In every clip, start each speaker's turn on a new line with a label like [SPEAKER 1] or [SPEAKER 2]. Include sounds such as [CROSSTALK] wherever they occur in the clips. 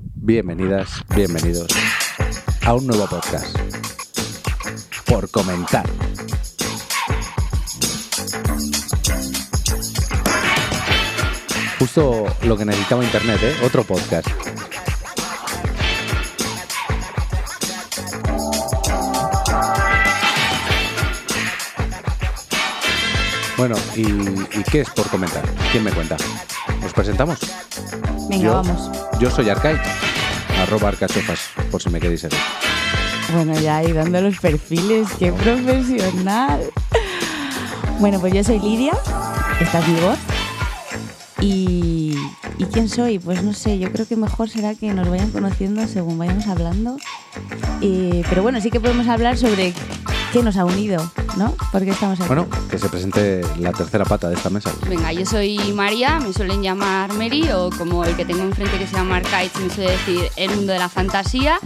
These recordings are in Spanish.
[SPEAKER 1] Bienvenidas, bienvenidos a un nuevo podcast. Por comentar. Justo lo que necesitaba Internet, ¿eh? Otro podcast. Bueno, ¿y, y qué es por comentar? ¿Quién me cuenta? ¿Nos presentamos?
[SPEAKER 2] Venga,
[SPEAKER 1] Yo-
[SPEAKER 2] vamos.
[SPEAKER 1] Yo soy Arcai, arroba arcachofas, por si me queréis seguir.
[SPEAKER 2] Bueno, ya ahí dando los perfiles, qué profesional. Bueno, pues yo soy Lidia, esta es mi voz. Y, ¿y quién soy? Pues no sé, yo creo que mejor será que nos vayan conociendo según vayamos hablando. Eh, pero bueno, sí que podemos hablar sobre qué nos ha unido, ¿no? Porque estamos aquí.
[SPEAKER 1] Bueno, que se presente la tercera pata de esta mesa.
[SPEAKER 3] Venga, yo soy María, me suelen llamar Mary o como el que tengo enfrente que se llama Arcaich, me suele decir el mundo de
[SPEAKER 1] [LAUGHS]
[SPEAKER 3] la fantasía.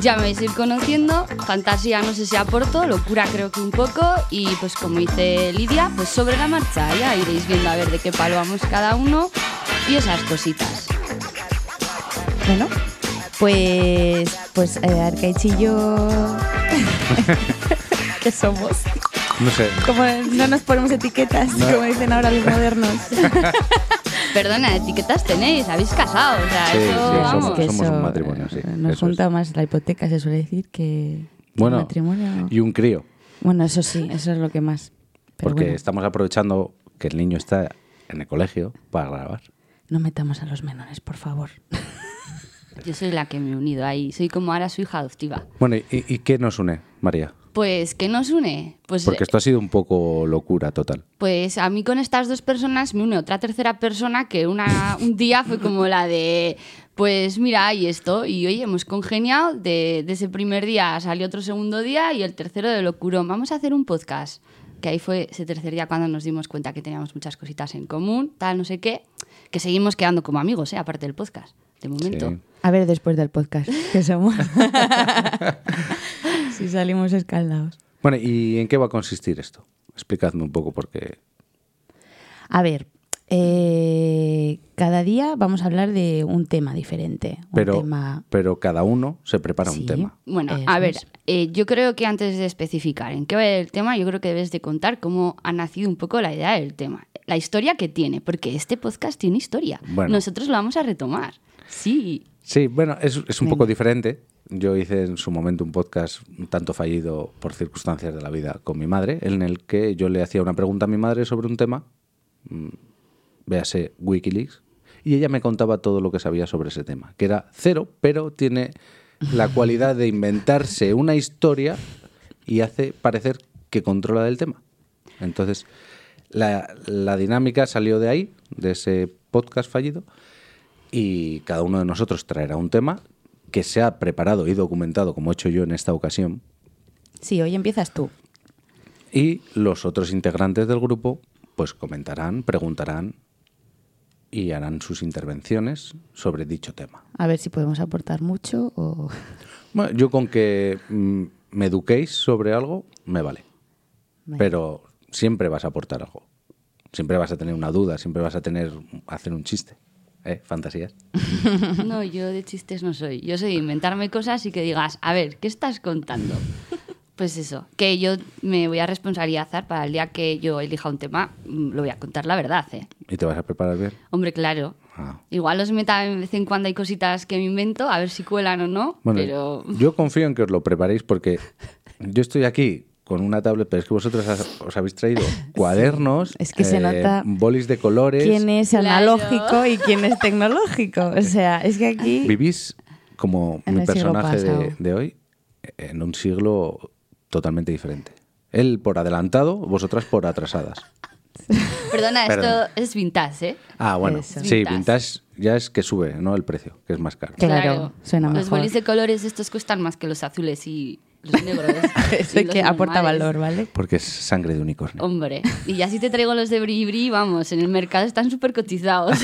[SPEAKER 3] Ya me vais a ir conociendo, fantasía no sé si aporto, locura creo que un poco y pues como dice Lidia, pues sobre la marcha, ya iréis viendo a ver de qué palo vamos cada uno y esas cositas.
[SPEAKER 2] Bueno, pues, pues eh, Arcaichi y [LAUGHS] yo... ¿Qué somos?
[SPEAKER 1] No sé,
[SPEAKER 2] Como no nos ponemos etiquetas,
[SPEAKER 1] No.
[SPEAKER 2] como dicen ahora los modernos.
[SPEAKER 1] [LAUGHS]
[SPEAKER 3] Perdona, etiquetas tenéis, habéis casado, o sea,
[SPEAKER 1] Sí,
[SPEAKER 3] eso
[SPEAKER 1] sí,
[SPEAKER 3] vamos.
[SPEAKER 1] somos- somos un matrimonio, sí,
[SPEAKER 2] eh,
[SPEAKER 1] eso
[SPEAKER 2] Nos
[SPEAKER 1] es.
[SPEAKER 2] junta más la hipoteca, se suele decir, que que
[SPEAKER 1] Bueno,
[SPEAKER 2] el matrimonio.
[SPEAKER 1] y un crío,
[SPEAKER 2] Bueno, eso sí, eso es lo que más. Pero
[SPEAKER 1] porque
[SPEAKER 2] bueno,
[SPEAKER 1] estamos aprovechando que el niño está en el colegio para grabar.
[SPEAKER 2] no metamos a los menores, por favor.
[SPEAKER 3] Yo soy la que me he unido ahí, soy como ahora su hija adoptiva.
[SPEAKER 1] Bueno, ¿y, y qué nos une, María?
[SPEAKER 3] Pues, ¿qué nos une? Pues
[SPEAKER 1] Porque esto ha sido un poco locura total.
[SPEAKER 3] Pues a mí con estas dos personas me une otra tercera persona que una, un día fue como la de, pues mira, y esto, y hoy hemos congeniado, de, de ese primer día salió otro segundo día y el tercero de locurón, vamos a hacer un podcast, que ahí fue ese tercer día cuando nos dimos cuenta que teníamos muchas cositas en común, tal, no sé qué, que seguimos quedando como amigos, ¿eh? aparte del podcast, de momento.
[SPEAKER 1] Sí.
[SPEAKER 2] A ver, después del podcast,
[SPEAKER 1] [LAUGHS]
[SPEAKER 2] que somos. si salimos escaldados.
[SPEAKER 1] Bueno, ¿y en qué va a consistir esto? Explicadme un poco porque...
[SPEAKER 2] A ver, eh, cada día vamos a hablar de un tema diferente. Un
[SPEAKER 1] Pero,
[SPEAKER 2] tema.
[SPEAKER 1] pero cada uno se prepara
[SPEAKER 2] Sí.
[SPEAKER 1] un tema.
[SPEAKER 3] Bueno,
[SPEAKER 2] Eso
[SPEAKER 3] a ver,
[SPEAKER 2] es.
[SPEAKER 3] eh, yo creo que antes de especificar en qué va el tema, yo creo que debes de contar cómo ha nacido un poco la idea del tema, la historia que tiene, porque este podcast tiene historia.
[SPEAKER 1] Bueno.
[SPEAKER 3] Nosotros lo vamos a retomar.
[SPEAKER 1] [LAUGHS]
[SPEAKER 3] Sí.
[SPEAKER 1] Sí, bueno, es, es un
[SPEAKER 2] Venga.
[SPEAKER 1] poco diferente. Yo hice en su momento un podcast un tanto fallido por circunstancias de la vida con mi madre, en el que yo le hacía una pregunta a mi madre sobre un tema, mm, véase Wikileaks, y ella me contaba todo lo que sabía sobre ese tema, que era cero, pero tiene la cualidad de inventarse una historia y hace parecer que controla del tema. Entonces, la, la dinámica salió de ahí, de ese podcast fallido, y cada uno de nosotros traerá un tema que se ha preparado y documentado, como he hecho yo en esta ocasión,
[SPEAKER 2] Sí, hoy empiezas tú.
[SPEAKER 1] y los otros integrantes del grupo pues comentarán, preguntarán y harán sus intervenciones sobre dicho tema.
[SPEAKER 2] A ver si podemos aportar mucho o.
[SPEAKER 1] Bueno, yo con que mm, me eduquéis sobre algo, me vale. Pero siempre vas a aportar algo. Siempre vas a tener una duda, siempre vas a tener hacer un chiste. ¿Eh? Fantasías.
[SPEAKER 3] No, yo de chistes no soy. Yo soy de inventarme cosas y que digas, a ver, ¿qué estás contando? Pues eso, que yo me voy a responsabilizar para el día que yo elija un tema, mm, lo voy a contar la verdad, ¿eh?
[SPEAKER 1] ¿Y te vas a preparar bien?
[SPEAKER 3] Hombre, claro.
[SPEAKER 1] Ah.
[SPEAKER 3] Igual los meta de vez en cuando hay cositas que me invento, a ver si cuelan o no,
[SPEAKER 1] Bueno,
[SPEAKER 3] pero
[SPEAKER 1] yo confío en que os lo preparéis porque yo estoy aquí con una tablet, pero es que vosotros has- os habéis
[SPEAKER 2] [LAUGHS]
[SPEAKER 1] traído cuadernos, eh,
[SPEAKER 2] es que se nota
[SPEAKER 1] bolis de colores.
[SPEAKER 2] quién es
[SPEAKER 3] Claro.
[SPEAKER 2] analógico y
[SPEAKER 1] [LAUGHS]
[SPEAKER 2] quién es tecnológico. O sea, es que aquí
[SPEAKER 1] Vivís como
[SPEAKER 2] En
[SPEAKER 1] mi
[SPEAKER 2] el siglo
[SPEAKER 1] personaje de,
[SPEAKER 2] pasado.
[SPEAKER 1] de hoy en un siglo totalmente diferente. Él por adelantado, vosotras por atrasadas.
[SPEAKER 3] Perdona,
[SPEAKER 1] Perdón.
[SPEAKER 3] esto es vintage, ¿eh?
[SPEAKER 1] Ah, bueno,
[SPEAKER 2] Eso.
[SPEAKER 1] sí,
[SPEAKER 3] Vintage.
[SPEAKER 1] vintage ya es que sube, ¿no? El precio, que es más caro.
[SPEAKER 2] Claro, suena
[SPEAKER 3] Los
[SPEAKER 2] mejor.
[SPEAKER 3] bolis de colores estos cuestan más que los azules y
[SPEAKER 2] [LAUGHS]
[SPEAKER 3] los negros.
[SPEAKER 2] [LAUGHS] es
[SPEAKER 3] y
[SPEAKER 2] de
[SPEAKER 3] los
[SPEAKER 2] que aporta
[SPEAKER 3] normales.
[SPEAKER 2] valor, ¿vale?
[SPEAKER 1] Porque es sangre de unicornio.
[SPEAKER 2] Oh.
[SPEAKER 3] Hombre, y ya si te traigo los de Bribri, vamos, en el mercado están
[SPEAKER 1] [LAUGHS]
[SPEAKER 3] súper cotizados.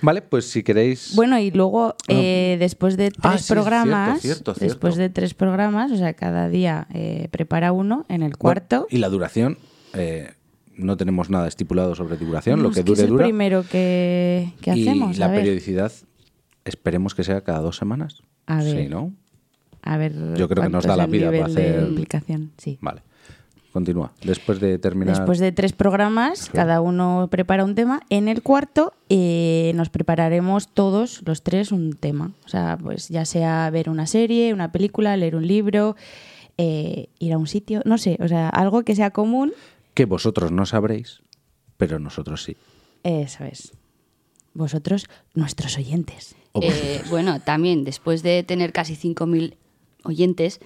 [SPEAKER 1] Vale, pues si queréis...
[SPEAKER 2] Bueno, y luego eh, después de tres
[SPEAKER 1] Ah, sí, es cierto,
[SPEAKER 2] programas,
[SPEAKER 1] cierto, cierto.
[SPEAKER 2] después de tres programas, o sea, cada día eh, prepara uno en el
[SPEAKER 1] Bueno,
[SPEAKER 2] cuarto.
[SPEAKER 1] y la duración, eh, no tenemos nada estipulado sobre duración,
[SPEAKER 2] No,
[SPEAKER 1] lo
[SPEAKER 2] Mm, es
[SPEAKER 1] que dure
[SPEAKER 2] es el
[SPEAKER 1] dura.
[SPEAKER 2] primero que, que
[SPEAKER 1] y
[SPEAKER 2] hacemos.
[SPEAKER 1] la
[SPEAKER 2] a ver.
[SPEAKER 1] periodicidad Esperemos que sea cada dos semanas.
[SPEAKER 2] A ver.
[SPEAKER 1] Sí, ¿no?
[SPEAKER 2] A ver.
[SPEAKER 1] Yo creo que nos
[SPEAKER 2] cuánto
[SPEAKER 1] da
[SPEAKER 2] es
[SPEAKER 1] la
[SPEAKER 2] el
[SPEAKER 1] vida para
[SPEAKER 2] nivel de
[SPEAKER 1] hacer-
[SPEAKER 2] implicación, sí.
[SPEAKER 1] Vale. Continúa. Después de terminar.
[SPEAKER 2] Después de tres programas, cada uno prepara un tema. En el cuarto eh, nos prepararemos todos los tres un tema. O sea, pues ya sea ver una serie, una película, leer un libro, eh, ir a un sitio, no sé, o sea, algo que sea común.
[SPEAKER 1] Que vosotros no sabréis, pero nosotros sí.
[SPEAKER 2] Eso es. eh, Vosotros, nuestros oyentes.
[SPEAKER 1] O
[SPEAKER 3] Eh,
[SPEAKER 1] vosotros.
[SPEAKER 3] bueno, también después de tener casi 5.000 oyentes,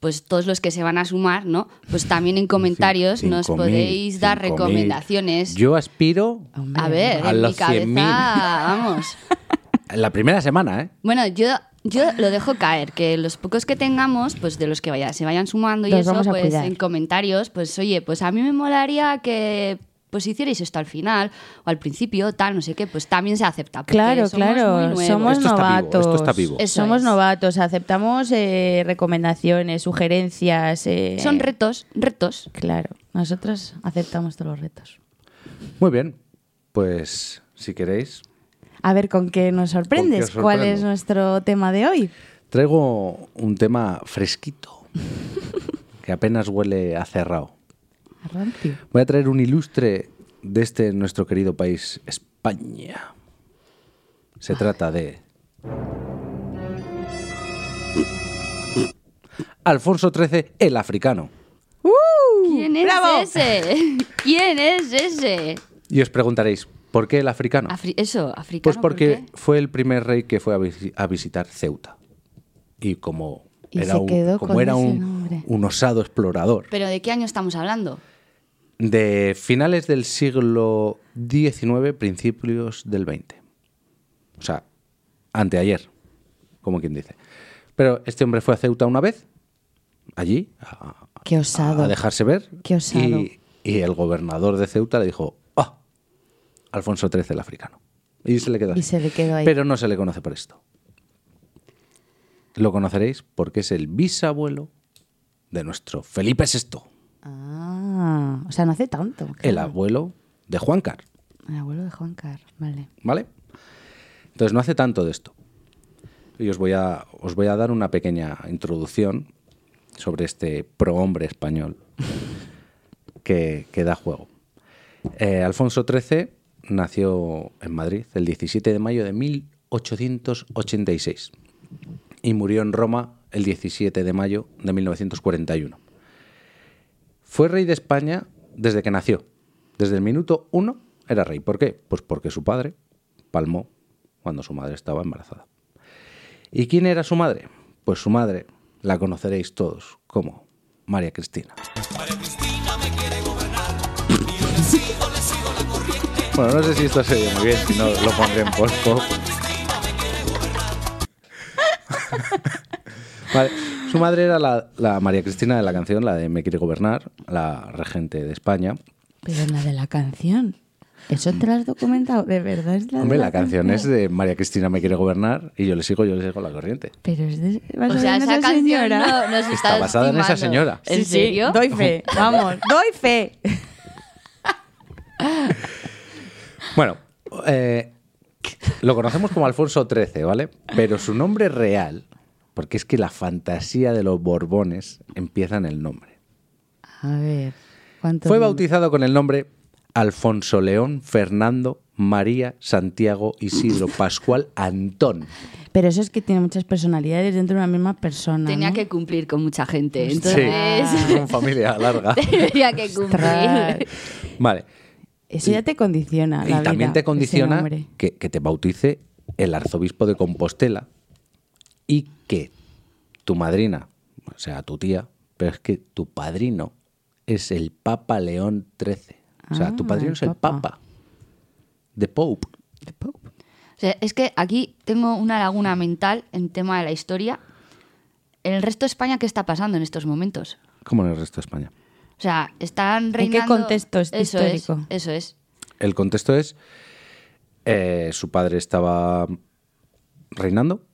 [SPEAKER 3] pues todos los que se van a sumar, ¿no? Pues también en comentarios
[SPEAKER 1] Cinco
[SPEAKER 3] nos
[SPEAKER 1] mil,
[SPEAKER 3] podéis dar
[SPEAKER 1] cinco mil.
[SPEAKER 3] recomendaciones.
[SPEAKER 1] Yo aspiro
[SPEAKER 2] Hombre,
[SPEAKER 3] a ver,
[SPEAKER 1] a
[SPEAKER 3] en mi
[SPEAKER 1] los
[SPEAKER 3] cabeza,
[SPEAKER 1] 100.000.
[SPEAKER 3] vamos.
[SPEAKER 1] [LAUGHS] la primera semana, ¿eh?
[SPEAKER 3] Bueno, yo, yo lo dejo caer, que los pocos que tengamos, pues de los que vaya, se vayan sumando y
[SPEAKER 2] Los
[SPEAKER 3] eso,
[SPEAKER 2] vamos a
[SPEAKER 3] pues
[SPEAKER 2] cuidar.
[SPEAKER 3] en comentarios, pues oye, pues a mí me molaría que pues hicierais esto al final o al principio, tal, no sé qué, pues también se acepta. porque
[SPEAKER 2] Claro,
[SPEAKER 3] somos muy
[SPEAKER 2] claro,
[SPEAKER 3] nuevos.
[SPEAKER 2] somos
[SPEAKER 1] Esto está vivo,
[SPEAKER 2] novatos.
[SPEAKER 1] esto está vivo.
[SPEAKER 3] Eso
[SPEAKER 2] somos
[SPEAKER 3] es.
[SPEAKER 2] novatos, aceptamos eh, recomendaciones, sugerencias. eh,
[SPEAKER 3] Son retos, retos.
[SPEAKER 2] Claro, nosotros aceptamos todos los retos.
[SPEAKER 1] Muy bien. Pues si queréis,
[SPEAKER 2] A ver, ¿con qué nos sorprendes?
[SPEAKER 1] ¿Con qué os
[SPEAKER 2] ¿Cuál
[SPEAKER 1] sorprendo?
[SPEAKER 2] es nuestro tema de hoy?
[SPEAKER 1] traigo un tema fresquito [LAUGHS] que apenas huele a cerrado.
[SPEAKER 2] Arrancio.
[SPEAKER 1] Voy a traer un ilustre de este nuestro querido país, España. Se trata de. Alfonso XIII, el africano.
[SPEAKER 3] ¿Quién es
[SPEAKER 2] Uh, ¡Bravo!
[SPEAKER 3] ese? [LAUGHS] ¿Quién es ese?
[SPEAKER 1] Y os preguntaréis, ¿por qué el africano?
[SPEAKER 3] Afri- eso, africano.
[SPEAKER 1] Pues
[SPEAKER 3] ¿por
[SPEAKER 1] porque
[SPEAKER 3] qué?
[SPEAKER 1] fue el primer rey que fue a, visi- a visitar Ceuta. Y como
[SPEAKER 2] Y
[SPEAKER 1] era,
[SPEAKER 2] se
[SPEAKER 1] un,
[SPEAKER 2] quedó
[SPEAKER 1] como
[SPEAKER 2] con
[SPEAKER 1] era
[SPEAKER 2] ese
[SPEAKER 1] un,
[SPEAKER 2] nombre.
[SPEAKER 1] un osado explorador.
[SPEAKER 3] Pero ¿de qué año estamos hablando?
[SPEAKER 1] De finales del siglo XIX, principios del XX. O sea, anteayer, como quien dice. Pero este hombre fue a Ceuta una vez, allí, a,
[SPEAKER 2] Qué osado.
[SPEAKER 1] a dejarse ver.
[SPEAKER 2] Qué osado.
[SPEAKER 1] Y, y el gobernador de Ceuta le dijo, ah, Alfonso XIII el africano. Y se le quedó
[SPEAKER 2] Y
[SPEAKER 1] así.
[SPEAKER 2] se le quedó ahí.
[SPEAKER 1] Pero no se le conoce por esto. Lo conoceréis porque es el bisabuelo de nuestro Felipe VI,
[SPEAKER 2] Ah, o sea, no hace tanto.
[SPEAKER 1] el
[SPEAKER 2] claro.
[SPEAKER 1] abuelo de Juan Carlos.
[SPEAKER 2] El abuelo de Juan Car, vale.
[SPEAKER 1] ¿Vale? Entonces, no hace tanto de esto. Y os voy a, os voy a dar una pequeña introducción sobre este prohombre español [LAUGHS] que, que da juego. Eh, Alfonso XIII nació en Madrid el 17 de mayo de 1886 y murió en Roma el 17 de mayo de 1941. Fue rey de España desde que nació. Desde el minuto uno era rey. ¿Por qué? Pues porque su padre palmó cuando su madre estaba embarazada. ¿Y quién era su madre? Pues su madre la conoceréis todos como María Cristina. Bueno, no sé si esto se oye muy bien, si no lo pondré en post Vale, Su madre era la, la María Cristina de la canción, la de Me quiere gobernar, la regente de España.
[SPEAKER 2] Pero la de la canción. ¿Eso te lo has documentado? ¿De verdad es la de
[SPEAKER 1] Hombre,
[SPEAKER 2] la,
[SPEAKER 1] la canción es de María Cristina Me quiere gobernar y yo le sigo, yo le sigo la corriente.
[SPEAKER 2] Pero es de... vas
[SPEAKER 3] O
[SPEAKER 2] a
[SPEAKER 3] sea,
[SPEAKER 2] ver a
[SPEAKER 3] esa canción
[SPEAKER 2] señora. [LAUGHS]
[SPEAKER 3] no- nos
[SPEAKER 1] Está
[SPEAKER 3] está
[SPEAKER 1] basada en esa
[SPEAKER 3] estimando.
[SPEAKER 1] señora.
[SPEAKER 3] ¿En
[SPEAKER 2] Sí, sí,
[SPEAKER 3] serio?
[SPEAKER 2] doy [LAUGHS] fe, vamos, doy fe.
[SPEAKER 1] Bueno, eh, lo conocemos como Alfonso XIII, ¿vale? Pero su nombre real, porque es que la fantasía de los Borbones empieza en el nombre.
[SPEAKER 2] A ver, ¿cuánto?
[SPEAKER 1] Fue bautizado con el nombre Alfonso León Fernando María Santiago Isidro Pascual Antón.
[SPEAKER 2] Pero eso es que tiene muchas personalidades dentro de una misma persona.
[SPEAKER 3] Tenía
[SPEAKER 2] ¿no?
[SPEAKER 3] que cumplir con mucha gente,
[SPEAKER 1] Sí,
[SPEAKER 3] entonces
[SPEAKER 1] con familia larga.
[SPEAKER 2] [LAUGHS]
[SPEAKER 3] tenía que
[SPEAKER 2] Ostras,
[SPEAKER 3] cumplir.
[SPEAKER 1] Vale.
[SPEAKER 2] [LAUGHS] Eso ya te condiciona.
[SPEAKER 1] Y
[SPEAKER 2] la
[SPEAKER 1] también
[SPEAKER 2] vida,
[SPEAKER 1] te
[SPEAKER 2] ese
[SPEAKER 1] condiciona
[SPEAKER 2] nombre.
[SPEAKER 1] que, que te bautice el arzobispo de Compostela y que tu madrina, o sea, tu tía, pero es que tu padrino es el Papa León XIII. O sea, tu
[SPEAKER 2] Ah,
[SPEAKER 1] padrino
[SPEAKER 2] el
[SPEAKER 1] es el
[SPEAKER 2] Papa.
[SPEAKER 1] Papa. The Pope.
[SPEAKER 3] O sea, es que aquí tengo una laguna mental en tema de la historia. En el resto de España, ¿qué está pasando en estos momentos?
[SPEAKER 1] Como en el resto de España.
[SPEAKER 3] O sea, están
[SPEAKER 2] qué
[SPEAKER 3] reinando...
[SPEAKER 2] contexto es
[SPEAKER 3] eso
[SPEAKER 2] histórico?
[SPEAKER 3] Es, eso es.
[SPEAKER 1] El contexto es, eh, su padre estaba reinando,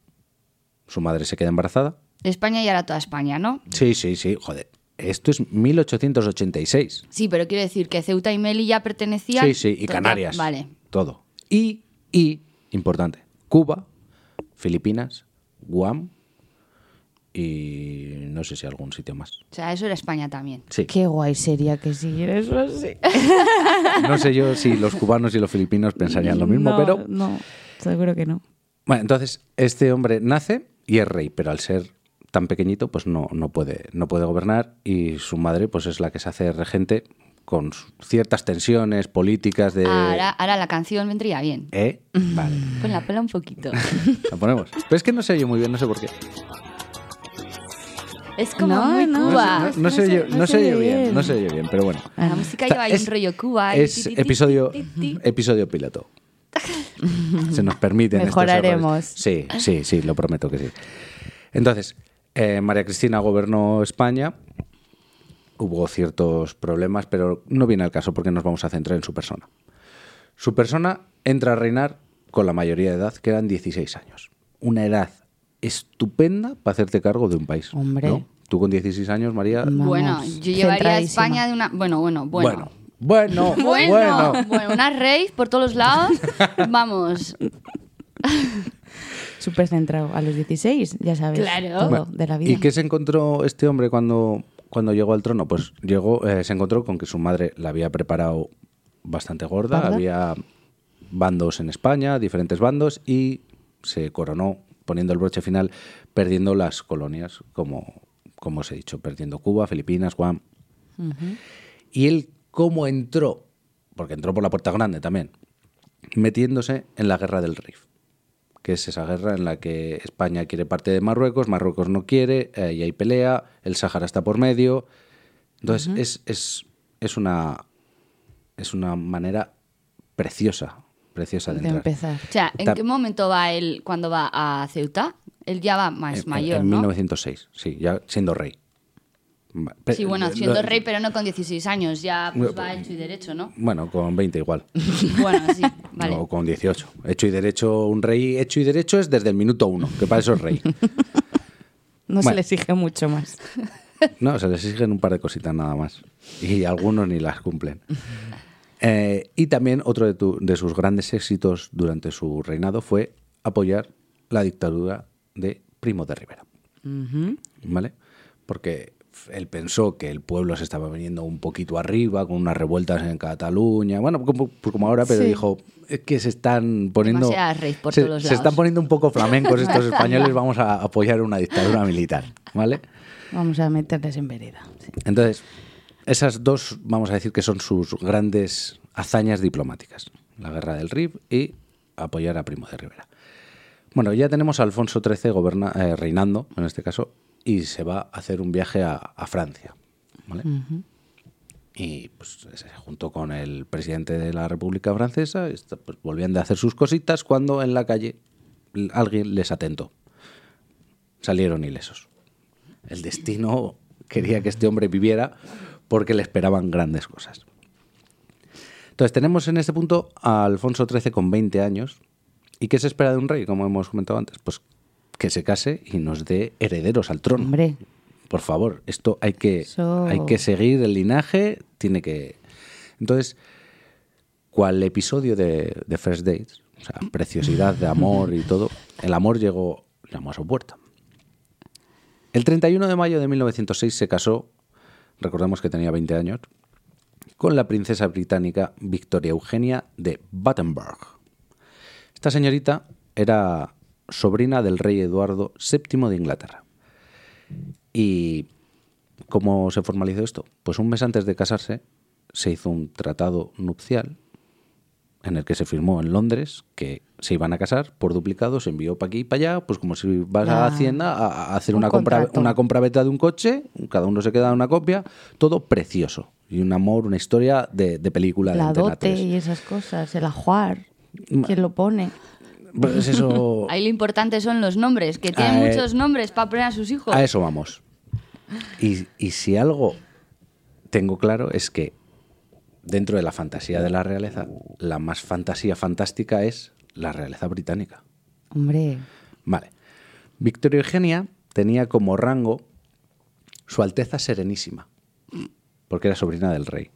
[SPEAKER 1] su madre se queda embarazada.
[SPEAKER 3] De España y ahora toda España, ¿no?
[SPEAKER 1] Sí, sí, sí, joder. Esto es 1886.
[SPEAKER 3] Sí, pero quiero decir que Ceuta y Melilla pertenecían...
[SPEAKER 1] Sí, sí, y
[SPEAKER 3] Total,
[SPEAKER 1] Canarias.
[SPEAKER 3] Vale.
[SPEAKER 1] Todo. Y, y, importante, Cuba Filipinas, Guam y no sé si algún sitio más.
[SPEAKER 3] O sea, eso era España también.
[SPEAKER 2] [LAUGHS]
[SPEAKER 1] Sí.
[SPEAKER 2] Qué guay sería que siguiera eso [LAUGHS] así.
[SPEAKER 1] No sé yo si los cubanos y los filipinos pensarían lo mismo,
[SPEAKER 2] No,
[SPEAKER 1] pero...
[SPEAKER 2] No, seguro que no.
[SPEAKER 1] Bueno, entonces, este hombre nace y es rey, pero al ser tan pequeñito, pues no, no, puede, no puede gobernar y su madre pues es la que se hace regente con su- ciertas tensiones políticas de...
[SPEAKER 3] Ahora, ahora la canción vendría bien.
[SPEAKER 1] ¿Eh? Vale.
[SPEAKER 3] Con la pela
[SPEAKER 2] [LAUGHS]
[SPEAKER 3] un poquito.
[SPEAKER 1] La ponemos. Pero es que no sé yo muy bien, no sé por qué.
[SPEAKER 3] Es como
[SPEAKER 2] No,
[SPEAKER 3] muy
[SPEAKER 2] no.
[SPEAKER 3] Cuba.
[SPEAKER 1] No, no sé yo, no sé yo bien, no sé yo bien, pero bueno.
[SPEAKER 3] La música
[SPEAKER 1] Está-
[SPEAKER 3] lleva ahí
[SPEAKER 1] es-
[SPEAKER 3] un rollo Cuba. y ti,
[SPEAKER 1] Es
[SPEAKER 3] ti, ti,
[SPEAKER 1] episodio,
[SPEAKER 3] ti, ti, ti.
[SPEAKER 1] episodio
[SPEAKER 3] [LAUGHS]
[SPEAKER 1] piloto. Se nos permiten. estos
[SPEAKER 2] Mejoraremos.
[SPEAKER 1] errores. Sí, sí, sí, lo prometo que sí. Entonces, eh, María Cristina gobernó España. Hubo ciertos problemas, pero no viene al caso porque nos vamos a centrar en su persona. Su persona entra a reinar con la mayoría de edad, que eran 16 años. Una edad estupenda para hacerte cargo de un país.
[SPEAKER 2] Hombre.
[SPEAKER 1] ¿no? Tú con 16 años, María.
[SPEAKER 2] Ma-
[SPEAKER 3] Bueno,
[SPEAKER 2] Vamos,
[SPEAKER 3] yo llevaría a
[SPEAKER 2] centradísima.
[SPEAKER 3] España de una. Bueno, bueno, Mm, bueno.
[SPEAKER 1] Bueno, bueno,
[SPEAKER 3] [LAUGHS] Bueno,
[SPEAKER 1] bueno.
[SPEAKER 3] bueno, una rave por todos los
[SPEAKER 1] [LAUGHS]
[SPEAKER 3] lados. Vamos.
[SPEAKER 2] Súper centrado. A los 16, ya sabes.
[SPEAKER 3] Claro.
[SPEAKER 2] Todo
[SPEAKER 1] Bueno,
[SPEAKER 2] de la vida.
[SPEAKER 1] ¿Y qué se encontró este hombre cuando, cuando llegó al trono? Pues llegó, eh, se encontró con que su madre la había preparado bastante gorda,
[SPEAKER 2] ¿Gorda?
[SPEAKER 1] había bandos en España, diferentes bandos, y se coronó poniendo el broche final, perdiendo las colonias, como, como os he dicho, perdiendo Cuba, Filipinas, Guam. Y él, ¿cómo entró? Porque entró por la puerta grande también, metiéndose en la guerra del Rif que es esa guerra en la que España quiere parte de Marruecos, Marruecos no quiere, eh, y hay pelea, el Sáhara está por medio. Entonces, es, es, es una, es una manera preciosa, preciosa de,
[SPEAKER 2] De
[SPEAKER 1] entrar.
[SPEAKER 2] empezar.
[SPEAKER 3] O sea, ¿en
[SPEAKER 1] Ta-
[SPEAKER 3] qué momento va él cuando va a Ceuta? Él ya va más
[SPEAKER 1] Eh, En-
[SPEAKER 3] mayor,
[SPEAKER 1] en,
[SPEAKER 3] ¿no?
[SPEAKER 1] 1906, sí, ya siendo rey. Ma- pe- eh,
[SPEAKER 3] Sí, bueno,
[SPEAKER 1] lo-
[SPEAKER 3] siendo rey, pero no con 16 años. Ya pues, va hecho y
[SPEAKER 1] [LAUGHS]
[SPEAKER 3] derecho, ¿no?
[SPEAKER 1] Bueno, con 20 igual,
[SPEAKER 3] Bueno, sí, [LAUGHS] vale.
[SPEAKER 1] o con 18. Hecho y derecho, un rey hecho y derecho es desde el minuto uno, que para eso es
[SPEAKER 3] [LAUGHS]
[SPEAKER 1] rey.
[SPEAKER 2] No se
[SPEAKER 1] Bueno.
[SPEAKER 2] le exige mucho más.
[SPEAKER 1] No, se les exigen un par de cositas nada más. Y algunos ni las
[SPEAKER 3] [LAUGHS]
[SPEAKER 1] cumplen. Eh, y también otro de, tu- de sus grandes éxitos durante su reinado fue apoyar la dictadura de Primo de Rivera. ¿Vale? Porque él pensó que el pueblo se estaba viniendo un poquito arriba con unas revueltas en Cataluña, bueno, como, pues como ahora, pero
[SPEAKER 2] Sí.
[SPEAKER 1] dijo es que se están poniendo
[SPEAKER 3] Demasiadas raíz por
[SPEAKER 1] se,
[SPEAKER 3] todos los
[SPEAKER 1] se
[SPEAKER 3] lados.
[SPEAKER 1] están poniendo un poco
[SPEAKER 3] [LAUGHS]
[SPEAKER 1] flamencos estos españoles, vamos a apoyar una dictadura militar, ¿vale?
[SPEAKER 2] Vamos a meterles en vereda. sí.
[SPEAKER 1] Entonces, esas dos, vamos a decir que son sus grandes hazañas diplomáticas. La guerra del RIF y apoyar a Primo de Rivera. Bueno, ya tenemos a Alfonso XIII goberna- eh, reinando, en este caso, y se va a hacer un viaje a, a Francia. ¿vale? Y pues, se juntó con el presidente de la República Francesa, y está- pues, volvían de hacer sus cositas cuando en la calle l- alguien les atentó. Salieron ilesos. El destino quería que este hombre viviera porque le esperaban grandes cosas. Entonces tenemos en este punto a Alfonso XIII con 20 años. ¿Y qué se espera de un rey, como hemos comentado antes? Pues que se case y nos dé herederos al trono.
[SPEAKER 2] Hombre.
[SPEAKER 1] Por favor, esto hay que,
[SPEAKER 2] Eso.
[SPEAKER 1] hay que seguir el linaje, tiene que... Entonces, cual episodio de, de First Dates, o sea, preciosidad de amor y todo, el amor llegó, llamó a su puerta. El 31 de mayo de 1906 se casó, recordemos que tenía 20 años, con la princesa británica Victoria Eugenia de Battenberg. Esta señorita era sobrina del rey Eduardo VII de Inglaterra. ¿Y cómo se formalizó esto? Pues un mes antes de casarse se hizo un tratado nupcial en el que se firmó en Londres que se iban a casar por duplicado, se envió para aquí y para allá, pues como si vas a
[SPEAKER 2] Ah,
[SPEAKER 1] Hacienda a- a hacer
[SPEAKER 2] un
[SPEAKER 1] una compra,
[SPEAKER 2] contrato.
[SPEAKER 1] una compraventa de un coche, cada uno se queda una copia, todo precioso. Y un amor, una historia de, de película de
[SPEAKER 2] La
[SPEAKER 1] Antena
[SPEAKER 2] dote
[SPEAKER 1] 3.
[SPEAKER 2] y esas cosas, el ajuar. ¿Quién lo pone?
[SPEAKER 1] Pues
[SPEAKER 2] [LAUGHS]
[SPEAKER 1] eso,
[SPEAKER 3] Ahí lo importante son los nombres, que tienen
[SPEAKER 1] Ah, eh. ah,
[SPEAKER 3] muchos nombres para poner a sus hijos.
[SPEAKER 1] a eso vamos. Y, y si algo tengo claro es que dentro de la fantasía de la realeza, la más fantasía fantástica es la realeza británica.
[SPEAKER 2] Hombre,
[SPEAKER 1] Vale. Victoria Eugenia tenía como rango Su Alteza Serenísima, porque era sobrina del rey.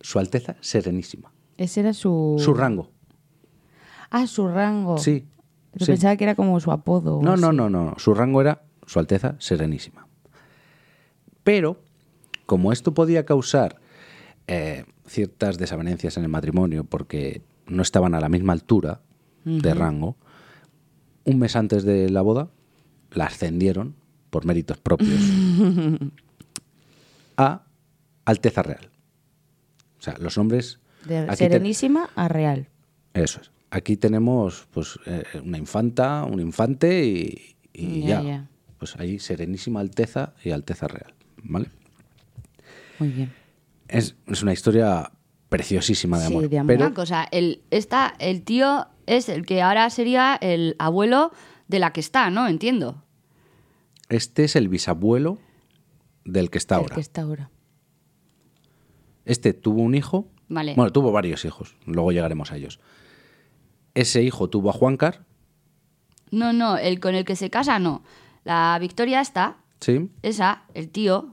[SPEAKER 1] Su Alteza Serenísima.
[SPEAKER 2] ese era su...
[SPEAKER 1] Su rango.
[SPEAKER 2] Ah, su rango.
[SPEAKER 1] Sí.
[SPEAKER 2] Pero
[SPEAKER 1] Sí.
[SPEAKER 2] pensaba que era como su apodo. o
[SPEAKER 1] No, no,
[SPEAKER 2] así.
[SPEAKER 1] no, no. Su rango era Su Alteza Serenísima. Pero, como esto podía causar eh, ciertas desavenencias en el matrimonio porque no estaban a la misma altura de rango, un mes antes de la boda la ascendieron por méritos propios a Alteza Real. O sea, los nombres...
[SPEAKER 2] De
[SPEAKER 1] aquí te-
[SPEAKER 2] serenísima a real.
[SPEAKER 1] eso es. Aquí tenemos pues eh, una infanta, un infante y, y ya,
[SPEAKER 2] Ya, ya.
[SPEAKER 1] Pues ahí Serenísima Alteza y Alteza Real, ¿vale?
[SPEAKER 2] Muy bien.
[SPEAKER 1] Es, es una historia preciosísima de
[SPEAKER 2] Sí,
[SPEAKER 1] amor.
[SPEAKER 2] de amor.
[SPEAKER 1] Pero
[SPEAKER 3] Una cosa, el, esta, el tío es el que ahora sería el abuelo de la que está, ¿no? Entiendo.
[SPEAKER 1] este es el bisabuelo del que está
[SPEAKER 2] El
[SPEAKER 1] ahora.
[SPEAKER 2] que está ahora.
[SPEAKER 1] Este tuvo un hijo.
[SPEAKER 3] Vale.
[SPEAKER 1] Bueno, tuvo varios hijos. Luego llegaremos a ellos. Ese hijo tuvo a Juancar,
[SPEAKER 3] No, no, el con el que se casa, no. La Victoria está,
[SPEAKER 1] ¿sí?
[SPEAKER 3] esa, el tío,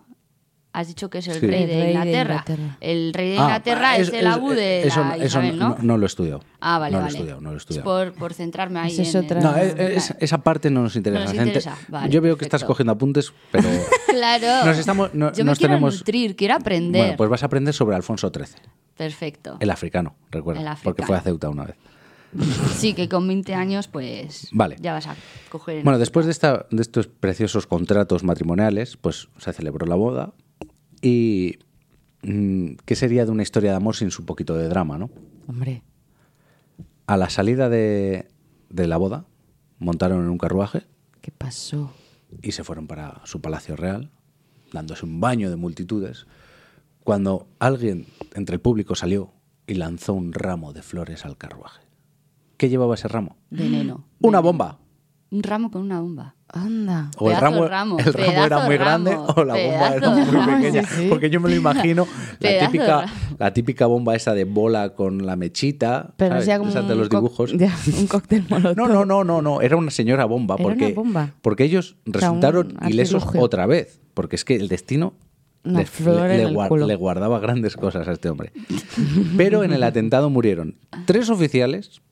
[SPEAKER 3] has dicho que es el
[SPEAKER 1] Sí.
[SPEAKER 3] rey,
[SPEAKER 2] El
[SPEAKER 3] de,
[SPEAKER 2] rey de
[SPEAKER 3] Inglaterra.
[SPEAKER 2] Inglaterra.
[SPEAKER 3] El rey de
[SPEAKER 1] Ah,
[SPEAKER 3] Inglaterra es,
[SPEAKER 1] eso-
[SPEAKER 3] el abu de
[SPEAKER 1] eh, eso-
[SPEAKER 3] la
[SPEAKER 1] eso
[SPEAKER 3] Isabel, ¿no?
[SPEAKER 1] no, no lo he estudiado.
[SPEAKER 3] Ah, vale,
[SPEAKER 1] no
[SPEAKER 3] vale.
[SPEAKER 1] Lo he estudiado, no lo he
[SPEAKER 3] Es
[SPEAKER 1] estudiado.
[SPEAKER 3] Por, por centrarme ahí.
[SPEAKER 2] Esa es
[SPEAKER 3] en el-
[SPEAKER 2] otra-
[SPEAKER 1] No,
[SPEAKER 2] Ah,
[SPEAKER 1] eh, eh, es- esa parte no nos interesa.
[SPEAKER 3] No nos
[SPEAKER 1] gente.
[SPEAKER 3] interesa, vale,
[SPEAKER 1] Yo veo que
[SPEAKER 3] perfecto.
[SPEAKER 1] estás cogiendo apuntes,
[SPEAKER 3] [LAUGHS]
[SPEAKER 1] pero
[SPEAKER 3] [LAUGHS] Claro.
[SPEAKER 1] Nos estamos- no-
[SPEAKER 3] Yo me
[SPEAKER 1] nos
[SPEAKER 3] quiero
[SPEAKER 1] tenemos-
[SPEAKER 3] nutrir, quiero aprender.
[SPEAKER 1] bueno, pues vas a aprender sobre Alfonso XIII,
[SPEAKER 3] Perfecto.
[SPEAKER 1] el africano, recuerda,
[SPEAKER 3] El africano.
[SPEAKER 1] porque fue a Ceuta una vez.
[SPEAKER 3] Sí, que con 20 años, pues.
[SPEAKER 1] Vale.
[SPEAKER 3] Ya vas a coger.
[SPEAKER 1] Bueno, después de, esta, de estos preciosos contratos matrimoniales, pues se celebró la boda y mm, qué sería de una historia de amor sin su poquito de drama, ¿no?
[SPEAKER 2] Hombre.
[SPEAKER 1] A la salida de, de la boda montaron en un carruaje
[SPEAKER 2] ¿Qué pasó?
[SPEAKER 1] y se fueron para su palacio real, dándose un baño de multitudes, cuando alguien entre el público salió y lanzó un ramo de flores al carruaje. ¿Qué llevaba ese ramo?
[SPEAKER 3] Veneno.
[SPEAKER 1] Una bomba.
[SPEAKER 3] Un ramo con una bomba.
[SPEAKER 2] Anda.
[SPEAKER 1] O el
[SPEAKER 3] Mm, Pedazo
[SPEAKER 1] ramo,
[SPEAKER 3] ramo,
[SPEAKER 1] el ramo era
[SPEAKER 3] pedazo
[SPEAKER 1] muy
[SPEAKER 3] ramo,
[SPEAKER 1] grande o la bomba era
[SPEAKER 3] pedazo
[SPEAKER 1] muy
[SPEAKER 3] ramo.
[SPEAKER 1] pequeña.
[SPEAKER 2] Sí, sí.
[SPEAKER 1] Porque yo me lo imagino, la
[SPEAKER 3] Pedazo
[SPEAKER 1] típica,
[SPEAKER 3] ramo.
[SPEAKER 1] la típica bomba esa de bola con la mechita,
[SPEAKER 2] Pero no
[SPEAKER 1] ¿sabes?
[SPEAKER 2] sea como
[SPEAKER 1] Esa de
[SPEAKER 2] un
[SPEAKER 1] los
[SPEAKER 2] co-
[SPEAKER 1] dibujos.
[SPEAKER 2] [LAUGHS] ya, un cóctel molotov.
[SPEAKER 1] No, no, no, no, no, era una señora bomba.
[SPEAKER 2] Era
[SPEAKER 1] porque,
[SPEAKER 2] una bomba.
[SPEAKER 1] Porque ellos
[SPEAKER 2] O sea, un
[SPEAKER 1] resultaron ilesos
[SPEAKER 2] artilugio.
[SPEAKER 1] otra vez. Porque es que el destino
[SPEAKER 2] Una
[SPEAKER 1] le,
[SPEAKER 2] flor en
[SPEAKER 1] le
[SPEAKER 2] el
[SPEAKER 1] guar-
[SPEAKER 2] culo.
[SPEAKER 1] le guardaba grandes cosas a este hombre. Pero en el atentado murieron tres oficiales,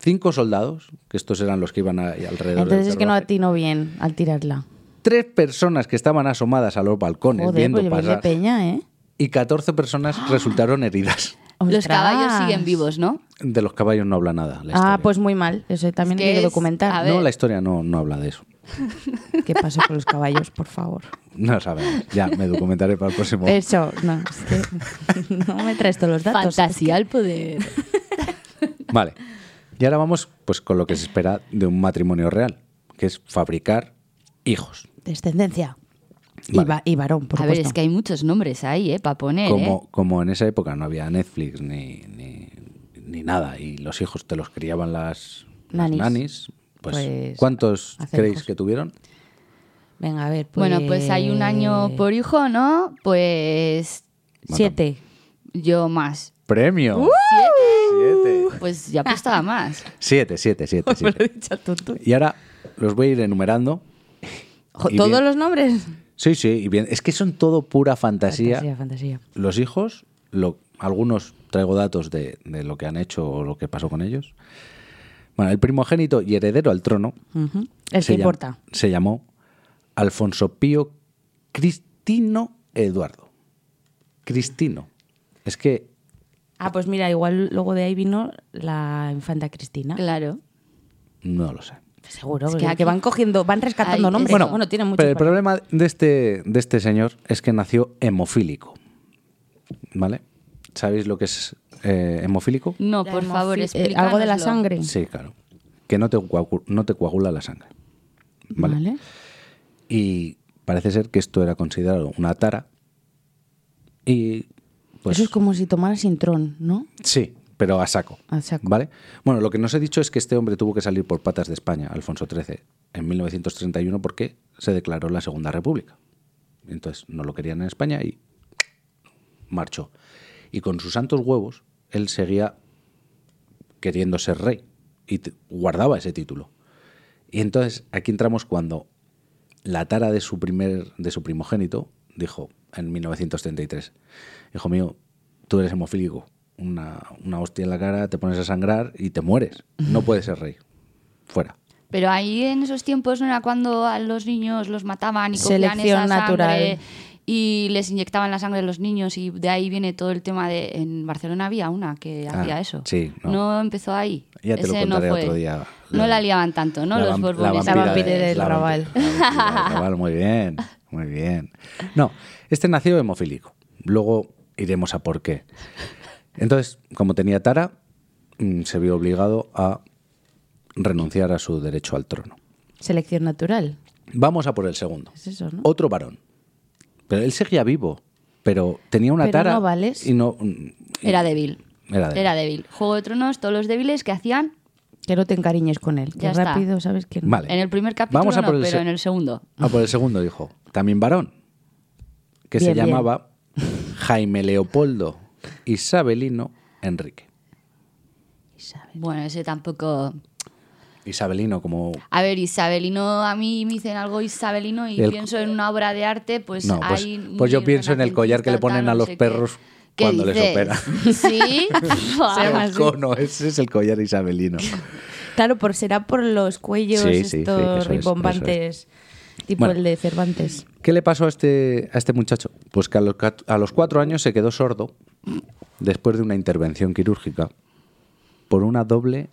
[SPEAKER 1] cinco soldados, que estos eran los que iban a- alrededor
[SPEAKER 2] Entonces
[SPEAKER 1] del
[SPEAKER 2] es que no
[SPEAKER 1] carruaje,
[SPEAKER 2] atino bien al tirarla.
[SPEAKER 1] tres personas que estaban asomadas a los balcones
[SPEAKER 2] Joder,
[SPEAKER 1] viendo
[SPEAKER 2] pues yo de
[SPEAKER 1] pasar
[SPEAKER 2] peña, ¿eh?
[SPEAKER 1] y 14 personas resultaron heridas.
[SPEAKER 3] Los
[SPEAKER 2] Ostras.
[SPEAKER 3] caballos siguen vivos, ¿no?
[SPEAKER 1] De los caballos no habla nada. la
[SPEAKER 2] Ah,
[SPEAKER 1] historia.
[SPEAKER 2] pues muy mal. Eso también
[SPEAKER 3] que
[SPEAKER 2] hay que
[SPEAKER 3] es- a
[SPEAKER 2] documentar.
[SPEAKER 3] ver.
[SPEAKER 1] No, la historia no, no habla de eso.
[SPEAKER 2] ¿Qué pasó con los caballos,
[SPEAKER 1] [LAUGHS]
[SPEAKER 2] por favor?
[SPEAKER 1] No sabemos. Ya me documentaré para el próximo.
[SPEAKER 2] Eso, no, es que [LAUGHS] no me traes todos los datos.
[SPEAKER 3] Fantasía al poder.
[SPEAKER 1] Vale. Y ahora vamos pues con lo que se espera de un matrimonio real, que es fabricar hijos.
[SPEAKER 2] Descendencia. Y,
[SPEAKER 1] Vale.
[SPEAKER 2] va- y varón, por
[SPEAKER 3] a ver,
[SPEAKER 2] supuesto.
[SPEAKER 3] es que hay muchos nombres ahí, ¿eh? Para poner.
[SPEAKER 1] Como, como en esa época no había Netflix ni, ni, ni nada y los hijos te los criaban las las
[SPEAKER 2] Nanis.
[SPEAKER 1] nanis, pues,
[SPEAKER 2] Pues,
[SPEAKER 1] ¿cuántos
[SPEAKER 2] hacer
[SPEAKER 1] creéis
[SPEAKER 2] hijos.
[SPEAKER 1] que tuvieron?
[SPEAKER 2] Venga, a ver, pues...
[SPEAKER 3] Bueno, pues hay un año por hijo, ¿no? Pues
[SPEAKER 2] Siete.
[SPEAKER 3] yo más.
[SPEAKER 1] ¡Premio!
[SPEAKER 2] ¡Uh!
[SPEAKER 1] Siete.
[SPEAKER 3] Pues ya apostaba más.
[SPEAKER 1] Siete, siete, siete,
[SPEAKER 2] Me lo [LAUGHS]
[SPEAKER 1] siete.
[SPEAKER 2] he dicho tú, tú.
[SPEAKER 1] Y ahora los voy a ir enumerando.
[SPEAKER 2] Jo,
[SPEAKER 1] Y
[SPEAKER 2] ¿Todos
[SPEAKER 1] bien.
[SPEAKER 2] los nombres?
[SPEAKER 1] Sí, sí, y bien. Es que son todo pura fantasía.
[SPEAKER 2] Fantasía, fantasía.
[SPEAKER 1] Los hijos, lo- algunos traigo datos de, de lo que han hecho o lo que pasó con ellos. Bueno, el primogénito y heredero al trono.
[SPEAKER 2] Ujú. El
[SPEAKER 1] se
[SPEAKER 2] que
[SPEAKER 1] llam-
[SPEAKER 2] importa.
[SPEAKER 1] Se llamó Alfonso Pío Cristino Eduardo. Cristino. Es que
[SPEAKER 2] Ah, pues mira, igual luego de ahí vino la infanta Cristina.
[SPEAKER 3] Claro.
[SPEAKER 1] no lo sé.
[SPEAKER 2] Seguro,
[SPEAKER 3] Es que
[SPEAKER 2] que,
[SPEAKER 3] aquí-
[SPEAKER 2] van cogiendo, van rescatando
[SPEAKER 3] Ay,
[SPEAKER 2] nombres.
[SPEAKER 3] eso.
[SPEAKER 2] Bueno, tiene mucho.
[SPEAKER 1] Pero el problema de este, de este señor es que nació hemofílico. ¿Vale? ¿Sabéis lo que es eh, hemofílico?
[SPEAKER 3] No, por favor, explícanoslo.
[SPEAKER 2] eh, Algo de la sangre.
[SPEAKER 1] Sí, claro. Que no te, coagu- no te coagula la sangre.
[SPEAKER 2] Vale.
[SPEAKER 1] ¿Vale? Y parece ser que esto era considerado una tara. Y pues
[SPEAKER 2] Eso es como si tomaras Intrón, ¿no?
[SPEAKER 1] sí, pero a saco.
[SPEAKER 2] A saco.
[SPEAKER 1] ¿Vale? Bueno, lo que nos he dicho es que este hombre tuvo que salir por patas de España, Alfonso XIII, en 1931 porque se declaró la Segunda República. Entonces no lo querían en España y marchó. Y con sus santos huevos, él seguía queriendo ser rey y t- guardaba ese título. Y entonces aquí entramos cuando la tara de su, primer, de su primogénito dijo en 1933, hijo mío, tú eres hemofílico, una, una hostia en la cara, te pones a sangrar y te mueres, no puedes ser rey, fuera.
[SPEAKER 3] Pero ahí en esos tiempos no era cuando a los niños los mataban y cogían
[SPEAKER 2] Selección
[SPEAKER 3] esa
[SPEAKER 2] natural.
[SPEAKER 3] sangre y les inyectaban la sangre a los niños y de ahí viene todo el tema de en Barcelona había una que
[SPEAKER 1] Ah,
[SPEAKER 3] hacía eso.
[SPEAKER 1] sí, no.
[SPEAKER 3] no. empezó ahí.
[SPEAKER 1] Ya te lo
[SPEAKER 3] Ese no
[SPEAKER 1] contaré
[SPEAKER 3] fue.
[SPEAKER 1] otro día.
[SPEAKER 3] No la liaban tanto, ¿no? los
[SPEAKER 1] vam-
[SPEAKER 3] borbones.
[SPEAKER 2] La vampira
[SPEAKER 1] de-
[SPEAKER 2] del
[SPEAKER 1] la vampi-
[SPEAKER 2] Raval.
[SPEAKER 1] la vampira del Raval, muy bien, muy bien. No, este nació hemofílico. Luego iremos a por qué. Entonces, como tenía tara, mm, se vio obligado a renunciar a su derecho al trono.
[SPEAKER 2] Selección natural.
[SPEAKER 1] Vamos a por el segundo.
[SPEAKER 2] Es eso, ¿no?
[SPEAKER 1] Otro varón. Pero él seguía vivo, pero tenía una
[SPEAKER 2] Pero
[SPEAKER 1] tara
[SPEAKER 2] no vales.
[SPEAKER 1] y no mm, y-
[SPEAKER 3] Era débil.
[SPEAKER 1] Era débil.
[SPEAKER 3] Juego de Tronos, todos los débiles que hacían
[SPEAKER 2] Que no te encariñes con él. Que
[SPEAKER 3] Ya está.
[SPEAKER 2] rápido, ¿sabes que no.
[SPEAKER 1] Vale.
[SPEAKER 3] en el primer capítulo,
[SPEAKER 1] Vamos a
[SPEAKER 3] no,
[SPEAKER 1] por el
[SPEAKER 3] pero
[SPEAKER 1] se-
[SPEAKER 3] en el segundo.
[SPEAKER 1] Ah, por el segundo dijo. También varón. Que se
[SPEAKER 2] Bien, bien.
[SPEAKER 1] llamaba Jaime Leopoldo Isabelino Enrique.
[SPEAKER 2] Isabel.
[SPEAKER 3] Bueno, ese tampoco.
[SPEAKER 1] Isabelino como...
[SPEAKER 3] A ver, isabelino, a mí me dicen algo isabelino y
[SPEAKER 1] El-
[SPEAKER 3] pienso en una obra de arte, pues
[SPEAKER 1] No, pues-
[SPEAKER 3] hay
[SPEAKER 1] pues yo
[SPEAKER 3] muy
[SPEAKER 1] pienso en el collar que le
[SPEAKER 3] renacentista,
[SPEAKER 1] ponen
[SPEAKER 3] tal,
[SPEAKER 1] a
[SPEAKER 3] no
[SPEAKER 1] los
[SPEAKER 3] sé qué.
[SPEAKER 1] perros
[SPEAKER 3] ¿Qué
[SPEAKER 1] cuando les
[SPEAKER 3] dices?
[SPEAKER 1] operan.
[SPEAKER 3] [LAUGHS]
[SPEAKER 2] [LAUGHS]
[SPEAKER 3] Sí,
[SPEAKER 1] el
[SPEAKER 3] Algo así.
[SPEAKER 1] cono, ese es el collar isabelino.
[SPEAKER 2] Claro, por, será por los cuellos
[SPEAKER 1] Sí, sí, sí, eso
[SPEAKER 2] estos
[SPEAKER 1] es,
[SPEAKER 2] ribombantes. Tipo
[SPEAKER 1] Bueno.
[SPEAKER 2] el de Cervantes.
[SPEAKER 1] ¿Qué le pasó a este, a este muchacho? Pues que a los, cat- a los cuatro años se quedó sordo después de una intervención quirúrgica por una doble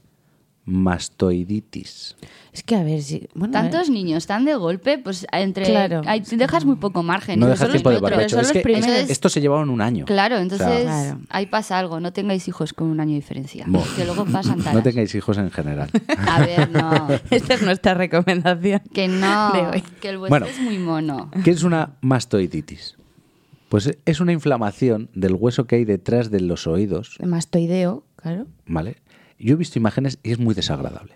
[SPEAKER 1] mastoiditis.
[SPEAKER 2] Es que a ver si. Bueno,
[SPEAKER 3] Tantos
[SPEAKER 2] eh,
[SPEAKER 3] niños tan de golpe, pues entre.
[SPEAKER 2] Claro.
[SPEAKER 3] hay- dejas muy poco margen.
[SPEAKER 1] No
[SPEAKER 3] Pero
[SPEAKER 1] dejas
[SPEAKER 3] son los
[SPEAKER 1] tiempo de
[SPEAKER 3] otros,
[SPEAKER 1] barbecho.
[SPEAKER 3] son
[SPEAKER 1] Es
[SPEAKER 3] los
[SPEAKER 1] que es-
[SPEAKER 3] primeros.
[SPEAKER 1] esto se llevaban un año.
[SPEAKER 3] Claro,
[SPEAKER 1] O sea,
[SPEAKER 3] entonces
[SPEAKER 2] Claro.
[SPEAKER 3] ahí pasa algo. No tengáis hijos con un año de diferencia.
[SPEAKER 1] Bueno,
[SPEAKER 3] que luego pasan
[SPEAKER 1] [LAUGHS]
[SPEAKER 3] taras.
[SPEAKER 1] No tengáis hijos en general.
[SPEAKER 3] A ver, no. [LAUGHS]
[SPEAKER 2] Esta es nuestra recomendación.
[SPEAKER 3] Que no.
[SPEAKER 2] [LAUGHS] De hoy.
[SPEAKER 3] Que el vuestro
[SPEAKER 1] Bueno.
[SPEAKER 3] es muy mono.
[SPEAKER 1] ¿Qué es una mastoiditis? Pues es una inflamación del hueso que hay detrás de los oídos,
[SPEAKER 2] De Mastoideo, claro.
[SPEAKER 1] ¿vale? Yo he visto imágenes y es muy desagradable.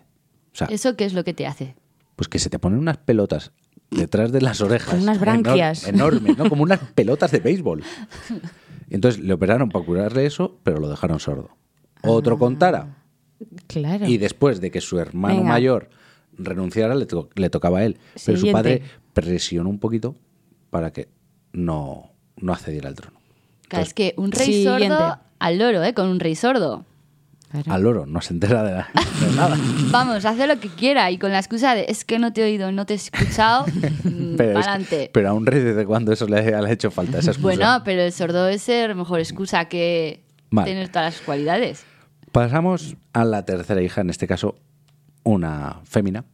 [SPEAKER 1] O sea,
[SPEAKER 3] ¿Eso qué es lo que te hace?
[SPEAKER 1] pues que se te ponen unas pelotas detrás de las orejas.
[SPEAKER 2] Como unas
[SPEAKER 1] Enor-
[SPEAKER 2] branquias.
[SPEAKER 1] enormes, ¿no? Como
[SPEAKER 2] [LAUGHS]
[SPEAKER 1] unas pelotas de béisbol. Entonces le operaron para curarle eso, pero lo dejaron sordo. Otro con tara.
[SPEAKER 2] Claro.
[SPEAKER 1] Y después de que su hermano
[SPEAKER 2] Venga.
[SPEAKER 1] mayor renunciara, le, to- le tocaba a él. Pero su
[SPEAKER 2] Siguiente.
[SPEAKER 1] padre presionó un poquito para que no, no accediera al trono.
[SPEAKER 3] Claro,
[SPEAKER 1] Pues,
[SPEAKER 3] es que un rey
[SPEAKER 2] Siguiente.
[SPEAKER 3] sordo al loro, ¿eh? Con un rey sordo.
[SPEAKER 2] Claro.
[SPEAKER 1] Al oro, no se entera de,
[SPEAKER 3] [LAUGHS]
[SPEAKER 1] la- de nada.
[SPEAKER 3] Vamos, hace lo que quiera y con la excusa de es que no te he oído, no te he
[SPEAKER 1] [LAUGHS]
[SPEAKER 3] escuchado, mm,
[SPEAKER 1] Pero, es que-
[SPEAKER 3] pa'lante.
[SPEAKER 1] pero a un rey desde cuando eso le, le ha hecho falta, esa excusa.
[SPEAKER 3] Bueno, pero el sordo es ser mejor excusa que
[SPEAKER 1] Vale.
[SPEAKER 3] tener todas las cualidades.
[SPEAKER 1] Pasamos a la tercera hija, en este caso una fémina.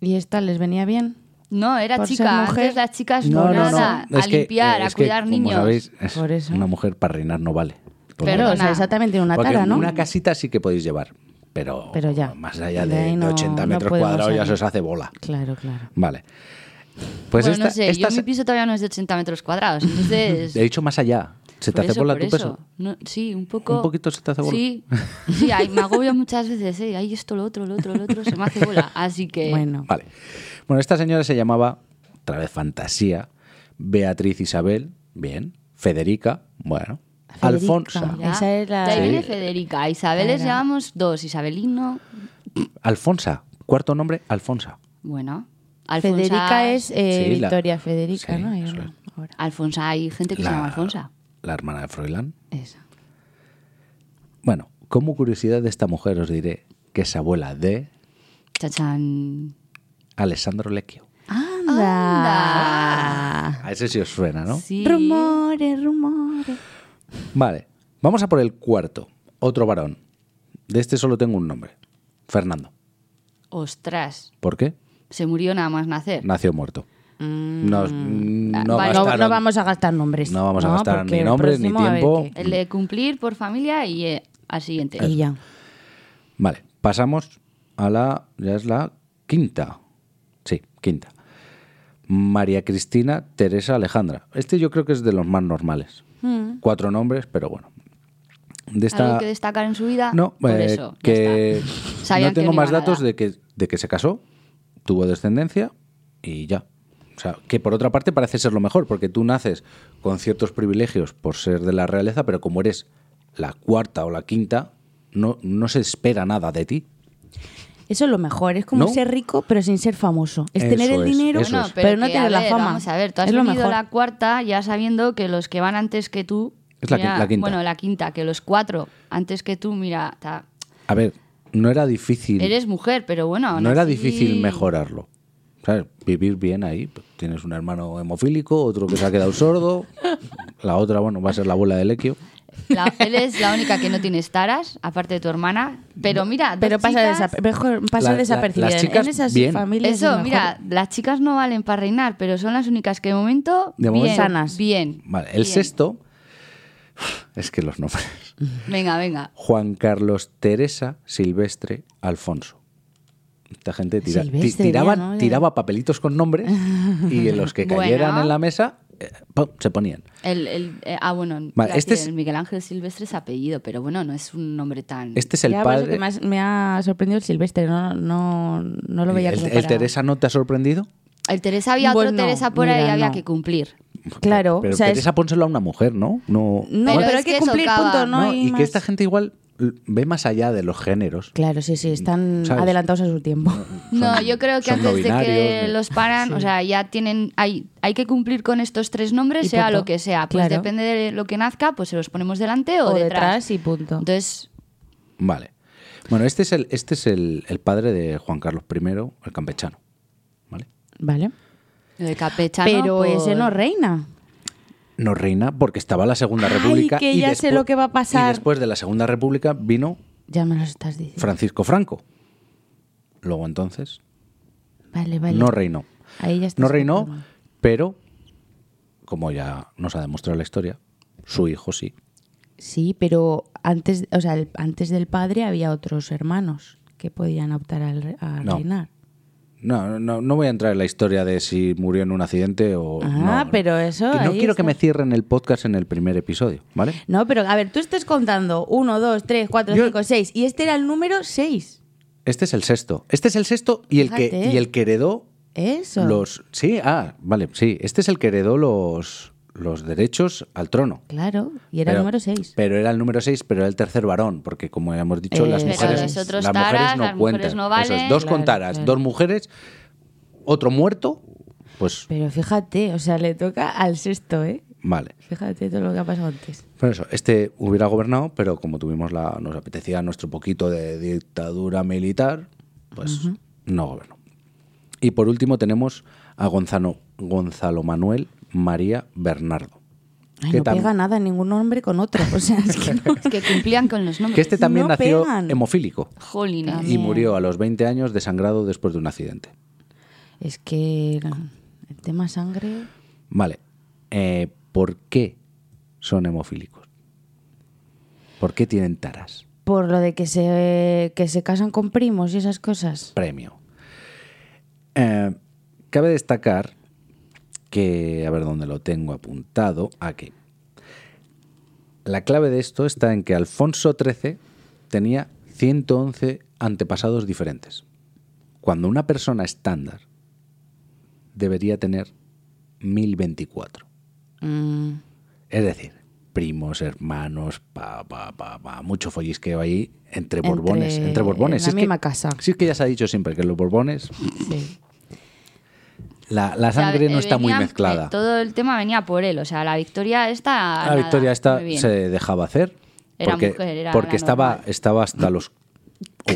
[SPEAKER 2] ¿Y esta les venía bien?
[SPEAKER 3] No, era
[SPEAKER 2] Por ser
[SPEAKER 3] chica.
[SPEAKER 2] mujer.
[SPEAKER 3] Antes las chicas no, nada,
[SPEAKER 1] Es
[SPEAKER 3] a
[SPEAKER 1] que,
[SPEAKER 3] limpiar,
[SPEAKER 1] eh,
[SPEAKER 3] a
[SPEAKER 1] es que,
[SPEAKER 3] cuidar
[SPEAKER 1] como
[SPEAKER 3] niños.
[SPEAKER 1] sabéis, es
[SPEAKER 2] Por eso.
[SPEAKER 1] una mujer para reinar no vale. Como
[SPEAKER 3] Pero,
[SPEAKER 2] Claro, o
[SPEAKER 1] vale.
[SPEAKER 2] sea, esa también tiene una
[SPEAKER 1] Porque
[SPEAKER 2] tara, ¿no?
[SPEAKER 1] Una casita sí que podéis llevar, pero,
[SPEAKER 2] Pero ya.
[SPEAKER 1] más allá
[SPEAKER 2] De
[SPEAKER 1] de,
[SPEAKER 2] ahí
[SPEAKER 1] de
[SPEAKER 2] no-
[SPEAKER 1] 80
[SPEAKER 2] no
[SPEAKER 1] metros
[SPEAKER 2] podemos
[SPEAKER 1] cuadrados ya
[SPEAKER 2] salir.
[SPEAKER 1] se os hace bola.
[SPEAKER 2] Claro, claro.
[SPEAKER 1] Vale. Pues
[SPEAKER 3] bueno,
[SPEAKER 1] esta,
[SPEAKER 3] no sé,
[SPEAKER 1] esta
[SPEAKER 3] yo
[SPEAKER 1] se-
[SPEAKER 3] mi piso todavía no es de 80
[SPEAKER 1] [LAUGHS]
[SPEAKER 3] metros cuadrados, entonces...
[SPEAKER 1] he dicho más allá. ¿Se te
[SPEAKER 3] por
[SPEAKER 1] hace
[SPEAKER 3] eso,
[SPEAKER 1] bola
[SPEAKER 3] por
[SPEAKER 1] tu
[SPEAKER 3] eso.
[SPEAKER 1] peso?
[SPEAKER 3] No, sí, un poco...
[SPEAKER 1] Un poquito se te hace bola.
[SPEAKER 3] Sí, sí, ay, me agobio muchas veces, ¿eh? Ay, esto, lo otro, lo otro, lo otro, se me hace bola. Así que...
[SPEAKER 2] Bueno,
[SPEAKER 1] Vale. Bueno, esta señora se llamaba, otra vez fantasía, Beatriz Isabel, bien. Federica, bueno.
[SPEAKER 2] Federica.
[SPEAKER 1] Alfonsa.
[SPEAKER 3] Ya.
[SPEAKER 2] Esa es la-
[SPEAKER 3] De ahí viene
[SPEAKER 1] Sí.
[SPEAKER 3] Federica. Isabel les
[SPEAKER 2] Claro.
[SPEAKER 3] llamamos dos. Isabelino,
[SPEAKER 1] Alfonsa. Cuarto nombre, Alfonsa.
[SPEAKER 3] bueno.
[SPEAKER 2] Federica es eh,
[SPEAKER 1] Sí, la-
[SPEAKER 2] Victoria Federica,
[SPEAKER 1] Sí,
[SPEAKER 2] ¿no? Hay
[SPEAKER 1] eso
[SPEAKER 2] una
[SPEAKER 1] es.
[SPEAKER 2] ahora.
[SPEAKER 3] Alfonsa, hay gente que se llama Alfonsa.
[SPEAKER 1] La hermana de Froilán.
[SPEAKER 3] Esa.
[SPEAKER 1] Bueno, como curiosidad de esta mujer os diré que es abuela de
[SPEAKER 3] Chachán.
[SPEAKER 1] Alessandro Lecchio.
[SPEAKER 2] ¡Anda!
[SPEAKER 1] A ese sí os suena, ¿no?
[SPEAKER 3] Sí.
[SPEAKER 2] Rumores, rumores.
[SPEAKER 1] Vale. Vamos a por el cuarto. Otro varón. De este solo tengo un nombre. Fernando.
[SPEAKER 3] Ostras.
[SPEAKER 1] ¿Por qué?
[SPEAKER 3] Se murió nada más nacer.
[SPEAKER 1] Nació muerto. Nos- no,
[SPEAKER 2] No,
[SPEAKER 3] vale.
[SPEAKER 1] gastaron-
[SPEAKER 2] no vamos a gastar nombres.
[SPEAKER 1] No vamos a gastar
[SPEAKER 2] porque
[SPEAKER 1] ni
[SPEAKER 2] el
[SPEAKER 1] nombres, ni
[SPEAKER 2] próximo, a ver
[SPEAKER 1] tiempo.
[SPEAKER 2] qué.
[SPEAKER 3] El de cumplir por familia y eh, al siguiente.
[SPEAKER 2] Y ya.
[SPEAKER 1] Vale, pasamos a la. Ya es la quinta. Sí, quinta. María Cristina Teresa Alejandra. Este yo creo que es de los más normales. Cuatro nombres, pero bueno. De esta.
[SPEAKER 3] Algo que destacar en su vida.
[SPEAKER 1] No,
[SPEAKER 3] Ah, por
[SPEAKER 1] eh,
[SPEAKER 3] eso. ya
[SPEAKER 1] que
[SPEAKER 3] está. Sabían
[SPEAKER 1] no
[SPEAKER 3] que
[SPEAKER 1] tengo
[SPEAKER 3] no
[SPEAKER 1] más
[SPEAKER 3] iba a
[SPEAKER 1] datos
[SPEAKER 3] nada.
[SPEAKER 1] de que, de que se casó, tuvo descendencia y ya. O sea, que por otra parte parece ser lo mejor, porque tú naces con ciertos privilegios por ser de la realeza, pero como eres la cuarta o la quinta, no, no se espera nada de ti.
[SPEAKER 2] Eso es lo mejor, es como
[SPEAKER 1] ¿No?
[SPEAKER 2] ser rico pero sin ser famoso. Es
[SPEAKER 1] Eso
[SPEAKER 2] tener el
[SPEAKER 1] es,
[SPEAKER 2] dinero
[SPEAKER 1] eso
[SPEAKER 2] pero,
[SPEAKER 1] es.
[SPEAKER 2] no
[SPEAKER 3] que,
[SPEAKER 2] tener
[SPEAKER 3] a
[SPEAKER 2] la
[SPEAKER 3] ver,
[SPEAKER 2] fama.
[SPEAKER 3] Vamos a ver, tú has
[SPEAKER 2] es lo
[SPEAKER 3] venido
[SPEAKER 2] mejor.
[SPEAKER 3] la cuarta ya sabiendo que los que van antes que tú.
[SPEAKER 1] Es la qui- la quinta.
[SPEAKER 3] Bueno, la quinta, que los cuatro antes que tú, mira, ta-
[SPEAKER 1] A ver, no era difícil.
[SPEAKER 3] Eres mujer, pero bueno. aún
[SPEAKER 1] no era
[SPEAKER 3] así-
[SPEAKER 1] difícil mejorarlo. ¿Sabes? Vivir bien ahí. Tienes un hermano hemofílico, otro que se ha quedado sordo. La otra, bueno, va a ser la abuela de Lequio.
[SPEAKER 3] La- él es la única que no tiene taras, aparte de tu hermana. Pero mira, dos
[SPEAKER 2] Pero pasa,
[SPEAKER 3] chicas-
[SPEAKER 2] desap- mejor, pasa
[SPEAKER 1] La- la-
[SPEAKER 2] desapercibida.
[SPEAKER 1] las chicas,
[SPEAKER 2] en esas
[SPEAKER 1] bien.
[SPEAKER 2] familias es
[SPEAKER 3] Eso,
[SPEAKER 2] mejor.
[SPEAKER 3] mira, las chicas no valen para reinar, pero son las únicas que de momento.
[SPEAKER 1] De momento-
[SPEAKER 3] bien,
[SPEAKER 2] Sanas.
[SPEAKER 3] Bien.
[SPEAKER 1] Vale, el
[SPEAKER 3] bien.
[SPEAKER 1] sexto. [SIGHS] Es que los nombres.
[SPEAKER 3] Venga, venga.
[SPEAKER 1] Juan Carlos Teresa Silvestre Alfonso. Esta gente tira- ti-
[SPEAKER 2] Silvestre,
[SPEAKER 1] tiraba,
[SPEAKER 2] ya, ¿no? Ya.
[SPEAKER 1] tiraba papelitos con nombres
[SPEAKER 2] [LAUGHS]
[SPEAKER 1] y en los que
[SPEAKER 3] Bueno.
[SPEAKER 1] cayeran en la mesa eh, pum, se ponían.
[SPEAKER 3] El, el- eh, ah, bueno,
[SPEAKER 1] Vale,
[SPEAKER 3] iba a
[SPEAKER 1] este
[SPEAKER 3] decir,
[SPEAKER 1] es-
[SPEAKER 3] el Miguel Ángel Silvestre es apellido, pero bueno, no es un nombre tan.
[SPEAKER 1] Este es el
[SPEAKER 2] Ya, por eso
[SPEAKER 1] padre.
[SPEAKER 2] que más me ha sorprendido el Silvestre, no, no, no lo veía
[SPEAKER 1] ¿El,
[SPEAKER 2] como
[SPEAKER 1] el
[SPEAKER 2] para-
[SPEAKER 1] Teresa no te ha sorprendido?
[SPEAKER 3] El Teresa había otro
[SPEAKER 2] Bueno,
[SPEAKER 3] Teresa por ahí y
[SPEAKER 2] mira,
[SPEAKER 3] había
[SPEAKER 2] no.
[SPEAKER 3] que cumplir.
[SPEAKER 2] Claro,
[SPEAKER 1] Pero
[SPEAKER 2] o sea, es-
[SPEAKER 1] Teresa pónselo a una mujer, ¿no? No,
[SPEAKER 2] no,
[SPEAKER 3] Pero
[SPEAKER 2] pero,
[SPEAKER 3] es
[SPEAKER 2] hay que,
[SPEAKER 3] que
[SPEAKER 2] cumplir,
[SPEAKER 3] socava.
[SPEAKER 2] punto, no,
[SPEAKER 1] no,
[SPEAKER 2] hay
[SPEAKER 1] y
[SPEAKER 2] más.
[SPEAKER 1] que esta gente igual l- ve más allá de los géneros.
[SPEAKER 2] Claro, sí, sí, están
[SPEAKER 1] ¿Sabes?
[SPEAKER 2] adelantados a su tiempo.
[SPEAKER 3] No,
[SPEAKER 1] Son-
[SPEAKER 3] yo creo que
[SPEAKER 1] son no
[SPEAKER 3] antes de que
[SPEAKER 1] binarios,
[SPEAKER 3] los paran, o sea, ya tienen, hay, hay que cumplir con estos tres nombres,
[SPEAKER 2] Y
[SPEAKER 3] sea
[SPEAKER 2] punto.
[SPEAKER 3] lo que sea. Pues
[SPEAKER 2] Claro.
[SPEAKER 3] depende de lo que nazca, pues se los ponemos delante [LAUGHS] o,
[SPEAKER 2] O
[SPEAKER 3] detrás.
[SPEAKER 2] detrás y punto.
[SPEAKER 3] Entonces,
[SPEAKER 1] Vale. Bueno, este es el, este es el, el padre de Juan Carlos I, el campechano. ¿Vale?
[SPEAKER 2] Vale.
[SPEAKER 3] lo de capechano. pues,
[SPEAKER 2] Pero
[SPEAKER 3] por-
[SPEAKER 2] ese no reina.
[SPEAKER 1] No reina porque estaba la Segunda
[SPEAKER 2] Ay,
[SPEAKER 1] República.
[SPEAKER 2] que
[SPEAKER 1] y
[SPEAKER 2] ya sé
[SPEAKER 1] despu-
[SPEAKER 2] lo que va a pasar.
[SPEAKER 1] Y después de la Segunda República vino
[SPEAKER 2] Ya me lo estás diciendo.
[SPEAKER 1] Francisco Franco. Luego entonces
[SPEAKER 2] Vale, vale.
[SPEAKER 1] no reinó.
[SPEAKER 2] Ahí ya estás
[SPEAKER 1] No reinó,
[SPEAKER 2] conforme.
[SPEAKER 1] pero como ya nos ha demostrado la historia, su hijo sí.
[SPEAKER 2] Sí, pero antes, o sea, el- antes del padre había otros hermanos que podían optar al re- a
[SPEAKER 1] No.
[SPEAKER 2] reinar.
[SPEAKER 1] No, no, no voy a entrar en la historia de si murió en un accidente o
[SPEAKER 2] Ah,
[SPEAKER 1] no.
[SPEAKER 2] pero eso
[SPEAKER 1] Que no
[SPEAKER 2] ahí
[SPEAKER 1] quiero que
[SPEAKER 2] está.
[SPEAKER 1] me cierren el podcast en el primer episodio, ¿vale?
[SPEAKER 2] No, pero a ver, tú estás contando 1, 2, 3, 4,
[SPEAKER 1] Yo-
[SPEAKER 2] 5, 6. Y este era el número 6.
[SPEAKER 1] Este es el sexto. Este es el sexto y el que
[SPEAKER 2] Fíjate.
[SPEAKER 1] y el que heredó
[SPEAKER 2] Eso.
[SPEAKER 1] los sí, ah, vale, sí. Este es el que heredó los los derechos al trono.
[SPEAKER 2] Claro, y era el
[SPEAKER 1] Pero-
[SPEAKER 2] número 6.
[SPEAKER 1] Pero era el número 6, pero era el tercer varón, porque como ya hemos dicho,
[SPEAKER 2] Eh,
[SPEAKER 1] las
[SPEAKER 2] Pero
[SPEAKER 1] mujeres,
[SPEAKER 2] los
[SPEAKER 3] otros
[SPEAKER 1] las mujeres
[SPEAKER 3] taras,
[SPEAKER 1] no
[SPEAKER 3] las mujeres
[SPEAKER 1] cuentan.
[SPEAKER 3] no
[SPEAKER 1] Eso es,
[SPEAKER 3] valen.
[SPEAKER 1] dos con
[SPEAKER 2] Claro,
[SPEAKER 1] taras,
[SPEAKER 2] claro.
[SPEAKER 1] dos mujeres, otro muerto, pues
[SPEAKER 2] Pero fíjate, o sea, le toca al sexto, ¿eh?
[SPEAKER 1] vale.
[SPEAKER 2] Fíjate todo lo que ha pasado antes.
[SPEAKER 1] Pero eso, este hubiera gobernado, pero como tuvimos la, nos apetecía nuestro poquito de dictadura militar, pues no gobernó. Y por último tenemos a Gonzalo, Gonzalo Manuel María Bernardo.
[SPEAKER 2] Ay,
[SPEAKER 1] que
[SPEAKER 2] no
[SPEAKER 1] tam-
[SPEAKER 2] pega nada ningún hombre con otro. O sea, es que
[SPEAKER 1] [LAUGHS]
[SPEAKER 2] no.
[SPEAKER 3] Es que cumplían con los nombres.
[SPEAKER 1] que este también
[SPEAKER 2] No
[SPEAKER 1] nació
[SPEAKER 2] pegan.
[SPEAKER 1] hemofílico
[SPEAKER 3] Jolines.
[SPEAKER 1] y murió a los 20 años desangrado después de un accidente.
[SPEAKER 2] Es que no, el tema sangre.
[SPEAKER 1] Vale. Eh, ¿Por qué son hemofílicos? ¿Por qué tienen taras?
[SPEAKER 2] Por lo de que se, que se casan con primos y esas cosas.
[SPEAKER 1] Premio. Eh, cabe destacar que, a ver dónde lo tengo apuntado, aquí. La clave de esto está en que Alfonso XIII tenía 111 antepasados diferentes. Cuando una persona estándar debería tener 1024.
[SPEAKER 2] Mm,
[SPEAKER 1] Es decir, primos, hermanos, pa, pa, pa, pa, mucho follisqueo ahí entre,
[SPEAKER 2] Entre-
[SPEAKER 1] borbones, entre borbones.
[SPEAKER 2] en la
[SPEAKER 1] es que-
[SPEAKER 2] misma casa.
[SPEAKER 1] Sí, es que ya se ha dicho siempre que los borbones,
[SPEAKER 2] sí.
[SPEAKER 1] la, la
[SPEAKER 3] O sea,
[SPEAKER 1] sangre no
[SPEAKER 3] eh,
[SPEAKER 1] está muy
[SPEAKER 3] venía-
[SPEAKER 1] mezclada.
[SPEAKER 3] eh, Todo el tema venía por él, o sea, la victoria esta.
[SPEAKER 1] la
[SPEAKER 3] nada,
[SPEAKER 1] victoria esta
[SPEAKER 3] muy bien.
[SPEAKER 1] se dejaba hacer
[SPEAKER 3] Era
[SPEAKER 1] porque,
[SPEAKER 3] mujer, era
[SPEAKER 1] porque
[SPEAKER 3] la
[SPEAKER 1] estaba,
[SPEAKER 3] normal.
[SPEAKER 1] estaba hasta los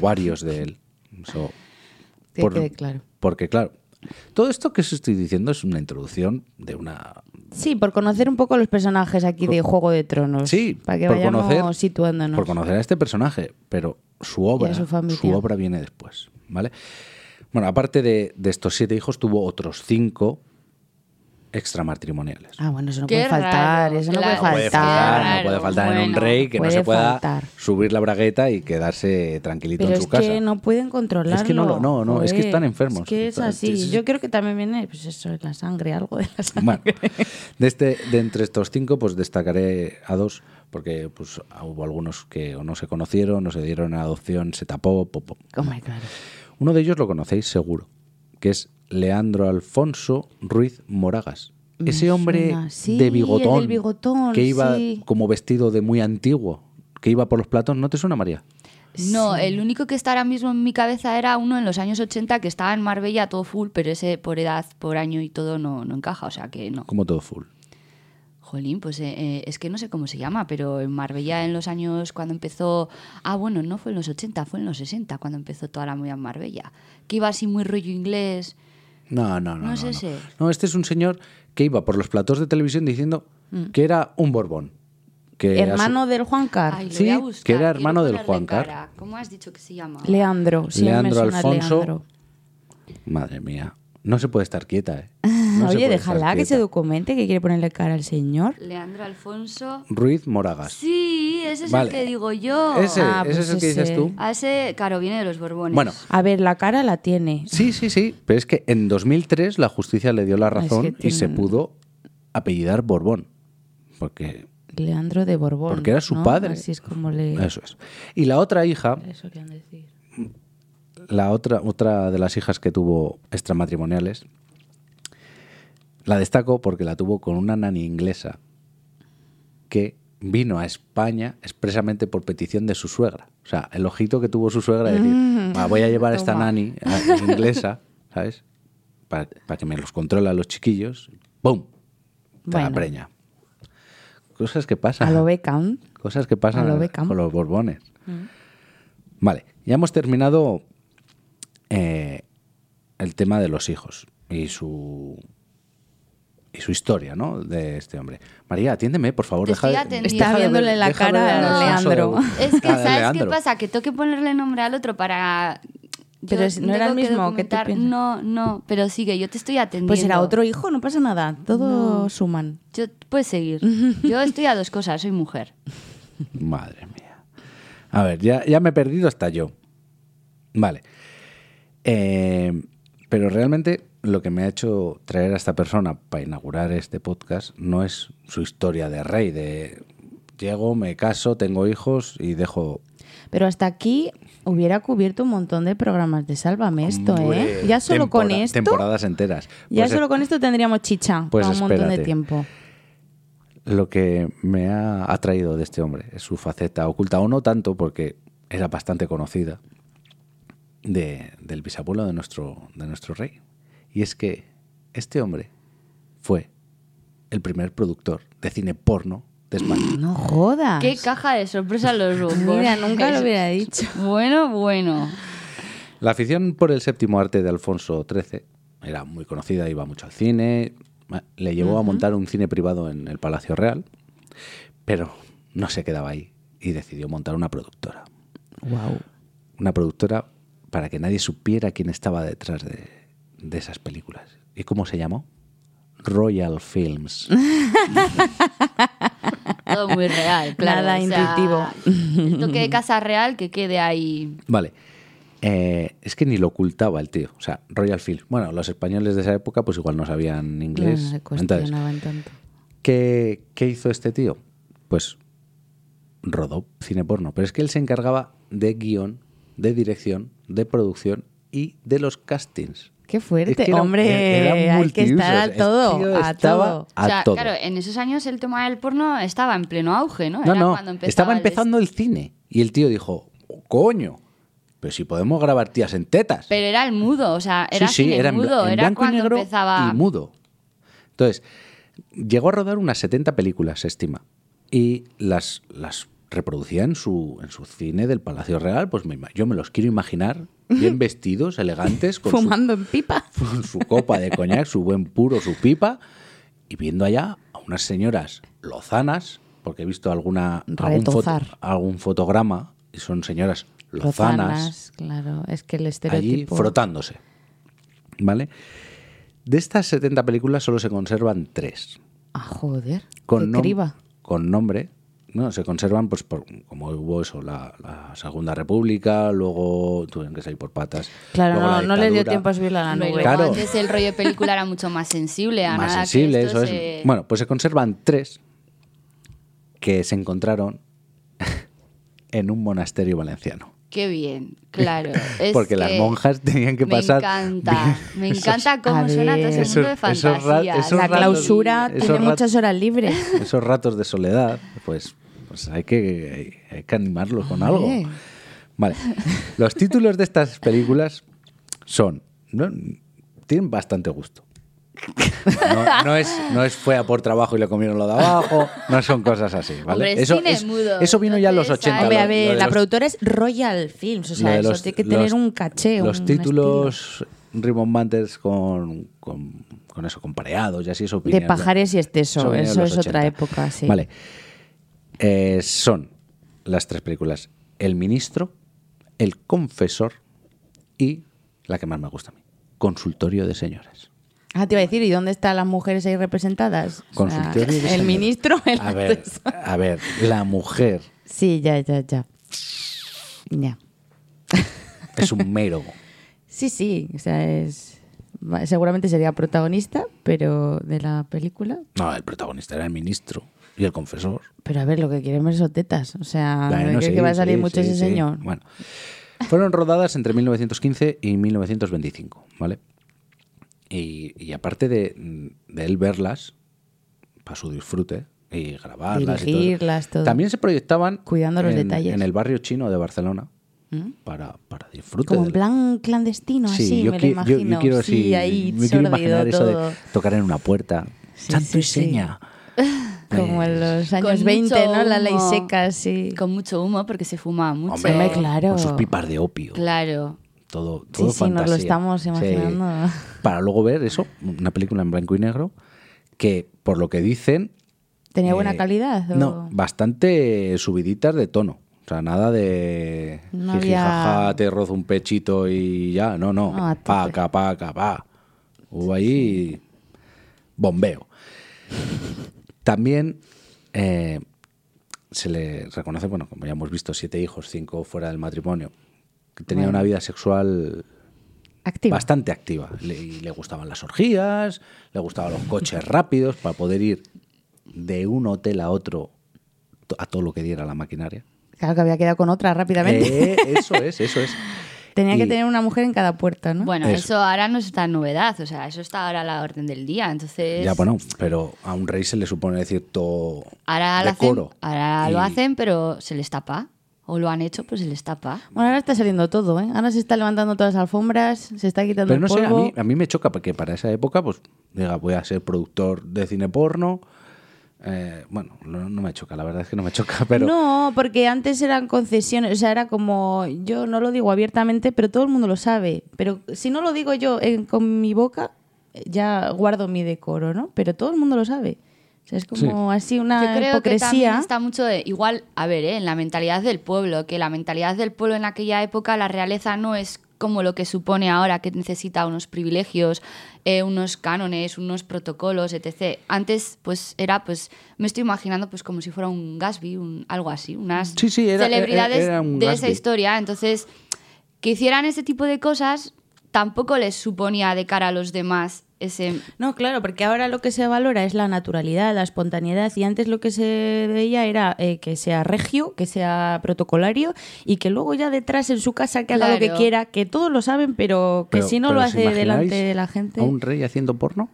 [SPEAKER 1] ovarios de él. Eso,
[SPEAKER 2] Que quede claro.
[SPEAKER 1] Porque, claro, todo esto que os estoy diciendo es una introducción de una
[SPEAKER 2] Sí, por conocer un poco los personajes aquí de Juego de Tronos.
[SPEAKER 1] Sí,
[SPEAKER 2] Pues, para que
[SPEAKER 1] por
[SPEAKER 2] vayamos
[SPEAKER 1] conocer,
[SPEAKER 2] situándonos.
[SPEAKER 1] Por conocer a este personaje, pero su obra,
[SPEAKER 2] su familia.
[SPEAKER 1] obra viene después, ¿vale? Bueno, aparte de, de estos siete hijos, tuvo otros cinco extramatrimoniales.
[SPEAKER 2] Ah, bueno, eso no
[SPEAKER 3] Qué
[SPEAKER 2] puede faltar,
[SPEAKER 3] raro,
[SPEAKER 2] eso
[SPEAKER 3] claro.
[SPEAKER 2] no puede
[SPEAKER 1] puede
[SPEAKER 2] faltar.
[SPEAKER 1] faltar, no
[SPEAKER 3] Claro,
[SPEAKER 1] puede faltar en un
[SPEAKER 3] bueno.
[SPEAKER 1] rey que no
[SPEAKER 2] Puede
[SPEAKER 1] se pueda
[SPEAKER 2] faltar.
[SPEAKER 1] subir la bragueta y quedarse tranquilito en
[SPEAKER 2] Pero es
[SPEAKER 1] su casa.
[SPEAKER 2] que no pueden controlarlo.
[SPEAKER 1] Es que no lo- no, no, es que
[SPEAKER 2] joder.
[SPEAKER 1] están enfermos.
[SPEAKER 2] Es que es así. Yo creo que también viene, pues eso, la sangre, algo de la sangre.
[SPEAKER 1] [LAUGHS] Bueno, de, este, de entre estos cinco, pues destacaré a dos, porque pues, hubo algunos que o no se conocieron, no se dieron a adopción, se tapó, po- po-
[SPEAKER 2] [LAUGHS] Hombre, claro.
[SPEAKER 1] Uno de ellos lo conocéis seguro, que es Leandro Alfonso Ruiz Moragas.
[SPEAKER 2] Me
[SPEAKER 1] Ese hombre
[SPEAKER 2] suena. Sí,
[SPEAKER 1] de bigotón,
[SPEAKER 2] el del bigotón,
[SPEAKER 1] que iba
[SPEAKER 2] sí.
[SPEAKER 1] como vestido de muy antiguo, que iba por los platos, ¿no te suena María?
[SPEAKER 3] No, el único que está ahora mismo en mi cabeza era uno en los años 80 que estaba en Marbella todo full, pero ese por edad, por año y todo no, no encaja, o sea que no.
[SPEAKER 1] Como todo full.
[SPEAKER 3] Jolín, pues eh, eh, es que no sé cómo se llama, pero en Marbella en los años cuando empezó. Ah, bueno, no fue en los 80, fue en los 60 cuando empezó toda la movida en Marbella. Que iba así muy rollo inglés.
[SPEAKER 1] No, no, no.
[SPEAKER 3] No es ese.
[SPEAKER 1] No, este es un señor que iba por los platos de televisión diciendo que era un Borbón. Que era su-
[SPEAKER 2] Mm. Hermano del Juan Car.
[SPEAKER 3] Ay, lo
[SPEAKER 1] Sí,
[SPEAKER 3] voy a buscar,
[SPEAKER 1] que era
[SPEAKER 3] quiero
[SPEAKER 1] hermano del
[SPEAKER 3] ponerle
[SPEAKER 1] Juan Car.
[SPEAKER 3] cara. ¿Cómo has dicho que se llama?
[SPEAKER 2] Leandro, sí,
[SPEAKER 1] Leandro
[SPEAKER 2] me suena
[SPEAKER 1] Alfonso.
[SPEAKER 2] Leandro.
[SPEAKER 1] Madre mía. No se puede estar quieta,
[SPEAKER 2] [LAUGHS]
[SPEAKER 1] ¿eh? No se
[SPEAKER 2] Oye,
[SPEAKER 1] puede
[SPEAKER 2] déjala
[SPEAKER 1] estar
[SPEAKER 2] que se
[SPEAKER 1] quieta.
[SPEAKER 2] documente, que quiere ponerle cara al señor.
[SPEAKER 3] Leandro Alfonso.
[SPEAKER 1] Ruiz Moragas.
[SPEAKER 3] Sí, ese es
[SPEAKER 1] Vale.
[SPEAKER 3] el que digo yo.
[SPEAKER 1] Ese,
[SPEAKER 2] Ah,
[SPEAKER 1] ese
[SPEAKER 2] pues
[SPEAKER 1] es el que dices
[SPEAKER 2] ese.
[SPEAKER 1] tú.
[SPEAKER 3] A ese, claro, viene de los Borbones.
[SPEAKER 1] Bueno,
[SPEAKER 2] A ver, la cara la tiene.
[SPEAKER 1] sí, sí, sí. Pero es que en 2003 la justicia le dio la
[SPEAKER 2] que
[SPEAKER 1] razón y se
[SPEAKER 2] tienen-
[SPEAKER 1] pudo apellidar Borbón. Porque
[SPEAKER 2] Leandro de Borbón.
[SPEAKER 1] Porque era su
[SPEAKER 2] ¿no?
[SPEAKER 1] padre.
[SPEAKER 2] Así es como le.
[SPEAKER 1] eso es. Y la otra hija,
[SPEAKER 2] Eso querían decir.
[SPEAKER 1] la otra, otra de las hijas que tuvo extramatrimoniales, la destaco porque la tuvo con una nani inglesa que vino a España expresamente por petición de su suegra. O sea, el ojito que tuvo su suegra de decir, "Ah, voy a llevar a esta
[SPEAKER 2] Mm. toma.
[SPEAKER 1] nani a- inglesa, ¿sabes? Para, para que me los controle a los chiquillos. ¡Pum! Te la
[SPEAKER 2] Bueno.
[SPEAKER 1] preña. Cosas que
[SPEAKER 2] A
[SPEAKER 1] pasan.
[SPEAKER 2] lo Beckham.
[SPEAKER 1] Cosas que pasan
[SPEAKER 2] A lo Beckham. Mm.
[SPEAKER 1] con los Borbones. Vale, ya hemos terminado eh, el tema de los hijos y su y su historia, ¿no? De este hombre. María, atiéndeme, por favor.
[SPEAKER 3] Te
[SPEAKER 1] Deja,
[SPEAKER 3] estoy
[SPEAKER 1] de-
[SPEAKER 3] atendiendo.
[SPEAKER 2] Está
[SPEAKER 1] deja de
[SPEAKER 2] viéndole la
[SPEAKER 1] deja de
[SPEAKER 2] cara
[SPEAKER 1] ver
[SPEAKER 2] a
[SPEAKER 1] Alfonso
[SPEAKER 2] Leandro.
[SPEAKER 1] de-
[SPEAKER 3] Es
[SPEAKER 1] [LAUGHS]
[SPEAKER 3] que,
[SPEAKER 1] a
[SPEAKER 3] ¿sabes qué
[SPEAKER 1] Leandro.
[SPEAKER 3] pasa? Que tengo que ponerle nombre al otro para. yo
[SPEAKER 2] Pero si no era
[SPEAKER 3] tengo
[SPEAKER 2] el mismo que tú
[SPEAKER 3] documentar-
[SPEAKER 2] piensas.
[SPEAKER 3] No, no, pero sigue, yo te estoy atendiendo.
[SPEAKER 2] Pues era otro hijo, no pasa nada. Todo
[SPEAKER 3] No.
[SPEAKER 2] suman.
[SPEAKER 3] Yo,
[SPEAKER 2] [LAUGHS]
[SPEAKER 3] puedes seguir. Yo estoy a dos cosas, soy mujer.
[SPEAKER 1] Madre mía. A ver, ya, ya me he perdido hasta yo. Vale. Eh, pero realmente lo que me ha hecho traer a esta persona para inaugurar este podcast no es su historia de rey, de llego, me caso, tengo hijos y dejo...
[SPEAKER 2] Pero hasta aquí hubiera cubierto un montón de programas de Sálvame esto, ¿eh?
[SPEAKER 1] Hombre,
[SPEAKER 2] Ya solo con
[SPEAKER 1] tempora-
[SPEAKER 2] esto.
[SPEAKER 1] Temporadas enteras.
[SPEAKER 2] Ya
[SPEAKER 1] Pues,
[SPEAKER 2] solo
[SPEAKER 1] eh,
[SPEAKER 2] con esto tendríamos chicha
[SPEAKER 1] pues
[SPEAKER 2] para un montón de
[SPEAKER 1] espérate.
[SPEAKER 2] tiempo.
[SPEAKER 1] Lo que me ha atraído de este hombre es su faceta oculta, o no tanto, porque era bastante conocida, de- del bisabuelo de nuestro, de nuestro rey. Y es que este hombre fue el primer productor de cine porno de España.
[SPEAKER 2] No jodas.
[SPEAKER 3] Qué caja de
[SPEAKER 2] [LAUGHS]
[SPEAKER 3] sorpresa los bombos.
[SPEAKER 2] Ah, Mira, nunca lo hubiera dicho.
[SPEAKER 3] Bueno, bueno.
[SPEAKER 1] La afición por el séptimo arte de Alfonso XIII era muy conocida, iba mucho al cine, le llevó a montar un cine privado en el Palacio Real, pero no se quedaba ahí y decidió montar una productora.
[SPEAKER 2] Wow.
[SPEAKER 1] una productora para que nadie supiera quién estaba detrás de, de esas películas. ¿Y cómo se llamó? Royal [LAUGHS] Films.
[SPEAKER 3] Todo muy
[SPEAKER 2] [LAUGHS]
[SPEAKER 3] real, claro.
[SPEAKER 2] Nada
[SPEAKER 3] o sea, El toque de casa real que quede ahí.
[SPEAKER 1] Vale. Eh, es que ni lo ocultaba el tío. O sea, Royal Films. Bueno, los españoles de esa época pues igual no sabían inglés.
[SPEAKER 2] No se
[SPEAKER 1] Entonces,
[SPEAKER 2] cuestionaban tanto.
[SPEAKER 1] ¿qué, qué hizo este tío? Pues rodó cine porno. Pero es que él se encargaba de guión, de dirección, de producción y de los castings.
[SPEAKER 2] Qué fuerte,
[SPEAKER 1] Es que era-
[SPEAKER 2] hombre.
[SPEAKER 1] era- era
[SPEAKER 2] hay que estar
[SPEAKER 1] multiusos.
[SPEAKER 2] a
[SPEAKER 1] El
[SPEAKER 2] todo,
[SPEAKER 1] tío
[SPEAKER 2] a
[SPEAKER 1] estaba
[SPEAKER 2] todo.
[SPEAKER 1] a
[SPEAKER 3] o sea,
[SPEAKER 1] todo.
[SPEAKER 3] claro, en esos años el tema del porno estaba en pleno auge, ¿no?
[SPEAKER 1] No,
[SPEAKER 3] Era
[SPEAKER 1] no,
[SPEAKER 3] cuando empezaba
[SPEAKER 1] estaba
[SPEAKER 3] el-
[SPEAKER 1] empezando el cine. Y el tío dijo, "Oh, coño, pero si podemos grabar tías en tetas.
[SPEAKER 3] Pero era el mudo, o sea, era
[SPEAKER 1] sí, sí,
[SPEAKER 3] cine
[SPEAKER 1] era en bla-
[SPEAKER 3] mudo,
[SPEAKER 1] en
[SPEAKER 3] era
[SPEAKER 1] blanco y
[SPEAKER 3] cuando
[SPEAKER 1] negro
[SPEAKER 3] empezaba
[SPEAKER 1] y mudo. Entonces, llegó a rodar unas 70 películas, se estima. Y las, las reproducía en su, en su cine del Palacio Real. Pues me ima- yo me los quiero imaginar
[SPEAKER 3] [LAUGHS]
[SPEAKER 1] bien vestidos, elegantes, con su
[SPEAKER 2] Fumando en pipa.
[SPEAKER 1] con [LAUGHS] su copa de coñac, su buen puro, su pipa, y viendo allá a unas señoras lozanas, porque he visto alguna algún, foto-
[SPEAKER 2] Retozar.
[SPEAKER 1] algún fotograma, y son señoras lozanas,
[SPEAKER 2] Rotanas, claro. Es que el
[SPEAKER 1] allí
[SPEAKER 2] estereotipo.
[SPEAKER 1] frotándose. ¿Vale? De estas 70 películas solo se conservan tres.
[SPEAKER 2] Ah, joder.
[SPEAKER 1] Con,
[SPEAKER 2] Con
[SPEAKER 1] nom-
[SPEAKER 2] criba.
[SPEAKER 1] con nombre. No, se conservan, pues, por- como hubo eso, la, la Segunda República, luego tuvieron que salir por patas.
[SPEAKER 2] Claro,
[SPEAKER 1] luego la
[SPEAKER 2] no, no le dio
[SPEAKER 1] dictadura.
[SPEAKER 2] tiempo a subir a la
[SPEAKER 3] Hombre,
[SPEAKER 2] nube.
[SPEAKER 3] luego
[SPEAKER 1] Ah, Claro.
[SPEAKER 3] antes el rollo de película era mucho más sensible a
[SPEAKER 1] más
[SPEAKER 3] nada que
[SPEAKER 1] sensible,
[SPEAKER 3] esto
[SPEAKER 1] eso
[SPEAKER 3] se-
[SPEAKER 1] es. Bueno, pues se conservan tres que se encontraron [LAUGHS] en un monasterio valenciano.
[SPEAKER 3] Qué bien,
[SPEAKER 1] [LAUGHS]
[SPEAKER 3] claro. Es
[SPEAKER 1] Porque las
[SPEAKER 3] que
[SPEAKER 1] monjas tenían que pasar.
[SPEAKER 3] Me encanta,
[SPEAKER 1] [LAUGHS]
[SPEAKER 3] me encanta cómo
[SPEAKER 2] A
[SPEAKER 3] suena todo
[SPEAKER 2] ver.
[SPEAKER 3] ese mundo de
[SPEAKER 1] Esos- esos ra-
[SPEAKER 3] fantasía.
[SPEAKER 1] esos
[SPEAKER 2] La
[SPEAKER 1] ratos-
[SPEAKER 2] clausura
[SPEAKER 1] esos
[SPEAKER 2] tiene
[SPEAKER 1] ratos-
[SPEAKER 2] muchas horas libres.
[SPEAKER 1] Esos ratos de soledad, pues, pues hay, que, hay que animarlo con algo.
[SPEAKER 2] Hombre.
[SPEAKER 1] Vale. Los títulos de estas películas son. ¿no? Tienen bastante gusto. No, no es, no es fue a por trabajo y le comieron lo de abajo. No son cosas así, ¿vale?
[SPEAKER 3] Hombre,
[SPEAKER 1] eso,
[SPEAKER 3] cine
[SPEAKER 1] es-
[SPEAKER 3] mudo,
[SPEAKER 1] eso vino ya en los
[SPEAKER 3] entonces,
[SPEAKER 1] 80.
[SPEAKER 3] Hombre,
[SPEAKER 1] lo-
[SPEAKER 2] a ver,
[SPEAKER 1] lo de
[SPEAKER 2] la
[SPEAKER 1] los-
[SPEAKER 2] productora es Royal Films, o
[SPEAKER 1] lo
[SPEAKER 2] sea,
[SPEAKER 1] de
[SPEAKER 2] eso
[SPEAKER 1] los-
[SPEAKER 2] tiene que tener
[SPEAKER 1] los-
[SPEAKER 2] un caché.
[SPEAKER 1] Los
[SPEAKER 2] un
[SPEAKER 1] títulos rimbombantes con, con, con eso, con pareados y así, eso
[SPEAKER 2] estilo.
[SPEAKER 1] vinieron
[SPEAKER 2] De
[SPEAKER 1] ya-
[SPEAKER 2] pajares y esteso,
[SPEAKER 1] vinieron
[SPEAKER 2] eso
[SPEAKER 1] los
[SPEAKER 2] es otra
[SPEAKER 1] 80.
[SPEAKER 2] época, sí.
[SPEAKER 1] Vale. Eh, son las tres películas: El Ministro, El Confesor y la que más me gusta a mí: Consultorio de Señoras.
[SPEAKER 2] Ah, te iba a decir, ¿y dónde están las mujeres ahí representadas? O sea,
[SPEAKER 1] Consultorio de
[SPEAKER 2] el
[SPEAKER 1] señoras.
[SPEAKER 2] ministro, el
[SPEAKER 1] A ver, a ver, la mujer
[SPEAKER 2] Sí, ya, ya, ya. Ya.
[SPEAKER 1] es un mero.
[SPEAKER 2] Sí, sí, o sea, es... va- Seguramente sería protagonista, pero de la película.
[SPEAKER 1] No, el protagonista era el ministro y el confesor.
[SPEAKER 2] Pero a ver, lo que queremos es tetas. O sea,
[SPEAKER 1] Bueno,
[SPEAKER 2] no creo
[SPEAKER 1] sí,
[SPEAKER 2] Ah, que va a salir
[SPEAKER 1] sí,
[SPEAKER 2] mucho
[SPEAKER 1] sí,
[SPEAKER 2] ese
[SPEAKER 1] sí.
[SPEAKER 2] señor.
[SPEAKER 1] Bueno, fueron rodadas entre 1915 y 1925, ¿vale? Y, y aparte de, de él verlas, para su disfrute, y grabarlas, y todo eso,
[SPEAKER 2] Dirigirlas, todo.
[SPEAKER 1] también se proyectaban
[SPEAKER 2] Cuidando los
[SPEAKER 1] en,
[SPEAKER 2] detalles. ¿Mm?
[SPEAKER 1] en el barrio chino de Barcelona para, para disfrute.
[SPEAKER 2] Como en
[SPEAKER 1] del-
[SPEAKER 2] plan clandestino,
[SPEAKER 1] Sí,
[SPEAKER 2] así,
[SPEAKER 1] yo,
[SPEAKER 2] me
[SPEAKER 1] qui-
[SPEAKER 2] lo
[SPEAKER 1] yo-
[SPEAKER 2] imagino.
[SPEAKER 1] yo quiero,
[SPEAKER 2] sí,
[SPEAKER 1] sí,
[SPEAKER 2] ahí,
[SPEAKER 1] me quiero imaginar
[SPEAKER 2] sordido
[SPEAKER 1] eso
[SPEAKER 2] todo.
[SPEAKER 1] de tocar en una puerta.
[SPEAKER 2] Sí,
[SPEAKER 1] Santo y
[SPEAKER 2] sí, sí.
[SPEAKER 1] seña.
[SPEAKER 2] Como en los años
[SPEAKER 3] mucho
[SPEAKER 2] 20, ¿no? La ley
[SPEAKER 3] humo.
[SPEAKER 2] seca, sí.
[SPEAKER 3] Con mucho humo porque se fumaba mucho.
[SPEAKER 1] Hombre,
[SPEAKER 2] Hombre, claro.
[SPEAKER 1] Con sus pipas de opio.
[SPEAKER 3] Claro.
[SPEAKER 1] todo, todo
[SPEAKER 2] sí, nos lo
[SPEAKER 1] fantasía.
[SPEAKER 2] estamos
[SPEAKER 1] Sí.
[SPEAKER 2] imaginando.
[SPEAKER 1] Para luego ver eso, una película en blanco y negro, que por lo que dicen...
[SPEAKER 2] ¿Tenía buena
[SPEAKER 1] eh,
[SPEAKER 2] calidad? o-
[SPEAKER 1] No, bastante subiditas de tono. O sea, nada de
[SPEAKER 2] No
[SPEAKER 1] jiji,
[SPEAKER 2] había- Ah,
[SPEAKER 1] jaja, te rozo un pechito y ya. No, no.
[SPEAKER 2] No, a tope.
[SPEAKER 1] paca, paca, pa. Hubo ahí bombeo. También eh, se le reconoce, bueno, como ya hemos visto, siete hijos, cinco fuera del matrimonio. Que tenía
[SPEAKER 2] Bueno.
[SPEAKER 1] una vida sexual
[SPEAKER 2] Activa.
[SPEAKER 1] bastante activa. Le, y le gustaban las orgías, le gustaban los
[SPEAKER 2] [LAUGHS]
[SPEAKER 1] coches rápidos para poder ir de un hotel a otro to- a todo lo que diera la maquinaria.
[SPEAKER 2] Claro que había quedado con otra rápidamente.
[SPEAKER 1] Eh, eso es, eso es.
[SPEAKER 2] [LAUGHS] Tenía que
[SPEAKER 1] y-
[SPEAKER 2] tener una mujer en cada puerta, ¿no?
[SPEAKER 3] Bueno,
[SPEAKER 1] Eso.
[SPEAKER 3] eso. ahora no es tan novedad. O sea, eso está ahora a la orden del día. Entonces.
[SPEAKER 1] Ya, bueno, pero a un rey se le supone cierto
[SPEAKER 3] Ahora, lo hacen,
[SPEAKER 1] decoro.
[SPEAKER 3] ahora lo
[SPEAKER 1] Y-
[SPEAKER 3] hacen, pero se les tapa. O lo han hecho, pero se les tapa.
[SPEAKER 2] Bueno, ahora está saliendo todo, ¿eh? Ahora se está levantando todas las alfombras, se está quitando
[SPEAKER 1] Pero no
[SPEAKER 2] el
[SPEAKER 1] sé, a
[SPEAKER 2] polvo.
[SPEAKER 1] mí, a mí me choca porque para esa época, pues, diga, voy a ser productor de cine porno. Eh, bueno, no, no me choca, la verdad es que no me choca, [LAUGHS] pero...
[SPEAKER 2] No, porque antes eran concesiones, o sea, era como, yo no lo digo abiertamente, pero todo el mundo lo sabe. Pero si no lo digo yo en- con mi boca, ya guardo mi decoro, ¿no? Pero todo el mundo lo sabe. O sea, es como así
[SPEAKER 3] Yo
[SPEAKER 2] una
[SPEAKER 3] creo que también
[SPEAKER 2] hipocresía.
[SPEAKER 3] está mucho de, igual, a ver, ¿eh? en la mentalidad del pueblo, que la mentalidad del pueblo en aquella época, la realeza no es como lo que supone ahora, que necesita unos privilegios, eh, unos cánones, unos protocolos, etc. Antes, pues era, pues, me estoy imaginando, pues, como si fuera un Gatsby, un, algo así, unas
[SPEAKER 1] Sí, sí, era-
[SPEAKER 3] celebridades
[SPEAKER 1] era- era un
[SPEAKER 3] de esa
[SPEAKER 1] Gatsby.
[SPEAKER 3] historia. Entonces, que hicieran ese tipo de cosas tampoco les suponía de cara a los demás ese
[SPEAKER 2] No, claro, porque ahora lo que se valora es la naturalidad, la espontaneidad, y antes lo que se veía era eh, que sea regio, que sea protocolario, y que luego ya detrás en su casa que haga lo que
[SPEAKER 3] Claro.
[SPEAKER 2] quiera, que todos lo saben, pero que
[SPEAKER 1] pero-
[SPEAKER 2] si no
[SPEAKER 1] pero
[SPEAKER 2] lo
[SPEAKER 1] ¿os
[SPEAKER 2] hace
[SPEAKER 1] imagináis
[SPEAKER 2] delante de la gente...
[SPEAKER 1] ¿A un rey haciendo porno?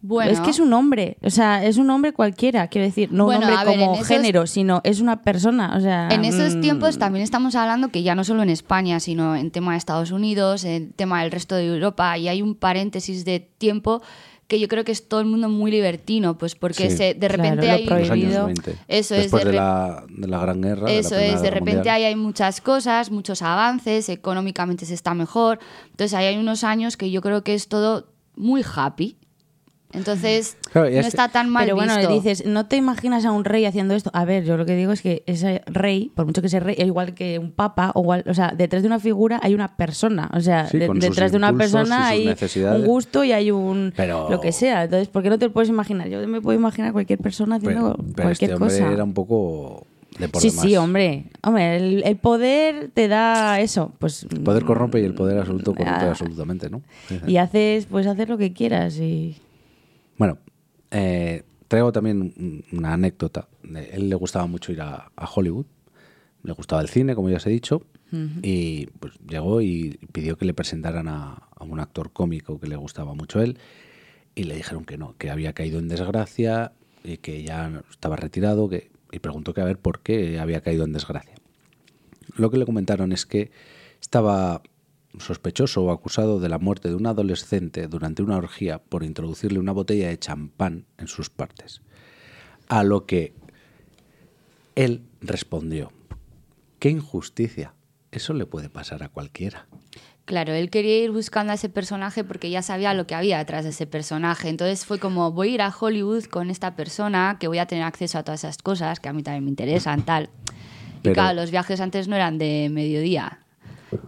[SPEAKER 3] bueno.
[SPEAKER 2] Es que es un hombre, o sea, es un hombre cualquiera, quiero decir, no
[SPEAKER 3] Bueno,
[SPEAKER 2] un
[SPEAKER 3] a
[SPEAKER 2] hombre
[SPEAKER 3] ver,
[SPEAKER 2] como
[SPEAKER 3] en esos-
[SPEAKER 2] género, sino es una persona, o sea...
[SPEAKER 3] En esos
[SPEAKER 1] Ah.
[SPEAKER 2] mm,
[SPEAKER 3] tiempos también estamos hablando que ya no solo en España, sino en tema de Estados Unidos, en tema del resto de Europa, y hay un paréntesis de tiempo que yo creo que es todo el mundo muy libertino, pues porque
[SPEAKER 1] Sí.
[SPEAKER 3] se, de
[SPEAKER 2] Claro,
[SPEAKER 3] repente
[SPEAKER 2] lo
[SPEAKER 3] hay...
[SPEAKER 1] En los años
[SPEAKER 2] prohibido.
[SPEAKER 1] 20,
[SPEAKER 3] Eso
[SPEAKER 1] Después
[SPEAKER 3] es,
[SPEAKER 1] de,
[SPEAKER 3] de, re-
[SPEAKER 1] la, de la Gran Guerra. de la
[SPEAKER 3] eso
[SPEAKER 1] Primera
[SPEAKER 3] es, de
[SPEAKER 1] Guerra
[SPEAKER 3] repente
[SPEAKER 1] Mundial.
[SPEAKER 3] ahí hay muchas cosas, muchos avances, económicamente se está mejor, entonces ahí hay unos años que yo creo que es todo muy happy, entonces
[SPEAKER 1] Claro, y
[SPEAKER 3] no
[SPEAKER 1] es-
[SPEAKER 3] está tan mal
[SPEAKER 2] Pero bueno,
[SPEAKER 3] visto.
[SPEAKER 2] dices, no te imaginas a un rey haciendo esto. A ver, yo lo que digo es que ese rey, por mucho que sea rey, es igual que un papa, o, igual, o sea, detrás de una figura hay una persona. O sea,
[SPEAKER 1] Sí,
[SPEAKER 2] de-
[SPEAKER 1] con sus
[SPEAKER 2] detrás de una
[SPEAKER 1] impulsos y sus
[SPEAKER 2] persona hay un
[SPEAKER 1] necesidades.
[SPEAKER 2] gusto y hay un...
[SPEAKER 1] Pero-
[SPEAKER 2] Lo que sea. Entonces, ¿por qué no te lo puedes imaginar? Yo me puedo imaginar cualquier persona haciendo
[SPEAKER 1] Pero, pero
[SPEAKER 2] cualquier
[SPEAKER 1] este hombre
[SPEAKER 2] cosa.
[SPEAKER 1] era un poco de por
[SPEAKER 2] sí,
[SPEAKER 1] demás.
[SPEAKER 2] sí, hombre. Hombre, el, el poder te da eso. Pues,
[SPEAKER 1] El poder corrompe y el poder absoluto corrompe
[SPEAKER 2] Ah.
[SPEAKER 1] absolutamente, ¿no?
[SPEAKER 2] Y haces, pues haces lo que quieras y...
[SPEAKER 1] Bueno, eh, traigo también un- una anécdota. Eh, Él le gustaba mucho ir a, a Hollywood, le gustaba el cine, como ya os he dicho, y pues llegó y pidió que le presentaran a, a un actor cómico que le gustaba mucho a él, y le dijeron que no, que había caído en desgracia y que ya estaba retirado, que, y preguntó que a ver por qué había caído en desgracia. Lo que le comentaron es que estaba sospechoso o acusado de la muerte de un adolescente durante una orgía por introducirle una botella de champán en sus partes. A lo que él respondió, qué injusticia, eso le puede pasar a cualquiera.
[SPEAKER 3] Claro, él quería ir buscando a ese personaje porque ya sabía lo que había detrás de ese personaje. Entonces fue como, voy a ir a Hollywood con esta persona, que voy a tener acceso a todas esas cosas que a mí también me interesan, tal. Y
[SPEAKER 1] Pero-
[SPEAKER 3] claro, los viajes antes no eran de mediodía,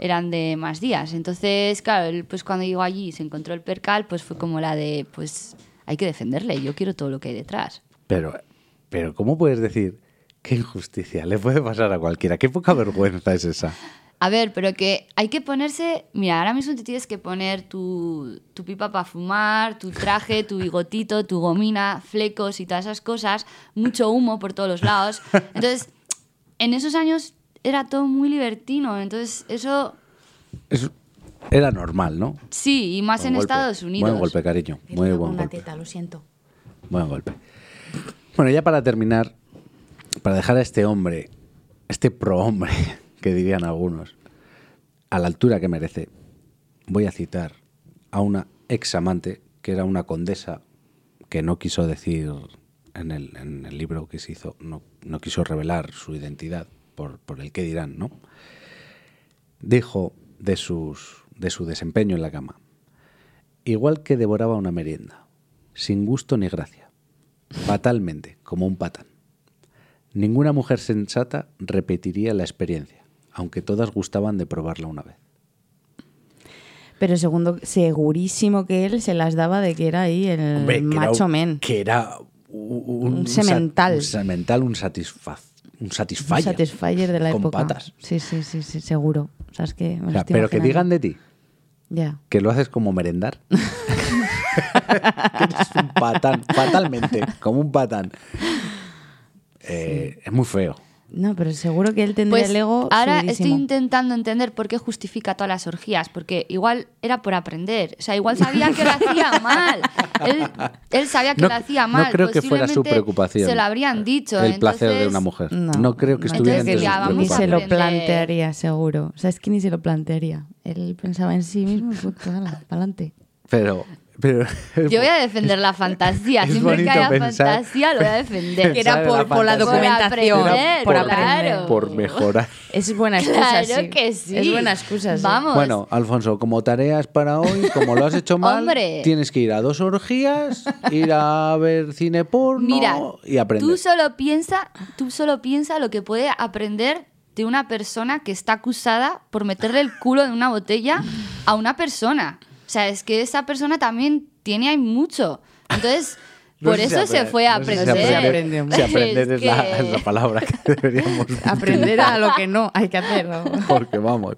[SPEAKER 3] eran de más días. Entonces, claro, él, pues cuando llegó allí y se encontró el percal, pues fue como la de, pues hay que defenderle, yo quiero todo lo que hay detrás.
[SPEAKER 1] Pero, pero ¿cómo puedes decir qué injusticia le puede pasar a cualquiera? Qué poca vergüenza es esa.
[SPEAKER 3] A ver, pero que hay que ponerse. Mira, ahora mismo te tienes que poner tu, tu pipa para fumar, tu traje, tu bigotito, tu gomina, flecos y todas esas cosas, mucho humo por todos los lados. Entonces, en esos años era todo muy libertino, entonces eso
[SPEAKER 1] Es- era normal, ¿no?
[SPEAKER 3] sí, y más
[SPEAKER 1] Buen
[SPEAKER 3] en
[SPEAKER 1] golpe.
[SPEAKER 3] Estados Unidos.
[SPEAKER 1] Buen golpe, cariño.
[SPEAKER 2] Pierdo
[SPEAKER 1] Muy
[SPEAKER 2] con
[SPEAKER 1] buen
[SPEAKER 2] una
[SPEAKER 1] golpe.
[SPEAKER 2] teta, lo siento.
[SPEAKER 1] Buen golpe. Bueno, ya para terminar, para dejar a este hombre, este prohombre, [LAUGHS] que dirían algunos, a la altura que merece, voy a citar a una examante que era una condesa que no quiso decir en el, en el libro que se hizo, no, no quiso revelar su identidad por, por el que dirán, ¿no? Dijo de, sus, de su desempeño en la cama. Igual que devoraba una merienda, sin gusto ni gracia, fatalmente, como un patán. Ninguna mujer sensata repetiría la experiencia, aunque todas gustaban de probarla una vez.
[SPEAKER 2] Pero segundo, segurísimo que él se las daba de que era ahí el Eh, macho men.
[SPEAKER 1] Que era un,
[SPEAKER 2] Un semental.
[SPEAKER 1] Un semental, un satisfaz. Un
[SPEAKER 2] Un
[SPEAKER 1] satisfyer.
[SPEAKER 2] Satisfyer de la
[SPEAKER 1] con
[SPEAKER 2] época.
[SPEAKER 1] patas.
[SPEAKER 2] Sí, sí, sí, sí, seguro. O sea, es que me lo
[SPEAKER 1] O sea,
[SPEAKER 2] estoy
[SPEAKER 1] pero que
[SPEAKER 2] imaginando.
[SPEAKER 1] digan de ti
[SPEAKER 2] Ya.
[SPEAKER 1] que lo haces como
[SPEAKER 2] [LAUGHS]
[SPEAKER 1] merendar. que eres un patán, fatalmente, como un patán. Eh, Es muy feo.
[SPEAKER 2] No, pero seguro que él tendría
[SPEAKER 3] Pues
[SPEAKER 2] el ego
[SPEAKER 3] ahora
[SPEAKER 2] subidísimo.
[SPEAKER 3] estoy intentando entender por qué justifica todas las orgías, porque igual era por aprender, o sea, igual sabía que
[SPEAKER 2] [LAUGHS]
[SPEAKER 3] lo hacía mal, él, él sabía que
[SPEAKER 1] No-
[SPEAKER 3] lo hacía
[SPEAKER 1] no
[SPEAKER 3] mal.
[SPEAKER 1] creo que fuera su
[SPEAKER 3] Posiblemente
[SPEAKER 1] preocupación, eh,
[SPEAKER 3] Se lo habrían dicho.
[SPEAKER 1] el placer de
[SPEAKER 3] entonces-
[SPEAKER 1] una mujer. No,
[SPEAKER 2] No.
[SPEAKER 1] creo que
[SPEAKER 2] No,
[SPEAKER 1] estuviera
[SPEAKER 3] entonces
[SPEAKER 1] entre sus
[SPEAKER 3] ya vamos
[SPEAKER 2] Ni
[SPEAKER 3] a
[SPEAKER 2] se lo
[SPEAKER 1] preocupaciones.
[SPEAKER 3] aprender.
[SPEAKER 2] plantearía, seguro. O sea, es que ni se lo plantearía. Él pensaba en sí mismo pues, y punto, para adelante.
[SPEAKER 1] Pero, pero [LAUGHS]
[SPEAKER 3] Yo voy a defender la fantasía.
[SPEAKER 1] Es
[SPEAKER 3] Siempre que
[SPEAKER 1] bonito
[SPEAKER 3] haya
[SPEAKER 1] pensar-
[SPEAKER 3] fantasía, lo voy a
[SPEAKER 1] [LAUGHS]
[SPEAKER 3] defender.
[SPEAKER 1] Que era por- por la
[SPEAKER 2] documentación,
[SPEAKER 3] aprender,
[SPEAKER 2] por
[SPEAKER 3] claro.
[SPEAKER 2] aprender.
[SPEAKER 1] por mejorar.
[SPEAKER 2] Es buena excusa,
[SPEAKER 3] Claro
[SPEAKER 2] sí.
[SPEAKER 3] que sí.
[SPEAKER 2] Es buena excusa, sí.
[SPEAKER 3] Vamos.
[SPEAKER 1] Bueno, Alfonso, como tareas para hoy, como lo has
[SPEAKER 3] [LAUGHS]
[SPEAKER 1] hecho mal,
[SPEAKER 3] Hombre.
[SPEAKER 1] tienes que ir a dos orgías, ir a ver cine porno
[SPEAKER 3] Mira,
[SPEAKER 1] y aprender.
[SPEAKER 3] tú solo piensa, tú solo piensa lo que puede aprender de una persona que está acusada por meterle el culo en una botella a una persona. O sea, es que esa persona también tiene ahí mucho. Entonces,
[SPEAKER 1] [LAUGHS] No
[SPEAKER 3] por
[SPEAKER 1] sé si
[SPEAKER 3] eso se
[SPEAKER 1] apre-
[SPEAKER 3] fue a
[SPEAKER 1] no sé si
[SPEAKER 3] aprender.
[SPEAKER 2] aprende mucho.
[SPEAKER 1] Si aprender es,
[SPEAKER 3] Es
[SPEAKER 1] la,
[SPEAKER 3] que-
[SPEAKER 1] es la palabra que [LAUGHS] deberíamos
[SPEAKER 2] Aprender a lo que no hay que hacer. ¿no?
[SPEAKER 1] porque vamos.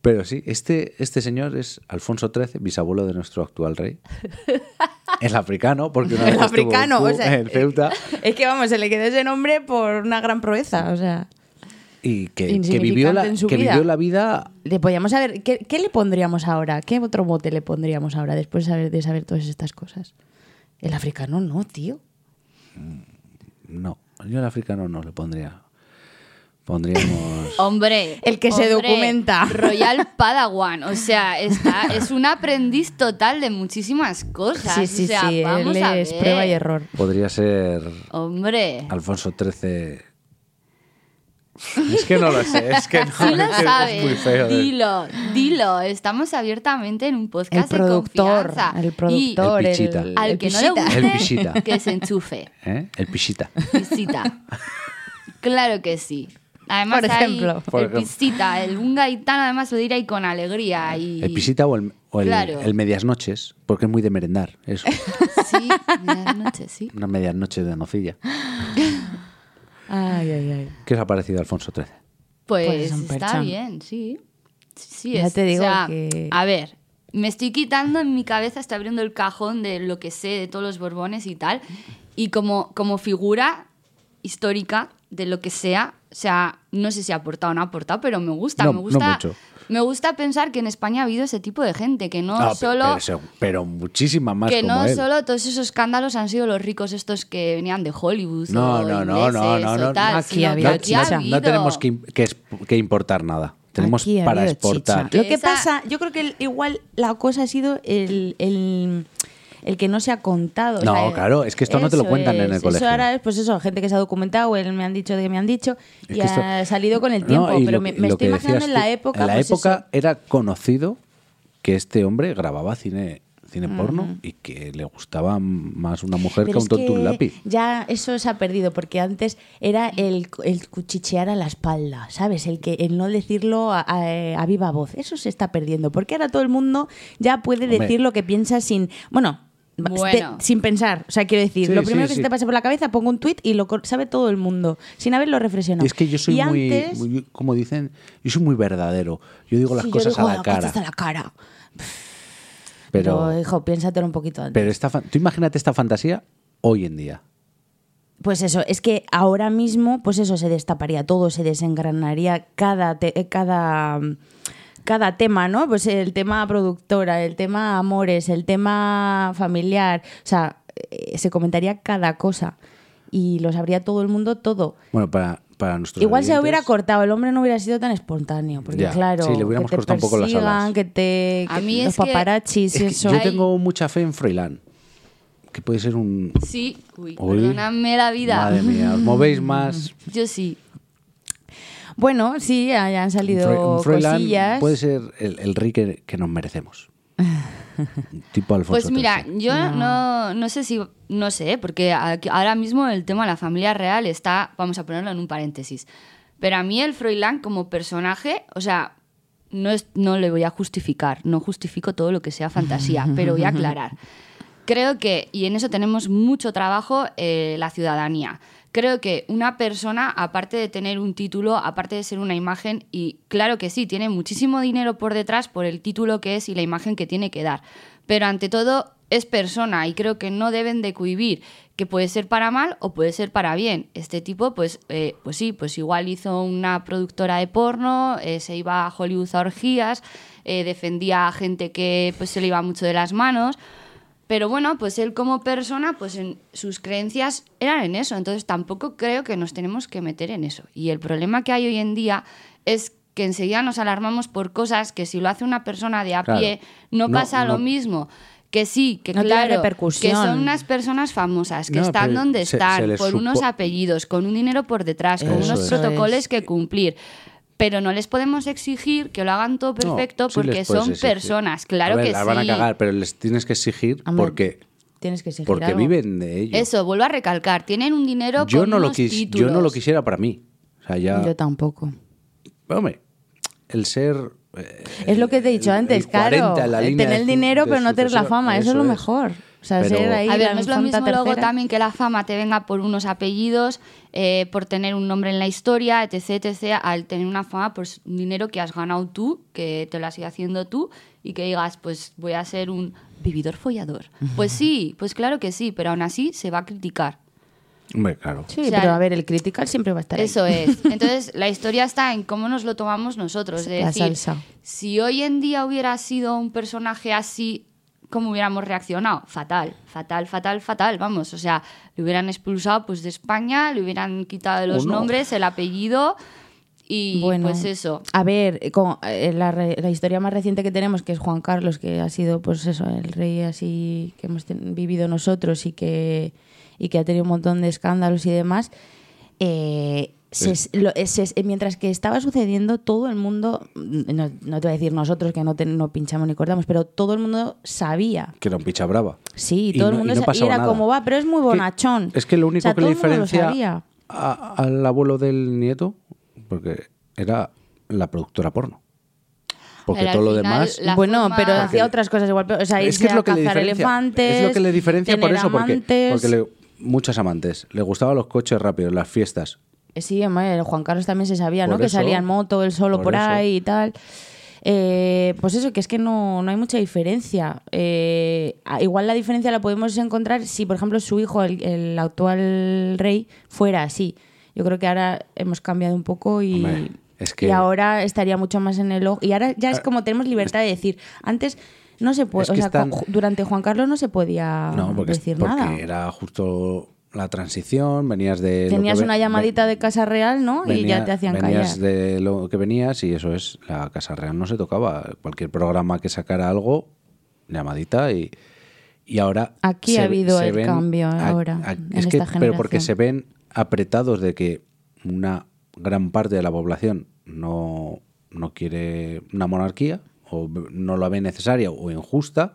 [SPEAKER 1] Pero sí, este, este señor es Alfonso XIII, bisabuelo de nuestro actual
[SPEAKER 3] [LAUGHS]
[SPEAKER 1] rey. El africano, porque una vez
[SPEAKER 2] El
[SPEAKER 1] estuvo
[SPEAKER 2] africano,
[SPEAKER 1] en
[SPEAKER 2] o
[SPEAKER 1] Cu-
[SPEAKER 2] sea, eh,
[SPEAKER 1] en Ceuta
[SPEAKER 2] Es que vamos, se le quedó ese nombre por una gran proeza, o sea.
[SPEAKER 1] y que, que
[SPEAKER 2] Insignificante
[SPEAKER 1] vivió la,
[SPEAKER 2] en su
[SPEAKER 1] que
[SPEAKER 2] vida.
[SPEAKER 1] vivió la vida
[SPEAKER 2] Le podíamos saber, ¿qué, qué le pondríamos ahora? ¿Qué otro bote le pondríamos ahora después de saber, de saber todas estas cosas? El africano no, tío.
[SPEAKER 1] No, yo al africano no le pondría. Pondríamos. [LAUGHS]
[SPEAKER 3] Hombre,
[SPEAKER 2] El que se
[SPEAKER 3] hombre,
[SPEAKER 2] documenta. [LAUGHS]
[SPEAKER 3] Royal Padawan, o sea, está, es un aprendiz total de muchísimas cosas.
[SPEAKER 2] Sí, sí,
[SPEAKER 3] o sea,
[SPEAKER 2] sí,
[SPEAKER 3] vamos
[SPEAKER 2] él
[SPEAKER 3] a
[SPEAKER 2] es
[SPEAKER 3] ver.
[SPEAKER 2] prueba y error.
[SPEAKER 1] podría ser
[SPEAKER 3] Hombre,
[SPEAKER 1] Alfonso XIII. [LAUGHS] Es que no lo sé, es que no
[SPEAKER 3] tú lo
[SPEAKER 1] [LAUGHS] es que
[SPEAKER 3] sabes,
[SPEAKER 1] es muy feo. eh.
[SPEAKER 3] dilo, dilo, estamos abiertamente en un
[SPEAKER 2] El
[SPEAKER 3] podcast de
[SPEAKER 2] productor,
[SPEAKER 3] confianza.
[SPEAKER 2] el productor,
[SPEAKER 1] El pichita.
[SPEAKER 3] Y
[SPEAKER 1] el-
[SPEAKER 3] al
[SPEAKER 2] el
[SPEAKER 3] que no le
[SPEAKER 2] pisita.
[SPEAKER 3] guste,
[SPEAKER 1] El pisita.
[SPEAKER 3] que se enchufe,
[SPEAKER 1] ¿Eh? El pisita.
[SPEAKER 3] pisita. Claro que sí. Además,
[SPEAKER 2] Por
[SPEAKER 3] ahí,
[SPEAKER 2] ejemplo.
[SPEAKER 1] Por
[SPEAKER 3] el
[SPEAKER 1] ejemplo.
[SPEAKER 3] pisita, el un gaitano además lo dirá y con alegría. Y...
[SPEAKER 1] El pisita o el, o el,
[SPEAKER 3] Claro.
[SPEAKER 1] el medias noches, porque es muy de merendar. Es
[SPEAKER 3] Sí, buenas noches, sí.
[SPEAKER 1] una medias noches de nocilla.
[SPEAKER 2] Ay, ay, ay.
[SPEAKER 1] ¿Qué os ha parecido Alfonso XIII?
[SPEAKER 3] Pues,
[SPEAKER 2] Pues un
[SPEAKER 3] está
[SPEAKER 2] perchón.
[SPEAKER 3] bien, sí. Sí,
[SPEAKER 2] Ya
[SPEAKER 3] es-
[SPEAKER 2] te digo
[SPEAKER 3] o sea,
[SPEAKER 2] que-
[SPEAKER 3] A ver, me estoy quitando en mi cabeza, estoy abriendo el cajón de lo que sé, de todos los Borbones y tal. Y como, como figura histórica de lo que sea, o sea, no sé si ha aportado o no ha aportado, pero me gusta,
[SPEAKER 1] No-
[SPEAKER 3] me
[SPEAKER 1] no
[SPEAKER 3] gusta.
[SPEAKER 1] mucho.
[SPEAKER 3] Me gusta pensar que en España ha habido ese tipo de gente, que no
[SPEAKER 1] Ah, pe-
[SPEAKER 3] solo
[SPEAKER 1] pero, se- pero muchísima más
[SPEAKER 3] que
[SPEAKER 1] como
[SPEAKER 3] no
[SPEAKER 1] él.
[SPEAKER 3] solo todos esos escándalos han sido los ricos estos que venían de Hollywood
[SPEAKER 1] No,
[SPEAKER 3] o
[SPEAKER 1] no, no, no,
[SPEAKER 3] ingleses
[SPEAKER 1] no,
[SPEAKER 3] o
[SPEAKER 1] no.
[SPEAKER 3] tal,
[SPEAKER 2] Aquí
[SPEAKER 3] sino
[SPEAKER 1] No,
[SPEAKER 2] había
[SPEAKER 3] que
[SPEAKER 1] no-
[SPEAKER 2] chicha.
[SPEAKER 1] no tenemos
[SPEAKER 3] habido.
[SPEAKER 1] que, im- que es- que importar nada. Tenemos
[SPEAKER 2] Aquí ha
[SPEAKER 1] para
[SPEAKER 2] habido
[SPEAKER 1] exportar.
[SPEAKER 2] chicha. Lo que
[SPEAKER 3] Esa-
[SPEAKER 2] pasa, yo creo que el- igual la cosa ha sido el, el- el que no se ha contado. o
[SPEAKER 1] No,
[SPEAKER 2] sea, eh,
[SPEAKER 1] claro, es que esto no te lo
[SPEAKER 2] eso
[SPEAKER 1] cuentan en el
[SPEAKER 2] es,
[SPEAKER 1] colegio.
[SPEAKER 2] Eso ahora es, pues eso, gente que se ha documentado, él me han dicho de que me han dicho,
[SPEAKER 1] Es
[SPEAKER 2] y
[SPEAKER 1] que esto-
[SPEAKER 2] ha salido con el
[SPEAKER 1] No,
[SPEAKER 2] tiempo.
[SPEAKER 1] y
[SPEAKER 2] pero
[SPEAKER 1] lo
[SPEAKER 2] me,
[SPEAKER 1] que-
[SPEAKER 2] me
[SPEAKER 1] lo
[SPEAKER 2] estoy
[SPEAKER 1] que
[SPEAKER 2] imaginando
[SPEAKER 1] decías
[SPEAKER 2] en la
[SPEAKER 1] tú,
[SPEAKER 2] época.
[SPEAKER 1] En la
[SPEAKER 2] pues
[SPEAKER 1] época
[SPEAKER 2] eso.
[SPEAKER 1] era conocido que este hombre grababa cine cine porno y que le gustaba más una mujer que
[SPEAKER 2] Pero
[SPEAKER 1] un
[SPEAKER 2] es
[SPEAKER 1] tonto un
[SPEAKER 2] que
[SPEAKER 1] lápiz.
[SPEAKER 2] Ya eso se ha perdido, porque antes era el, el cuchichear a la espalda, ¿sabes? El que el no decirlo a, a- a viva voz. Eso se está perdiendo, porque ahora todo el mundo ya puede
[SPEAKER 1] Hombre.
[SPEAKER 2] decir lo que piensa sin. Bueno. ba-
[SPEAKER 3] Bueno.
[SPEAKER 2] te- sin pensar, o sea, quiero decir,
[SPEAKER 1] Sí,
[SPEAKER 2] lo primero
[SPEAKER 1] sí,
[SPEAKER 2] que
[SPEAKER 1] sí.
[SPEAKER 2] se te pasa por la cabeza, pongo un tuit y lo co- sabe todo el mundo, sin haberlo reflexionado.
[SPEAKER 1] Es que yo soy
[SPEAKER 2] Y
[SPEAKER 1] muy,
[SPEAKER 2] antes-
[SPEAKER 1] muy- como dicen, yo soy muy verdadero. Yo digo las
[SPEAKER 2] Sí, yo
[SPEAKER 1] cosas
[SPEAKER 2] digo,
[SPEAKER 1] a
[SPEAKER 2] "Ah,
[SPEAKER 1] la
[SPEAKER 2] cosas
[SPEAKER 1] cara.
[SPEAKER 2] a la cara". Pero, eh,
[SPEAKER 1] Pero,
[SPEAKER 2] hijo, piénsatelo un poquito antes.
[SPEAKER 1] pero esta, fan- tú imagínate esta fantasía hoy en día.
[SPEAKER 2] Pues eso, es que ahora mismo, pues eso se destaparía todo, se desengranaría cada, te- eh, cada, cada tema, ¿no? Pues el tema productora, el tema amores, el tema familiar, o sea, eh, se comentaría cada cosa y lo sabría todo el mundo todo.
[SPEAKER 1] Bueno, para, para nuestros
[SPEAKER 2] Igual se
[SPEAKER 1] oyentes-
[SPEAKER 2] hubiera cortado, el hombre no hubiera sido tan espontáneo, porque
[SPEAKER 1] Ya,
[SPEAKER 2] claro,
[SPEAKER 1] sí, le hubiéramos
[SPEAKER 2] que te
[SPEAKER 1] cortado un poco las
[SPEAKER 2] persigan,
[SPEAKER 1] alas.
[SPEAKER 2] que te
[SPEAKER 3] A
[SPEAKER 2] que
[SPEAKER 3] mí
[SPEAKER 2] los
[SPEAKER 3] es que-
[SPEAKER 2] paparachis
[SPEAKER 1] Es
[SPEAKER 2] y
[SPEAKER 1] que
[SPEAKER 2] eso.
[SPEAKER 1] Yo
[SPEAKER 3] Ay.
[SPEAKER 1] tengo mucha fe en Froilán, que puede ser un...
[SPEAKER 3] Sí, uy,
[SPEAKER 1] Uy.
[SPEAKER 3] perdóname la vida.
[SPEAKER 1] Madre mía, os movéis más...
[SPEAKER 2] Mm.
[SPEAKER 3] Yo sí.
[SPEAKER 2] Bueno, sí, ya han
[SPEAKER 1] Un Fre-
[SPEAKER 2] salido
[SPEAKER 1] un Froilán
[SPEAKER 2] cosillas.
[SPEAKER 1] puede ser el, el rey que, que nos
[SPEAKER 2] [LAUGHS]
[SPEAKER 1] merecemos. Un tipo Alfonso
[SPEAKER 3] Pues mira,
[SPEAKER 1] XIII.
[SPEAKER 3] yo no, no sé si, no sé, porque aquí- ahora mismo el tema de la familia real está, vamos a ponerlo en un paréntesis, pero a mí el Froilán como personaje, o sea, no, es, no le voy a justificar, no justifico todo lo que sea fantasía, pero voy
[SPEAKER 1] [LAUGHS]
[SPEAKER 3] a aclarar. Creo que, y en eso tenemos mucho trabajo, eh, la ciudadanía. Creo que una persona, aparte de tener un título, aparte de ser una imagen, y claro que sí, tiene muchísimo dinero por detrás por el título que es y la imagen que tiene que dar. Pero ante todo es persona y creo que no deben de cohibir que puede ser para mal o puede ser para bien. Este tipo, pues, eh, pues sí, pues igual hizo una productora de porno, eh, se iba a Hollywood a orgías, eh, defendía a gente que pues, se le iba mucho de las manos. Pero bueno, pues él como persona, pues en sus creencias eran en eso. Entonces tampoco creo que nos tenemos que meter en eso. Y el problema que hay hoy en día es que enseguida nos alarmamos por cosas que si lo hace una persona de a
[SPEAKER 1] Claro.
[SPEAKER 3] pie no,
[SPEAKER 1] No,
[SPEAKER 3] pasa
[SPEAKER 1] no.
[SPEAKER 3] lo mismo. Que sí, que
[SPEAKER 2] No tiene
[SPEAKER 3] claro, que
[SPEAKER 2] repercusión.
[SPEAKER 3] son unas personas famosas, que
[SPEAKER 1] No,
[SPEAKER 3] están
[SPEAKER 1] pero
[SPEAKER 3] donde
[SPEAKER 1] se-
[SPEAKER 3] están,
[SPEAKER 1] se les
[SPEAKER 3] por unos
[SPEAKER 1] supo-
[SPEAKER 3] apellidos, con un dinero por detrás, con
[SPEAKER 1] Eso
[SPEAKER 3] unos
[SPEAKER 1] es.
[SPEAKER 3] protocolos que cumplir. Pero no les podemos exigir que lo hagan todo
[SPEAKER 1] No, sí
[SPEAKER 3] perfecto
[SPEAKER 1] les
[SPEAKER 3] porque
[SPEAKER 1] puedes
[SPEAKER 3] son
[SPEAKER 1] exigir.
[SPEAKER 3] personas, claro
[SPEAKER 1] A ver,
[SPEAKER 3] que
[SPEAKER 1] las
[SPEAKER 3] sí.
[SPEAKER 1] van a cagar, pero les tienes que exigir
[SPEAKER 2] Hombre,
[SPEAKER 1] porque,
[SPEAKER 2] Tienes que exigir
[SPEAKER 1] porque
[SPEAKER 2] algo.
[SPEAKER 1] viven de ello.
[SPEAKER 3] Eso, vuelvo a recalcar, tienen un dinero
[SPEAKER 1] yo,
[SPEAKER 3] con
[SPEAKER 1] no lo
[SPEAKER 3] unos
[SPEAKER 1] quis- yo
[SPEAKER 3] títulos.
[SPEAKER 1] no lo quisiera para mí. O sea, ya...
[SPEAKER 2] Yo tampoco.
[SPEAKER 1] Hombre, el ser... eh,
[SPEAKER 2] Es lo que te he dicho
[SPEAKER 1] el-
[SPEAKER 2] antes,
[SPEAKER 1] el 40,
[SPEAKER 2] claro. Eh,
[SPEAKER 1] la línea
[SPEAKER 2] tener
[SPEAKER 1] de
[SPEAKER 2] el
[SPEAKER 1] su-
[SPEAKER 2] dinero,
[SPEAKER 1] de
[SPEAKER 2] pero no tener la
[SPEAKER 1] sucesión,
[SPEAKER 2] fama, eso, es lo mejor. O sea,
[SPEAKER 1] Pero-
[SPEAKER 2] ser ahí
[SPEAKER 3] A ver,
[SPEAKER 2] la
[SPEAKER 3] no es lo
[SPEAKER 2] infanta
[SPEAKER 3] mismo luego
[SPEAKER 2] tercera.
[SPEAKER 3] también que la fama te venga por unos apellidos, eh, por tener un nombre en la historia, etc, etc, al tener una fama por s- un dinero que has ganado tú, que te lo has ido haciendo tú, y que digas, pues voy a ser un vividor follador. Pues sí, pues claro que sí, pero aún así se va a criticar.
[SPEAKER 1] Hombre, claro.
[SPEAKER 2] Sí,
[SPEAKER 3] o sea,
[SPEAKER 2] pero a ver, el critical siempre va a estar ahí.
[SPEAKER 3] Eso es. Entonces, la historia está en cómo nos lo tomamos nosotros. Es
[SPEAKER 2] La
[SPEAKER 3] decir,
[SPEAKER 2] salsa.
[SPEAKER 3] si hoy en día hubiera sido un personaje así, ¿cómo hubiéramos reaccionado? Fatal, fatal, fatal, fatal. Vamos, o sea, le hubieran expulsado pues de España, le hubieran quitado de los
[SPEAKER 1] O no.
[SPEAKER 3] nombres, el apellido y
[SPEAKER 2] Bueno,
[SPEAKER 3] pues eso.
[SPEAKER 2] A ver, eh, con, eh, la, re- la historia más reciente que tenemos, que es Juan Carlos, que ha sido, pues eso, el rey así que hemos ten- vivido nosotros y que, y que ha tenido un montón de escándalos y demás. eh, se- lo- eh, se- eh, mientras que estaba sucediendo, todo el mundo, mm, no, no te voy a decir nosotros que no, te- no pinchamos ni cortamos, pero todo el mundo sabía
[SPEAKER 1] Que era un picha brava.
[SPEAKER 2] Sí,
[SPEAKER 1] Y no-
[SPEAKER 2] todo el
[SPEAKER 1] y
[SPEAKER 2] mundo
[SPEAKER 1] no
[SPEAKER 2] sa- y
[SPEAKER 1] pasaba
[SPEAKER 2] era
[SPEAKER 1] nada.
[SPEAKER 2] como va, pero es muy
[SPEAKER 1] Es que-
[SPEAKER 2] bonachón.
[SPEAKER 1] Es que, lo único
[SPEAKER 2] O sea,
[SPEAKER 1] que le
[SPEAKER 2] todo el mundo lo
[SPEAKER 1] diferencia
[SPEAKER 2] sabía.
[SPEAKER 1] a- al abuelo del nieto, porque era la productora porno. Porque
[SPEAKER 3] Pero al
[SPEAKER 1] todo lo
[SPEAKER 3] final,
[SPEAKER 1] demás.
[SPEAKER 3] la
[SPEAKER 2] Pues, bueno,
[SPEAKER 3] forma-
[SPEAKER 2] pero
[SPEAKER 3] Porque
[SPEAKER 2] hacía otras cosas igual. pero, O sea,
[SPEAKER 1] es
[SPEAKER 2] irse
[SPEAKER 1] que es
[SPEAKER 2] a
[SPEAKER 1] lo que le
[SPEAKER 2] cazar
[SPEAKER 1] diferencia.
[SPEAKER 2] elefantes.
[SPEAKER 1] es lo que le diferencia por
[SPEAKER 2] tener
[SPEAKER 1] eso, porque,
[SPEAKER 2] amantes.
[SPEAKER 1] porque le- muchas amantes. Le gustaban los coches rápidos, las fiestas.
[SPEAKER 2] Eh, Sí, hombre, el Juan Carlos también se sabía, ¿no?
[SPEAKER 1] Por
[SPEAKER 2] Que
[SPEAKER 1] eso,
[SPEAKER 2] salía en moto, él solo
[SPEAKER 1] por
[SPEAKER 2] por,
[SPEAKER 1] eso.
[SPEAKER 2] ahí y tal. Eh, pues eso, que es que no, no hay mucha diferencia. Eh, a- igual la diferencia la podemos encontrar si, por ejemplo, su hijo, el, el actual rey, fuera así. Yo creo que ahora hemos cambiado un poco y,
[SPEAKER 1] Hombre, es que- Ah,
[SPEAKER 2] y ahora estaría mucho más en el ojo. Y ahora ya es como tenemos libertad de decir. Antes no se puede,
[SPEAKER 1] es
[SPEAKER 2] o
[SPEAKER 1] que
[SPEAKER 2] sea,
[SPEAKER 1] están-
[SPEAKER 2] cu- durante Juan Carlos Ah, no se podía
[SPEAKER 1] no, porque,
[SPEAKER 2] decir
[SPEAKER 1] porque
[SPEAKER 2] nada.
[SPEAKER 1] era justo la transición, venías de... lo que
[SPEAKER 2] Tenías
[SPEAKER 1] ve-
[SPEAKER 2] una
[SPEAKER 1] ve-
[SPEAKER 2] llamadita de Casa Real, ¿no? y
[SPEAKER 1] venía-
[SPEAKER 2] ya te hacían callar.
[SPEAKER 1] venías de lo que venías y eso es, la Casa Real no se tocaba. Cualquier programa que sacara algo, llamadita y, y ahora...
[SPEAKER 2] Aquí ha habido el cambio ¿eh?
[SPEAKER 1] a-
[SPEAKER 2] ahora,
[SPEAKER 1] a-
[SPEAKER 2] en
[SPEAKER 1] es que,
[SPEAKER 2] esta
[SPEAKER 1] pero porque
[SPEAKER 2] generación.
[SPEAKER 1] se ven apretados de que una gran parte de la población no, no quiere una monarquía o no la ve necesaria o injusta,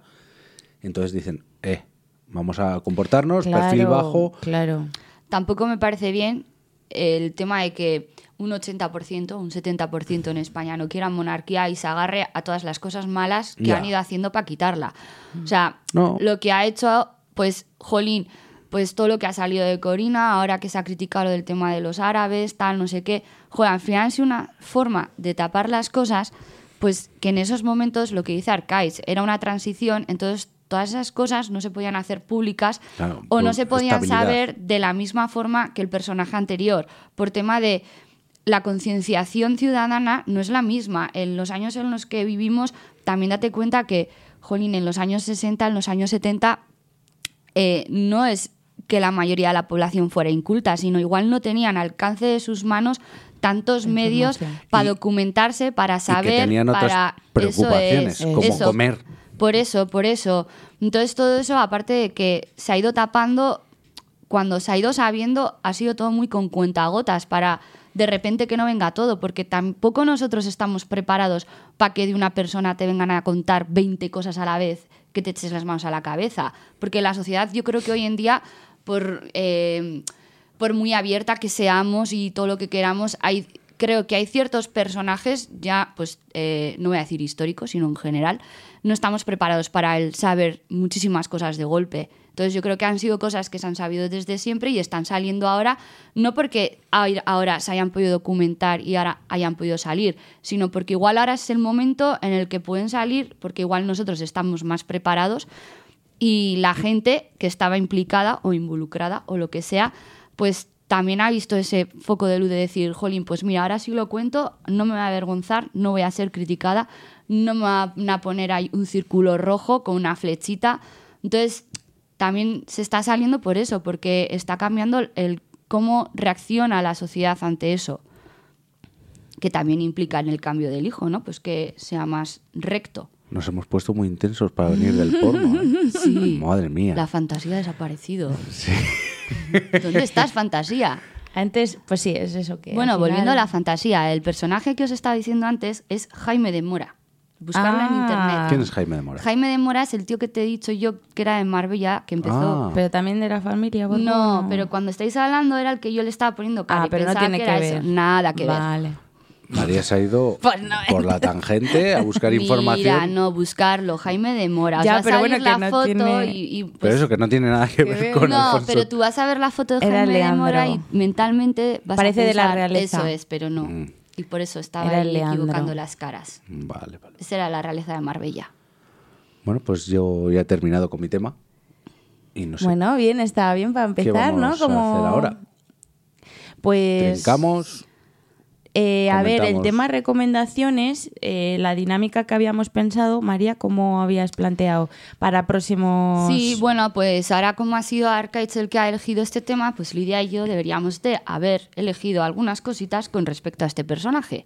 [SPEAKER 1] entonces dicen, eh, vamos a comportarnos, perfil bajo,
[SPEAKER 2] Claro.
[SPEAKER 3] Tampoco me parece bien el tema de que un 80%, un 70% en España no quiera monarquía y se agarre a todas las cosas malas que
[SPEAKER 1] Ya.
[SPEAKER 3] han ido haciendo para quitarla. O sea,
[SPEAKER 1] No.
[SPEAKER 3] lo que ha hecho, pues, Jolín, pues todo lo que ha salido de Corina, ahora que se ha criticado lo del tema de los árabes, tal, no sé qué. Joder, al final es una forma de tapar las cosas, pues que en esos momentos lo que dice Arcais era una transición, entonces todas esas cosas no se podían hacer públicas
[SPEAKER 1] Claro,
[SPEAKER 3] o no
[SPEAKER 1] por
[SPEAKER 3] se podían
[SPEAKER 1] estabilidad.
[SPEAKER 3] saber de la misma forma que el personaje anterior, por tema de la concienciación ciudadana no es la misma. En los años en los que vivimos, también date cuenta que, jolín, en los años 60, en los años 70, eh, no es que la mayoría de la población fuera inculta, sino igual no tenían al alcance de sus manos tantos medios
[SPEAKER 2] Información.
[SPEAKER 3] para
[SPEAKER 1] Y-
[SPEAKER 3] documentarse, para saber,
[SPEAKER 1] tenían otras
[SPEAKER 3] para eso
[SPEAKER 1] preocupaciones,
[SPEAKER 3] es,
[SPEAKER 2] como
[SPEAKER 3] eso.
[SPEAKER 1] comer.
[SPEAKER 3] Por eso, por eso. Entonces todo eso, aparte de que se ha ido tapando, cuando se ha ido sabiendo, ha sido todo muy con cuentagotas para de repente que no venga todo, porque tampoco nosotros estamos preparados para que de una persona te vengan a contar 20 cosas a la vez que te eches las manos a la cabeza. Porque la sociedad yo creo que hoy en día, por, eh, por muy abierta que seamos y todo lo que queramos, hay, creo que hay ciertos personajes, ya pues eh, no voy a decir históricos, sino en general, no estamos preparados para el saber muchísimas cosas de golpe. Entonces yo creo que han sido cosas que se han sabido desde siempre y están saliendo ahora, no porque ai- ahora se hayan podido documentar y ahora hayan podido salir, sino porque igual ahora es el momento en el que pueden salir, porque igual nosotros estamos más preparados y la gente que estaba implicada o involucrada o lo que sea, pues también ha visto ese foco de luz de decir, jolín, pues mira, ahora sí lo cuento, no me voy a avergonzar, no voy a ser criticada, no me van a poner ahí un círculo rojo con una flechita. Entonces, también se está saliendo por eso, porque está cambiando el cómo reacciona la sociedad ante eso, que también implica en el cambio del hijo, ¿no? Pues que sea más recto.
[SPEAKER 1] Nos hemos puesto muy intensos para venir del porno. ¿eh?
[SPEAKER 3] [LAUGHS] Sí.
[SPEAKER 1] Madre mía.
[SPEAKER 3] La fantasía
[SPEAKER 1] [LAUGHS]
[SPEAKER 3] ha desaparecido.
[SPEAKER 2] [LAUGHS]
[SPEAKER 3] ¿Dónde estás, fantasía?
[SPEAKER 2] Antes, pues sí, es eso que.
[SPEAKER 3] bueno,
[SPEAKER 2] al final-
[SPEAKER 3] volviendo a la fantasía, el personaje que os estaba diciendo antes es Jaime de Mora. Buscarlo en
[SPEAKER 2] Ah.
[SPEAKER 3] internet.
[SPEAKER 1] ¿Quién es Jaime de Mora?
[SPEAKER 3] Jaime de Mora es el tío que te he dicho yo que era de Marbella, que empezó.
[SPEAKER 1] Ah.
[SPEAKER 2] Pero también de la familia, Borbón,
[SPEAKER 3] No, pero cuando estáis hablando era el que yo le estaba poniendo cara.
[SPEAKER 2] Ah,
[SPEAKER 3] y
[SPEAKER 2] pero no
[SPEAKER 3] pensaba
[SPEAKER 2] tiene que,
[SPEAKER 3] era
[SPEAKER 2] ver.
[SPEAKER 3] eso. Nada que ver.
[SPEAKER 2] Vale.
[SPEAKER 1] María se ha ido
[SPEAKER 3] [LAUGHS] Pues no,
[SPEAKER 1] por la tangente a buscar
[SPEAKER 3] [LAUGHS] Mira,
[SPEAKER 1] información.
[SPEAKER 3] no, buscarlo. Jaime de Mora. Os
[SPEAKER 2] Ya,
[SPEAKER 3] va a
[SPEAKER 2] pero
[SPEAKER 3] salir
[SPEAKER 2] bueno, que
[SPEAKER 3] la
[SPEAKER 2] no
[SPEAKER 3] foto
[SPEAKER 2] tiene-
[SPEAKER 3] y, y, pues,
[SPEAKER 1] pero eso que no tiene nada que
[SPEAKER 3] [LAUGHS]
[SPEAKER 1] ver con
[SPEAKER 3] no,
[SPEAKER 1] Alfonso.
[SPEAKER 3] pero tú vas a ver la foto de
[SPEAKER 2] Era
[SPEAKER 3] Jaime de
[SPEAKER 2] Leandro.
[SPEAKER 3] Mora y mentalmente vas
[SPEAKER 2] Parece
[SPEAKER 3] a
[SPEAKER 2] de la
[SPEAKER 3] pensar,
[SPEAKER 2] realeza.
[SPEAKER 3] Eso es, pero no.
[SPEAKER 1] Mm.
[SPEAKER 3] Y por eso estaba
[SPEAKER 2] Era
[SPEAKER 3] él
[SPEAKER 2] Leandro.
[SPEAKER 3] equivocando las caras.
[SPEAKER 1] Vale, vale.
[SPEAKER 3] Esa era la realeza de Marbella.
[SPEAKER 1] Bueno, pues yo ya he terminado con mi tema. Y no sé
[SPEAKER 2] Bueno, bien, estaba bien para
[SPEAKER 1] qué
[SPEAKER 2] empezar,
[SPEAKER 1] vamos
[SPEAKER 2] ¿no? Como...
[SPEAKER 1] a hacer ahora.
[SPEAKER 2] Pues.
[SPEAKER 1] Trincamos.
[SPEAKER 2] Eh, a ver, el
[SPEAKER 1] Comentamos.
[SPEAKER 2] tema recomendaciones, eh, la dinámica que habíamos pensado, María, ¿cómo habías planteado para próximos?
[SPEAKER 3] Sí, bueno, pues ahora como ha sido Arcaich el que ha elegido este tema, pues Lidia y yo deberíamos de haber elegido algunas cositas con respecto a este personaje.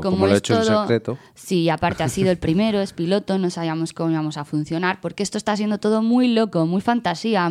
[SPEAKER 1] Pero
[SPEAKER 3] como,
[SPEAKER 1] como lo he
[SPEAKER 3] es
[SPEAKER 1] hecho en
[SPEAKER 3] todo-
[SPEAKER 1] secreto.
[SPEAKER 3] Sí, y aparte ha sido el primero, es piloto, no sabíamos cómo íbamos a funcionar, porque esto está siendo todo muy loco, muy fantasía,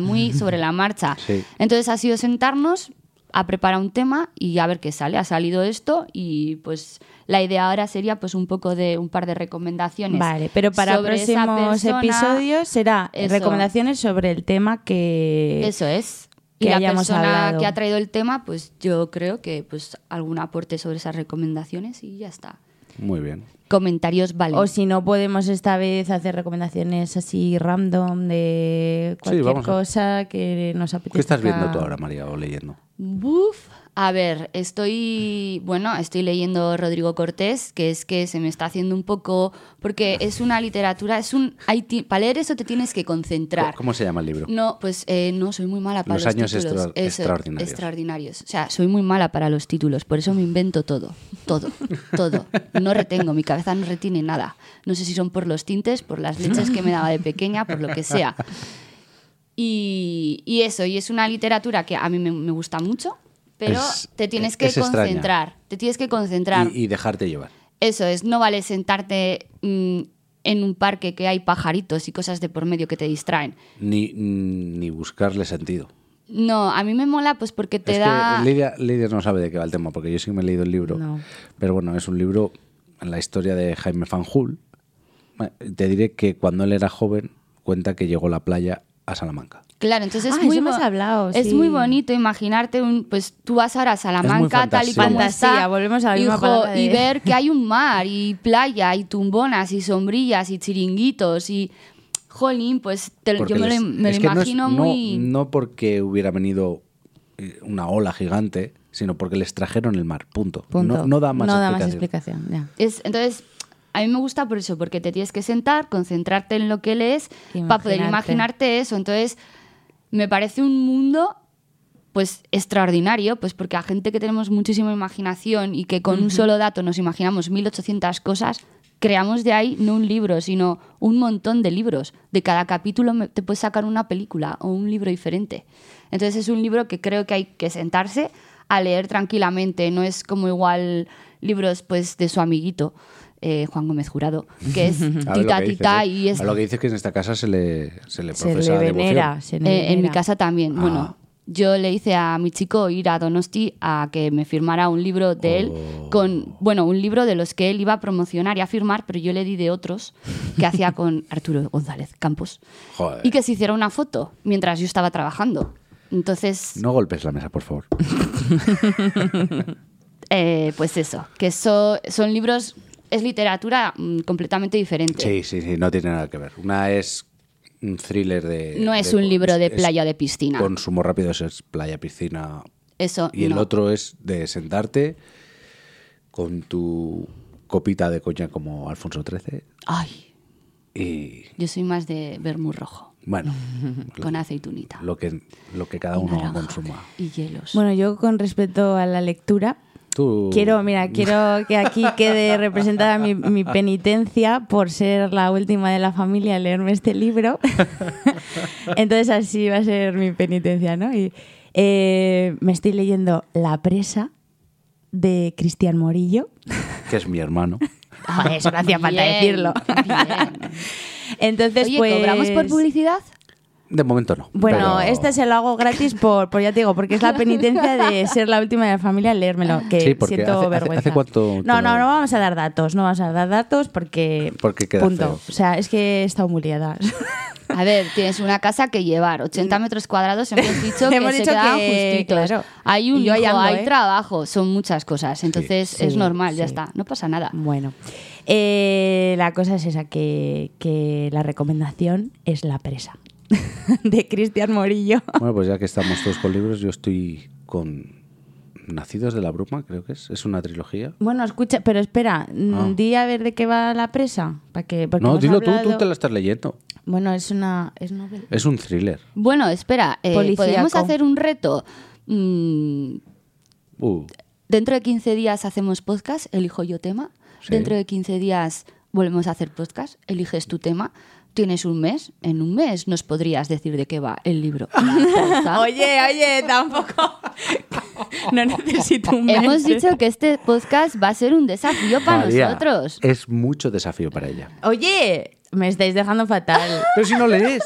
[SPEAKER 1] [LAUGHS]
[SPEAKER 3] muy sobre la marcha.
[SPEAKER 1] Sí.
[SPEAKER 3] Entonces ha sido sentarnos a preparar un tema y a ver qué sale. Ha salido esto y pues la idea ahora sería pues un poco de un par de recomendaciones.
[SPEAKER 2] Vale, pero para
[SPEAKER 3] sobre esa
[SPEAKER 2] próximos
[SPEAKER 3] persona.
[SPEAKER 2] episodios será
[SPEAKER 3] Eso.
[SPEAKER 2] recomendaciones sobre el tema que
[SPEAKER 3] Eso es.
[SPEAKER 2] Eh, que
[SPEAKER 3] y la
[SPEAKER 2] hayamos
[SPEAKER 3] persona
[SPEAKER 2] hablado.
[SPEAKER 3] que ha traído el tema, pues yo creo que pues algún aporte sobre esas recomendaciones y ya está.
[SPEAKER 1] Muy bien.
[SPEAKER 3] Comentarios valen.
[SPEAKER 2] o si no podemos esta vez hacer recomendaciones así random de cualquier
[SPEAKER 1] vamos a-
[SPEAKER 2] cosa que nos apetezca.
[SPEAKER 1] ¿Qué estás viendo tú ahora, María, o leyendo?
[SPEAKER 3] Buf. A ver, estoy, bueno, estoy leyendo Rodrigo Cortés, que es que se me está haciendo un poco, porque es una literatura, es un, hay ti- para leer eso te tienes que concentrar.
[SPEAKER 1] ¿Cómo se llama el libro?
[SPEAKER 3] No, pues eh, no, soy muy mala para
[SPEAKER 1] Los
[SPEAKER 3] los,
[SPEAKER 1] años
[SPEAKER 3] títulos.
[SPEAKER 1] extra- extraordinarios.
[SPEAKER 3] extraordinarios. O sea, soy muy mala para los títulos, por eso me invento todo, todo, todo. No retengo, mi cabeza no retiene nada. No sé si son por los tintes, por las leches que me daba de pequeña, por lo que sea. Y, y eso, y es una literatura que a mí me, me gusta mucho, pero
[SPEAKER 1] Es-
[SPEAKER 3] te tienes
[SPEAKER 1] es-
[SPEAKER 3] que
[SPEAKER 1] es extraña.
[SPEAKER 3] concentrar. Te tienes que concentrar.
[SPEAKER 1] Y, y dejarte llevar.
[SPEAKER 3] Eso es, no vale sentarte mm, en un parque que hay pajaritos y cosas de por medio que te distraen.
[SPEAKER 1] Ni, ni buscarle sentido.
[SPEAKER 3] No, a mí me mola pues porque te
[SPEAKER 1] es
[SPEAKER 3] da...
[SPEAKER 1] que Lidia, Lidia no sabe de qué va el tema, porque yo sí que me he leído el libro.
[SPEAKER 2] No.
[SPEAKER 1] Pero bueno, es un libro en la historia de Jaime Fanjul. Te diré que cuando él era joven, cuenta que llegó la playa a Salamanca.
[SPEAKER 3] Claro, entonces
[SPEAKER 2] Ah,
[SPEAKER 3] es muy
[SPEAKER 2] eso me
[SPEAKER 3] bo-
[SPEAKER 2] has hablado,
[SPEAKER 3] Es
[SPEAKER 2] sí.
[SPEAKER 3] muy bonito imaginarte un pues tú vas ahora a Salamanca tal y
[SPEAKER 1] fantasía.
[SPEAKER 3] como está,
[SPEAKER 2] Fantasía, volvemos a la misma
[SPEAKER 3] hijo,
[SPEAKER 2] palabra de-
[SPEAKER 3] y ver que hay un mar y playa y tumbonas y sombrillas y chiringuitos y jolín, pues te-
[SPEAKER 1] Porque
[SPEAKER 3] yo me lo,
[SPEAKER 1] les-
[SPEAKER 3] me lo
[SPEAKER 1] es que no es-
[SPEAKER 3] imagino
[SPEAKER 1] no-
[SPEAKER 3] muy
[SPEAKER 1] No porque hubiera venido eh, una ola gigante, sino porque les trajeron el mar, punto.
[SPEAKER 2] Punto.
[SPEAKER 1] No, no da más
[SPEAKER 2] No da más
[SPEAKER 1] explicación.
[SPEAKER 2] explicación. ya.
[SPEAKER 3] Es- entonces, a mí me gusta por eso, porque te tienes que sentar, concentrarte en lo que lees, para poder
[SPEAKER 2] Imaginarte.
[SPEAKER 3] imaginarte eso. Entonces, me parece un mundo pues extraordinario, pues porque a gente que tenemos muchísima imaginación y que con un solo dato nos imaginamos 1800 cosas, creamos de ahí no un libro, sino un montón de libros. De cada capítulo me- te puedes sacar una película o un libro diferente. Entonces es un libro que creo que hay que sentarse a leer tranquilamente, no es como igual libros pues de su amiguito. eh, Juan Gómez Jurado, que
[SPEAKER 1] [LAUGHS]
[SPEAKER 3] es
[SPEAKER 1] A ver lo
[SPEAKER 3] tita,
[SPEAKER 1] que dices,
[SPEAKER 3] tita
[SPEAKER 1] ¿eh?
[SPEAKER 3] y es
[SPEAKER 1] A lo que dices que en esta casa se le, se le
[SPEAKER 2] Se
[SPEAKER 1] profesa
[SPEAKER 2] le
[SPEAKER 1] devoción.
[SPEAKER 2] venera. se le
[SPEAKER 3] Eh, en mi
[SPEAKER 2] venera.
[SPEAKER 3] casa también.
[SPEAKER 1] Ah.
[SPEAKER 3] Bueno, yo le hice a mi chico ir a Donosti a que me firmara un libro de él,
[SPEAKER 1] Oh.
[SPEAKER 3] con, bueno, un libro de los que él iba a promocionar y a firmar, pero yo le di de otros
[SPEAKER 1] [LAUGHS]
[SPEAKER 3] que hacía con Arturo González Campos.
[SPEAKER 1] Joder.
[SPEAKER 3] Y que se hiciera una foto mientras yo estaba trabajando. Entonces,
[SPEAKER 1] No golpes la mesa, por
[SPEAKER 3] [LAUGHS]
[SPEAKER 1] favor.
[SPEAKER 3] eh, pues eso, que eso son libros, es literatura mm, completamente diferente.
[SPEAKER 1] Sí, sí, sí, no tiene nada que ver. Una es un thriller de...
[SPEAKER 3] No
[SPEAKER 1] de-
[SPEAKER 3] es un libro de
[SPEAKER 1] es-
[SPEAKER 3] playa o de piscina.
[SPEAKER 1] Consumo rápido eso es playa, piscina.
[SPEAKER 3] Eso
[SPEAKER 1] Y el
[SPEAKER 3] no.
[SPEAKER 1] otro es de sentarte con tu copita de coña como Alfonso XIII
[SPEAKER 3] Ay,
[SPEAKER 1] y...
[SPEAKER 3] yo soy más de vermú rojo, [LAUGHS]
[SPEAKER 1] Bueno,
[SPEAKER 3] con aceitunita.
[SPEAKER 1] lo que, lo que cada
[SPEAKER 3] y
[SPEAKER 1] uno
[SPEAKER 3] naranja
[SPEAKER 1] consuma.
[SPEAKER 3] Y hielos.
[SPEAKER 2] Bueno, yo con respecto a la lectura,
[SPEAKER 1] Tú-
[SPEAKER 2] quiero,
[SPEAKER 1] [LAUGHS]
[SPEAKER 2] mira, quiero que aquí quede representada mi, mi penitencia por ser la última de la familia en leerme este libro. [LAUGHS] Entonces así va a ser mi penitencia, ¿no? Y, eh, me estoy leyendo La presa de Cristian Morillo.
[SPEAKER 1] Que es mi hermano.
[SPEAKER 2] Joder, eso no hacía falta
[SPEAKER 3] Bien,
[SPEAKER 2] decirlo.
[SPEAKER 3] [LAUGHS] bien.
[SPEAKER 2] Entonces,
[SPEAKER 3] Oye,
[SPEAKER 2] pues...
[SPEAKER 3] ¿cobramos por publicidad?
[SPEAKER 1] De momento no.
[SPEAKER 2] Bueno,
[SPEAKER 1] pero-
[SPEAKER 2] esta se lo hago gratis por, por ya te digo, porque es la penitencia
[SPEAKER 1] [LAUGHS]
[SPEAKER 2] de ser la última de la familia en leérmelo, que
[SPEAKER 1] Sí, porque
[SPEAKER 2] siento
[SPEAKER 1] hace- hace-
[SPEAKER 2] vergüenza.
[SPEAKER 1] ¿hace cuánto te
[SPEAKER 2] no, no,
[SPEAKER 1] lo-
[SPEAKER 2] no vamos a dar datos, no vamos a dar datos porque
[SPEAKER 1] Porque queda
[SPEAKER 2] punto.
[SPEAKER 1] feo.
[SPEAKER 2] O sea, es que he estado muy liada. [LAUGHS]
[SPEAKER 3] A ver, tienes una casa que llevar, 80 metros
[SPEAKER 2] [LAUGHS]
[SPEAKER 3] cuadrados, hemos dicho que
[SPEAKER 2] Hemos
[SPEAKER 3] se
[SPEAKER 2] dicho
[SPEAKER 3] quedaban
[SPEAKER 2] que,
[SPEAKER 3] justitos.
[SPEAKER 2] claro.
[SPEAKER 3] Hay un
[SPEAKER 2] Y yo ahí
[SPEAKER 3] hijo,
[SPEAKER 2] ando,
[SPEAKER 3] hay
[SPEAKER 2] ¿eh?
[SPEAKER 3] trabajo, son muchas cosas, entonces
[SPEAKER 2] Sí.
[SPEAKER 3] es
[SPEAKER 2] Sí,
[SPEAKER 3] normal, ya
[SPEAKER 2] sí.
[SPEAKER 3] está, no pasa nada.
[SPEAKER 2] bueno, eh, la cosa es esa que, que la recomendación es la presa [LAUGHS] de Cristian Morillo.
[SPEAKER 1] Bueno, pues ya que estamos todos con libros, yo estoy con Nacidos de la Bruma, creo que es. Es una trilogía.
[SPEAKER 2] Bueno, escucha, pero espera, mm,
[SPEAKER 1] Ah.
[SPEAKER 2] di a ver de qué va la presa, para que porque
[SPEAKER 1] no,
[SPEAKER 2] hemos
[SPEAKER 1] dilo tú, tú
[SPEAKER 2] hablado-
[SPEAKER 1] te la estás leyendo.
[SPEAKER 2] Bueno, es una es novela.
[SPEAKER 1] Es un thriller.
[SPEAKER 3] Bueno, espera, eh,
[SPEAKER 2] Policíaco.
[SPEAKER 3] podemos hacer un reto. Mm,
[SPEAKER 1] Uh,
[SPEAKER 3] dentro de 15 días hacemos podcast, elijo yo tema.
[SPEAKER 1] Sí.
[SPEAKER 3] Dentro de 15 días volvemos a hacer podcast, eliges tu tema. Tienes un mes, en un mes nos podrías decir de qué va el
[SPEAKER 1] [LAUGHS]
[SPEAKER 3] libro.
[SPEAKER 2] Oye, oye, tampoco. No necesito un mes.
[SPEAKER 3] Hemos dicho que este podcast va a ser un desafío para
[SPEAKER 1] María,
[SPEAKER 3] nosotros.
[SPEAKER 1] Es mucho desafío para ella.
[SPEAKER 2] Oye, me estáis dejando fatal.
[SPEAKER 1] Pero si no lees.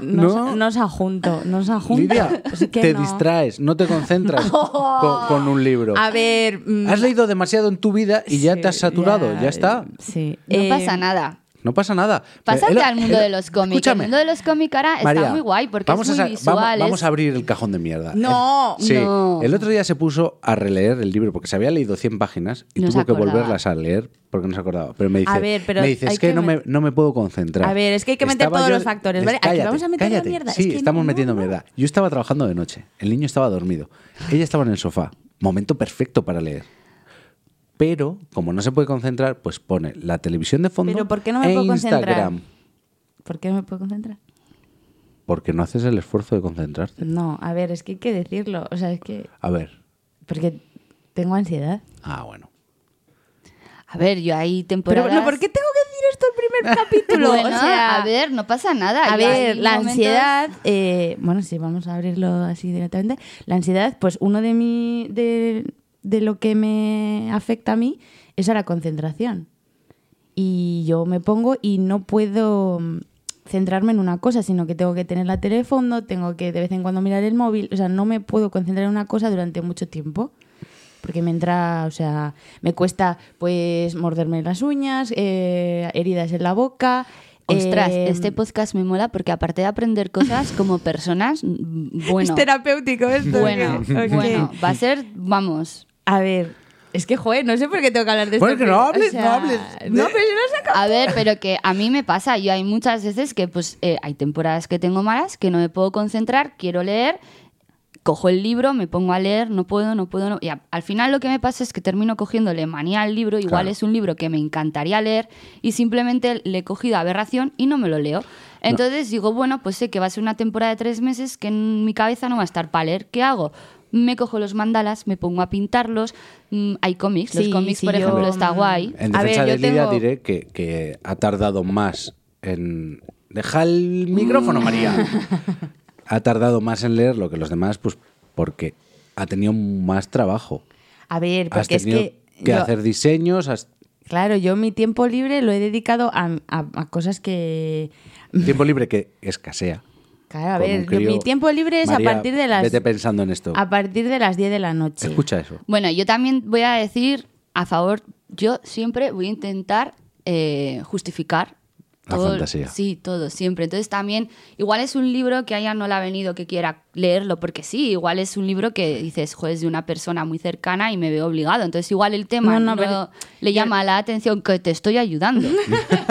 [SPEAKER 2] Nos,
[SPEAKER 1] no.
[SPEAKER 2] nos ajunto, nos ajunto. [LAUGHS]
[SPEAKER 1] Lidia,
[SPEAKER 2] Pues Es que
[SPEAKER 1] te
[SPEAKER 2] no.
[SPEAKER 1] distraes, no te concentras con, con un libro.
[SPEAKER 2] A ver. mm,
[SPEAKER 1] Has leído demasiado en tu vida y ya
[SPEAKER 2] sí,
[SPEAKER 1] te has saturado, ya, está.
[SPEAKER 2] Sí.
[SPEAKER 3] No
[SPEAKER 2] Eh,
[SPEAKER 3] pasa nada.
[SPEAKER 1] No pasa nada.
[SPEAKER 3] Pásate
[SPEAKER 1] Pero el-
[SPEAKER 3] al mundo
[SPEAKER 1] el-
[SPEAKER 3] de los cómics.
[SPEAKER 1] escúchame.
[SPEAKER 3] El mundo de los cómics
[SPEAKER 2] Ah,
[SPEAKER 3] ahora está
[SPEAKER 1] María,
[SPEAKER 3] muy guay porque
[SPEAKER 1] vamos
[SPEAKER 3] es
[SPEAKER 1] a
[SPEAKER 3] muy
[SPEAKER 1] sa-
[SPEAKER 3] visual.
[SPEAKER 1] Vamos,
[SPEAKER 3] es-
[SPEAKER 1] vamos a abrir el cajón de mierda.
[SPEAKER 2] No,
[SPEAKER 1] El- sí.
[SPEAKER 3] no.
[SPEAKER 1] El otro día se puso a releer el libro porque se había leído 100 páginas y
[SPEAKER 3] No se
[SPEAKER 1] tuvo que
[SPEAKER 3] acordaba.
[SPEAKER 1] volverlas a leer porque no se acordaba. Pero me dice,
[SPEAKER 2] A ver, pero
[SPEAKER 1] me dice,
[SPEAKER 2] hay
[SPEAKER 1] es que,
[SPEAKER 2] que
[SPEAKER 1] no, me,
[SPEAKER 2] met-
[SPEAKER 1] no me puedo concentrar.
[SPEAKER 2] A ver, es que hay que meter todos los factores,
[SPEAKER 1] es-
[SPEAKER 2] ¿vale? Aquí
[SPEAKER 1] cállate,
[SPEAKER 2] vamos a meter la
[SPEAKER 1] cállate.
[SPEAKER 2] mierda.
[SPEAKER 1] Sí,
[SPEAKER 2] Es que
[SPEAKER 1] estamos
[SPEAKER 2] no,
[SPEAKER 1] metiendo
[SPEAKER 2] no, no.
[SPEAKER 1] mierda. Yo estaba trabajando de noche. El niño estaba dormido. Ella estaba en el sofá. Momento perfecto para leer. Pero, como no se puede concentrar, pues pone la televisión de fondo
[SPEAKER 2] Pero ¿por qué no me
[SPEAKER 1] e
[SPEAKER 2] puedo concentrar?
[SPEAKER 1] Instagram.
[SPEAKER 2] ¿Por qué no me puedo concentrar?
[SPEAKER 1] Porque no haces el esfuerzo de concentrarte.
[SPEAKER 2] No, a ver, es que hay que decirlo. O sea, es que.
[SPEAKER 1] A ver.
[SPEAKER 2] Porque tengo ansiedad.
[SPEAKER 1] Ah, bueno.
[SPEAKER 3] A ver, yo hay
[SPEAKER 2] Pero,
[SPEAKER 3] temporadas.
[SPEAKER 2] no, ¿por qué tengo que decir esto visto el [LAUGHS] primer capítulo.
[SPEAKER 3] Bueno,
[SPEAKER 2] o sea,
[SPEAKER 3] a ver, no pasa nada.
[SPEAKER 2] A
[SPEAKER 3] Yo
[SPEAKER 2] ver,
[SPEAKER 3] hay
[SPEAKER 2] la
[SPEAKER 3] momentos-
[SPEAKER 2] ansiedad, eh, bueno, sí, vamos a abrirlo así directamente. La ansiedad, pues uno de, mi, de, de lo que me afecta a mí es a la concentración. Y yo me pongo y no puedo mm, centrarme en una cosa, sino que tengo que tener la tele de fondo, tengo que de vez en cuando mirar el móvil, o sea, no me puedo concentrar en una cosa durante mucho tiempo. Porque me entra, o sea, me cuesta pues morderme las uñas, eh, heridas en la boca.
[SPEAKER 3] Ostras,
[SPEAKER 2] eh,
[SPEAKER 3] este podcast me mola porque aparte de aprender cosas como personas, mm, bueno,
[SPEAKER 2] Es terapéutico esto.
[SPEAKER 3] bueno,
[SPEAKER 2] ¿qué? Ok.
[SPEAKER 3] bueno, va a ser, vamos.
[SPEAKER 2] A ver, es que, joder, no sé por qué tengo que hablar de
[SPEAKER 1] Bueno,
[SPEAKER 2] esto.
[SPEAKER 1] que no
[SPEAKER 2] pero,
[SPEAKER 1] hables,
[SPEAKER 2] o sea,
[SPEAKER 1] no hables.
[SPEAKER 2] No, pero yo no sé cómo-
[SPEAKER 3] [LAUGHS] A ver, pero que a mí me pasa, yo hay muchas veces que pues eh, hay temporadas que tengo malas, que no me puedo concentrar, quiero leer, cojo el libro, me pongo a leer, no puedo, no puedo, no. Y a- al final lo que me pasa es que termino cogiéndole manía al libro, igual
[SPEAKER 1] Claro.
[SPEAKER 3] es un libro que me encantaría leer y simplemente le he cogido aberración y no me lo leo. Entonces digo, bueno, pues sé que va a ser una temporada de tres meses que en mi cabeza no va a estar para leer, ¿qué hago? Me cojo los mandalas, me pongo a pintarlos. mm, hay cómics, los
[SPEAKER 2] Sí,
[SPEAKER 3] cómics,
[SPEAKER 2] sí,
[SPEAKER 3] por
[SPEAKER 2] yo,
[SPEAKER 3] ejemplo, está
[SPEAKER 2] mm,
[SPEAKER 3] guay.
[SPEAKER 1] En
[SPEAKER 2] A
[SPEAKER 1] defensa
[SPEAKER 2] ver, yo
[SPEAKER 1] de Lidia
[SPEAKER 2] tengo-
[SPEAKER 1] diré que, que ha tardado más en... Deja el
[SPEAKER 2] Mm.
[SPEAKER 1] micrófono, María.
[SPEAKER 2] [LAUGHS]
[SPEAKER 1] ha tardado más en leerlo que los demás, pues porque ha tenido más trabajo.
[SPEAKER 2] A ver,
[SPEAKER 1] Has
[SPEAKER 2] porque es
[SPEAKER 1] tenido
[SPEAKER 2] que.
[SPEAKER 1] que,
[SPEAKER 2] yo-
[SPEAKER 1] hacer diseños, has-
[SPEAKER 2] Claro, yo mi tiempo libre lo he dedicado a, a- a cosas que.
[SPEAKER 1] tiempo libre que escasea.
[SPEAKER 2] Claro, a
[SPEAKER 1] Con
[SPEAKER 2] ver,
[SPEAKER 1] un
[SPEAKER 2] yo-
[SPEAKER 1] crío-
[SPEAKER 2] mi tiempo libre es
[SPEAKER 1] María,
[SPEAKER 2] a partir de las.
[SPEAKER 1] Vete pensando en esto.
[SPEAKER 2] A partir de las 10 de la noche.
[SPEAKER 1] Escucha eso.
[SPEAKER 3] Bueno, yo también voy a decir a favor, yo siempre voy a intentar eh, justificar.
[SPEAKER 1] La fantasía.
[SPEAKER 3] Sí, todo, siempre. Entonces también, igual es un libro que a ella no le ha venido que quiera leerlo, porque sí, igual es un libro que dices, joder, es de una persona muy cercana y me veo obligado. Entonces igual el tema
[SPEAKER 2] No, no,
[SPEAKER 3] no,
[SPEAKER 2] pero-
[SPEAKER 3] le llama la atención que te
[SPEAKER 1] [LAUGHS]
[SPEAKER 3] estoy ayudando.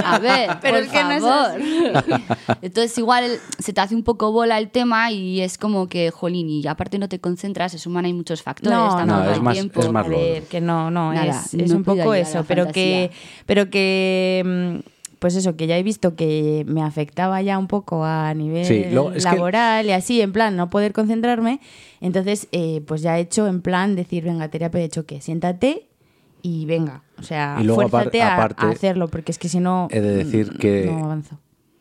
[SPEAKER 3] A ver,
[SPEAKER 2] [LAUGHS] Pero
[SPEAKER 3] por
[SPEAKER 2] es que no es
[SPEAKER 3] favor.
[SPEAKER 2] así.
[SPEAKER 3] [LAUGHS] Entonces igual se te hace un poco bola el tema y es como que, jolín, y aparte no te concentras, se suman hay muchos factores,
[SPEAKER 2] No,
[SPEAKER 3] tanto
[SPEAKER 2] no,
[SPEAKER 3] el
[SPEAKER 2] es más-
[SPEAKER 3] tiempo.
[SPEAKER 1] es más
[SPEAKER 2] a
[SPEAKER 1] lo
[SPEAKER 2] ver,
[SPEAKER 1] otro.
[SPEAKER 2] que no, no,
[SPEAKER 3] Nada,
[SPEAKER 2] es, es
[SPEAKER 3] no
[SPEAKER 2] un
[SPEAKER 3] puedo
[SPEAKER 2] poco
[SPEAKER 3] ayudar a
[SPEAKER 2] eso,
[SPEAKER 3] la
[SPEAKER 2] pero que, pero que, mm, pues eso, que ya he visto que me afectaba ya un poco a nivel
[SPEAKER 1] Sí, lo- es que-
[SPEAKER 2] laboral y así, en plan, no poder concentrarme, entonces, eh, pues ya he hecho en plan decir, venga, terapia de choque, siéntate y venga, o sea,
[SPEAKER 1] Y luego apar-
[SPEAKER 2] fuérzate a-
[SPEAKER 1] aparte,
[SPEAKER 2] a, hacerlo, porque es que si no,
[SPEAKER 1] he de decir
[SPEAKER 2] mm,
[SPEAKER 1] que-
[SPEAKER 2] no avanzo.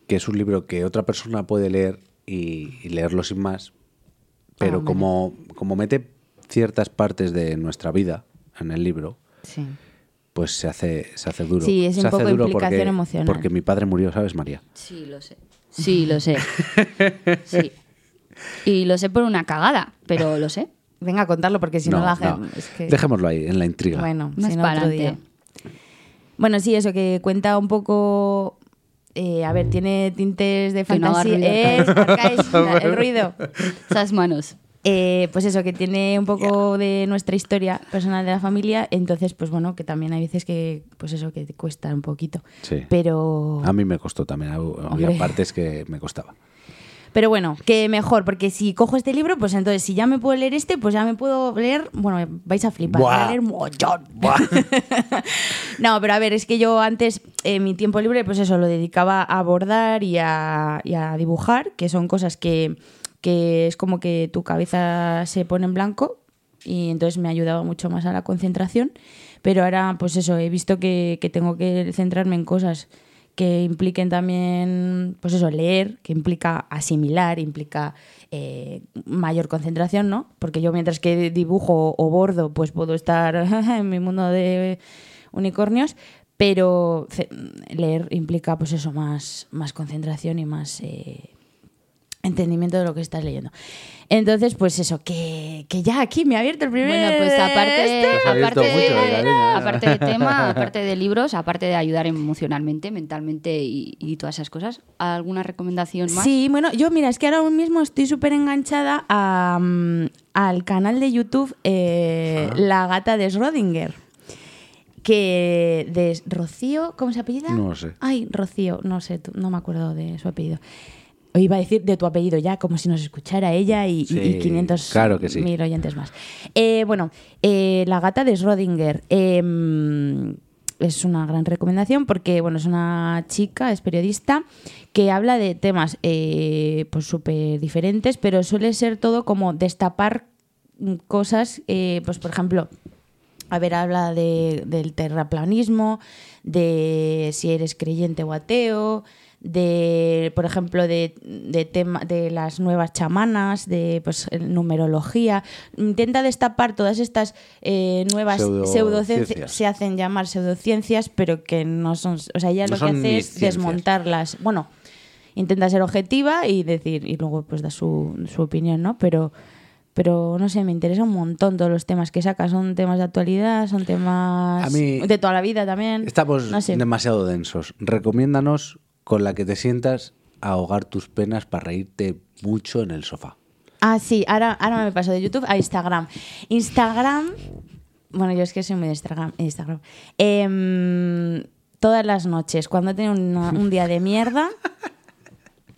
[SPEAKER 1] que es un libro que otra persona puede leer y, y leerlo sin más, pero
[SPEAKER 2] Ah, vale.
[SPEAKER 1] como, como mete ciertas partes de nuestra vida en el libro,
[SPEAKER 2] Sí.
[SPEAKER 1] pues se hace, se hace duro.
[SPEAKER 2] Sí, es un
[SPEAKER 1] se
[SPEAKER 2] poco
[SPEAKER 1] hace duro
[SPEAKER 2] implicación
[SPEAKER 1] porque,
[SPEAKER 2] emocional.
[SPEAKER 1] Porque mi padre murió, ¿sabes, María?
[SPEAKER 3] Sí, lo sé. Sí, lo [LAUGHS] sé. Sí. Y lo sé por una cagada, pero lo sé.
[SPEAKER 2] Venga, contarlo, porque si no, la gente...
[SPEAKER 1] no.
[SPEAKER 2] es que-
[SPEAKER 1] Dejémoslo ahí, en la intriga.
[SPEAKER 2] Bueno,
[SPEAKER 3] Más
[SPEAKER 2] si no, otro
[SPEAKER 3] pa'lante.
[SPEAKER 2] día. Bueno, sí, eso que cuenta un poco. eh, a ver, tiene tintes de
[SPEAKER 3] Que no haga
[SPEAKER 2] fantasía.
[SPEAKER 3] ruido.
[SPEAKER 2] Eh,
[SPEAKER 1] [LAUGHS]
[SPEAKER 2] marcáis la- el ruido.
[SPEAKER 3] Esas manos.
[SPEAKER 2] Eh, pues eso, que tiene un poco de nuestra historia personal de la familia. Entonces, pues bueno, que también hay veces que, pues eso, que te cuesta un poquito.
[SPEAKER 1] Sí.
[SPEAKER 2] Pero.
[SPEAKER 1] A mí me costó también, hab- había [LAUGHS]
[SPEAKER 2] Hombre.
[SPEAKER 1] partes que me costaba.
[SPEAKER 2] Pero bueno, que mejor, porque si cojo este libro, pues entonces si ya me puedo leer este, pues ya me puedo leer. Bueno, vais a flipar, voy a
[SPEAKER 1] Buah.
[SPEAKER 2] leer mogollón. [LAUGHS] no, pero a ver, es que yo antes eh, mi tiempo libre, pues eso, lo dedicaba a bordar y a, y a dibujar, que son cosas que, que es como que tu cabeza se pone en blanco y entonces me ayudaba mucho más a la concentración. Pero ahora, pues eso, he visto que, que tengo que centrarme en cosas que impliquen también, pues eso, leer, que implica asimilar, implica eh, mayor concentración, ¿no? Porque yo mientras que dibujo o bordo, pues puedo estar [LAUGHS] en mi mundo de unicornios, pero ce- leer implica, pues eso, más, más concentración y más... eh, entendimiento de lo que estás leyendo. Entonces, pues eso, que, que ya aquí me ha abierto el primer...
[SPEAKER 3] Bueno, pues aparte,
[SPEAKER 2] este.
[SPEAKER 1] Nos ha abierto
[SPEAKER 3] aparte, de,
[SPEAKER 1] mucho, Elena.
[SPEAKER 3] aparte de tema, aparte de libros, aparte de ayudar emocionalmente, mentalmente y, y todas esas cosas, ¿alguna recomendación más?
[SPEAKER 2] Sí, bueno, yo mira, es que ahora mismo estoy súper enganchada a, mm, al canal de YouTube
[SPEAKER 1] Ah.
[SPEAKER 2] eh, La gata de Schrödinger. Que de Rocío, ¿cómo se apellida?
[SPEAKER 1] No sé.
[SPEAKER 2] Ay, Rocío, no sé, tú- no me acuerdo de su apellido. O iba a decir de tu apellido ya, como si nos escuchara ella y, y- y
[SPEAKER 1] Sí,
[SPEAKER 2] 500
[SPEAKER 1] claro que sí.
[SPEAKER 2] mil oyentes más. Eh, bueno, eh, La gata de Schrödinger. eh, es una gran recomendación porque, bueno, es una chica, es periodista, que habla de temas eh, pues súper diferentes, pero suele ser todo como destapar mm, cosas, eh, pues por ejemplo, A ver, habla de, del terraplanismo, de si eres creyente o ateo, de, por ejemplo, de, de, tema, de las nuevas chamanas, de pues, numerología. Intenta destapar todas estas eh, nuevas
[SPEAKER 1] Pseudociencias.
[SPEAKER 2] pseudociencias, se hacen llamar pseudociencias, pero que no son. O sea, ella
[SPEAKER 1] No
[SPEAKER 2] lo que
[SPEAKER 1] son ni
[SPEAKER 2] hace es
[SPEAKER 1] ciencias.
[SPEAKER 2] desmontarlas. Bueno, intenta ser objetiva y decir, y luego pues da su, su opinión, ¿no? Pero, pero no sé, me interesa un montón todos los temas que saca. Son temas de actualidad, son temas
[SPEAKER 1] A mí-
[SPEAKER 2] de toda la vida también.
[SPEAKER 1] Estamos
[SPEAKER 2] no sé.
[SPEAKER 1] demasiado densos. Recomiéndanos con la que te sientas a ahogar tus penas para reírte mucho en el sofá.
[SPEAKER 2] Ah, sí, ahora, ahora me paso de YouTube a Instagram. Instagram. Bueno, yo es que soy muy de Instagram. Instagram. Em, todas las noches, cuando tengo una- un día
[SPEAKER 1] [LAUGHS]
[SPEAKER 2] de mierda,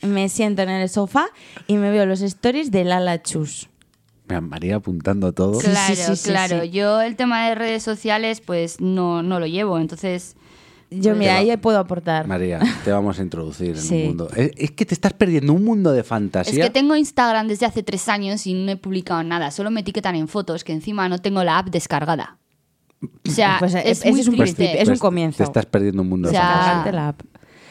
[SPEAKER 2] me siento en el sofá y me veo los stories de Lala Chus.
[SPEAKER 1] Mira, María apuntando todo.
[SPEAKER 2] Sí,
[SPEAKER 3] Claro,
[SPEAKER 2] sí, sí,
[SPEAKER 3] claro.
[SPEAKER 2] sí.
[SPEAKER 3] Yo el tema de redes sociales, pues no, no lo llevo. Entonces,
[SPEAKER 2] Yo, mira,
[SPEAKER 1] va-
[SPEAKER 2] ahí puedo aportar.
[SPEAKER 1] María, te vamos a introducir en
[SPEAKER 2] Sí.
[SPEAKER 1] un mundo. Es, es que te estás perdiendo un mundo de
[SPEAKER 3] es
[SPEAKER 1] fantasía.
[SPEAKER 3] que tengo Instagram desde hace tres años y no he publicado nada. Solo me etiquetan en fotos, que encima no tengo la app descargada. O sea,
[SPEAKER 2] [LAUGHS] Pues, eh,
[SPEAKER 3] es,
[SPEAKER 2] ese
[SPEAKER 3] muy
[SPEAKER 2] es un
[SPEAKER 1] Pues-
[SPEAKER 3] triste.
[SPEAKER 2] principio, es un
[SPEAKER 1] pues
[SPEAKER 2] comienzo.
[SPEAKER 1] Te estás perdiendo un mundo
[SPEAKER 3] O sea,
[SPEAKER 1] de fantasía.
[SPEAKER 2] Descargarte la app.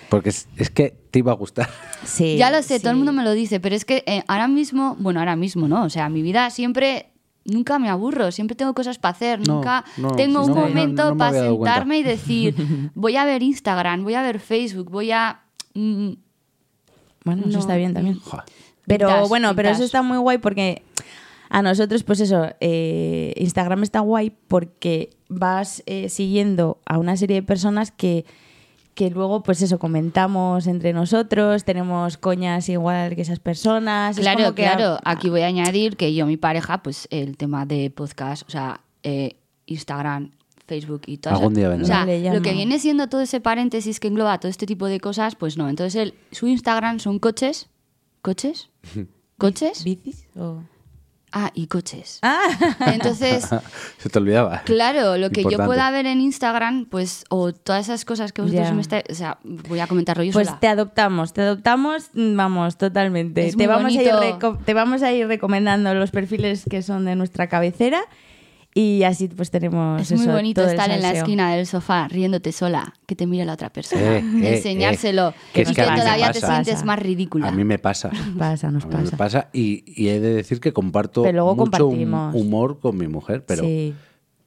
[SPEAKER 1] Porque es, es que te iba a gustar. [LAUGHS]
[SPEAKER 2] Sí,
[SPEAKER 3] Ya lo sé, todo el
[SPEAKER 2] sí.
[SPEAKER 3] mundo me lo dice, pero es que eh, ahora mismo, bueno, ahora mismo no, o sea, mi vida siempre, nunca me aburro, siempre tengo cosas para hacer,
[SPEAKER 1] No,
[SPEAKER 3] nunca
[SPEAKER 1] no,
[SPEAKER 3] tengo
[SPEAKER 1] sí,
[SPEAKER 3] un
[SPEAKER 1] no, no,
[SPEAKER 3] momento
[SPEAKER 1] no me
[SPEAKER 3] para
[SPEAKER 1] había dado cuenta.
[SPEAKER 3] sentarme
[SPEAKER 1] [LAUGHS]
[SPEAKER 3] y decir, voy a ver Instagram, voy a ver Facebook, voy a... mm,
[SPEAKER 2] Bueno, eso
[SPEAKER 3] No.
[SPEAKER 2] está bien también.
[SPEAKER 1] Joder.
[SPEAKER 2] Pero
[SPEAKER 3] Vintage,
[SPEAKER 2] bueno, pero eso
[SPEAKER 3] vintage.
[SPEAKER 2] está muy guay porque a nosotros, pues eso, eh, Instagram está guay porque vas eh, siguiendo a una serie de personas que, que luego, pues eso, comentamos entre nosotros, tenemos coñas igual que esas personas. es
[SPEAKER 3] Claro,
[SPEAKER 2] como que a-
[SPEAKER 3] claro, aquí voy a añadir que yo, mi pareja, pues el tema de podcast, o sea, eh, Instagram. Facebook y todo.
[SPEAKER 1] Algún día vendrá.
[SPEAKER 3] O sea,
[SPEAKER 2] Vale, ya
[SPEAKER 3] lo que
[SPEAKER 2] no.
[SPEAKER 3] viene siendo todo ese paréntesis que engloba todo este tipo de cosas, pues no. Entonces, él- su Instagram son coches.
[SPEAKER 1] [LAUGHS]
[SPEAKER 3] ¿Coches? ¿Coches?
[SPEAKER 2] ¿Bicis? o-
[SPEAKER 3] Ah, y coches.
[SPEAKER 2] [LAUGHS] Ah,
[SPEAKER 1] [LAUGHS]
[SPEAKER 3] Entonces,
[SPEAKER 1] Se te olvidaba.
[SPEAKER 3] claro, lo que yo
[SPEAKER 1] Importante.
[SPEAKER 3] pueda ver en Instagram, pues, o todas esas cosas que vosotros
[SPEAKER 2] Ya.
[SPEAKER 3] me estáis. O sea, voy a comentarlo yo
[SPEAKER 2] pues
[SPEAKER 3] sola.
[SPEAKER 2] te adoptamos, te adoptamos, mm, vamos, totalmente.
[SPEAKER 3] Es
[SPEAKER 2] te,
[SPEAKER 3] muy
[SPEAKER 2] vamos a ir
[SPEAKER 3] bonito.
[SPEAKER 2] reco- te vamos a ir recomendando los perfiles que son de nuestra cabecera y así pues tenemos
[SPEAKER 3] Es muy
[SPEAKER 2] eso,
[SPEAKER 3] bonito
[SPEAKER 2] todo el
[SPEAKER 3] estar en la
[SPEAKER 2] salseo.
[SPEAKER 3] esquina del sofá riéndote sola, que te mira la otra persona, [LAUGHS]
[SPEAKER 1] Eh, eh,
[SPEAKER 3] enseñárselo
[SPEAKER 1] eh, que
[SPEAKER 3] y
[SPEAKER 1] es
[SPEAKER 3] que
[SPEAKER 1] que a mí me
[SPEAKER 3] todavía te
[SPEAKER 1] pasa.
[SPEAKER 3] sientes más ridícula.
[SPEAKER 1] A mí me pasa.
[SPEAKER 2] Pasa, nos
[SPEAKER 1] A mí me
[SPEAKER 2] pasa.
[SPEAKER 1] pasa y, y he de decir que comparto
[SPEAKER 2] Pero luego
[SPEAKER 1] mucho hum-
[SPEAKER 2] compartimos.
[SPEAKER 1] humor con mi mujer, pero,
[SPEAKER 2] Sí.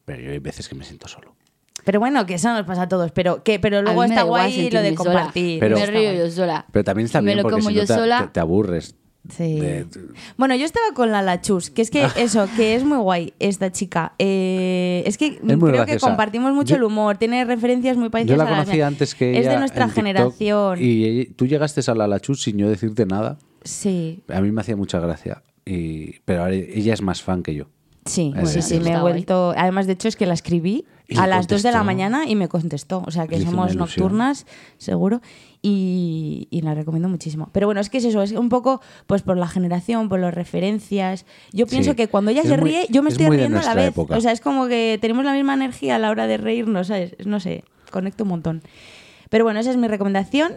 [SPEAKER 1] pero yo hay veces que me siento solo.
[SPEAKER 2] Pero bueno, que eso nos pasa a todos. Pero, que, pero
[SPEAKER 3] A
[SPEAKER 2] luego
[SPEAKER 3] mí me
[SPEAKER 2] está
[SPEAKER 3] da igual
[SPEAKER 2] guay lo de
[SPEAKER 3] sentirme sola.
[SPEAKER 2] compartir.
[SPEAKER 1] Pero-
[SPEAKER 3] me
[SPEAKER 2] Está
[SPEAKER 3] río
[SPEAKER 2] guay.
[SPEAKER 3] yo sola.
[SPEAKER 1] Pero también está
[SPEAKER 3] Y me
[SPEAKER 1] bien
[SPEAKER 3] lo
[SPEAKER 1] porque
[SPEAKER 3] como
[SPEAKER 1] si
[SPEAKER 3] yo
[SPEAKER 1] no te,
[SPEAKER 3] sola.
[SPEAKER 1] te- te aburres.
[SPEAKER 2] Sí.
[SPEAKER 1] De- Ah.
[SPEAKER 2] Bueno, yo estaba con la Lachus, que es que eso, que es muy guay esta chica. Eh, es que
[SPEAKER 1] muy
[SPEAKER 2] creo que
[SPEAKER 1] graciosa.
[SPEAKER 2] compartimos mucho
[SPEAKER 1] Yo-
[SPEAKER 2] el humor, tiene referencias muy
[SPEAKER 1] Yo
[SPEAKER 2] parecidas
[SPEAKER 1] la
[SPEAKER 2] a las
[SPEAKER 1] conocí
[SPEAKER 2] mías.
[SPEAKER 1] antes que
[SPEAKER 2] Es
[SPEAKER 1] ella
[SPEAKER 2] de nuestra
[SPEAKER 1] en TikTok
[SPEAKER 2] generación.
[SPEAKER 1] Y ella- tú llegaste a la Lachus sin yo decirte nada.
[SPEAKER 2] Sí,
[SPEAKER 1] A mí me hacía mucha gracia. Y, pero ahora ella es más fan que yo.
[SPEAKER 2] sí,
[SPEAKER 1] Bueno,
[SPEAKER 2] sí, sí,
[SPEAKER 1] eso
[SPEAKER 2] me he
[SPEAKER 3] está guay.
[SPEAKER 2] vuelto. Además, de hecho, es que la escribí
[SPEAKER 1] Y
[SPEAKER 2] a
[SPEAKER 1] le
[SPEAKER 2] las 2 de la
[SPEAKER 1] contestó.
[SPEAKER 2] mañana y me contestó. O sea, que
[SPEAKER 1] Le hizo una
[SPEAKER 2] somos
[SPEAKER 1] ilusión.
[SPEAKER 2] nocturnas, seguro. Y, y la recomiendo muchísimo. Pero bueno, es que es eso, es un poco pues por la generación, por las referencias. Yo pienso
[SPEAKER 1] Sí.
[SPEAKER 2] que cuando ella
[SPEAKER 1] Es
[SPEAKER 2] se
[SPEAKER 1] muy-
[SPEAKER 2] ríe, yo me
[SPEAKER 1] es
[SPEAKER 2] estoy
[SPEAKER 1] muy de
[SPEAKER 2] riendo a la
[SPEAKER 1] nuestra
[SPEAKER 2] vez.
[SPEAKER 1] época.
[SPEAKER 2] O sea, es como que tenemos la misma energía a la hora de reírnos, ¿sabes? No sé, conecto un montón. Pero bueno, esa es mi recomendación.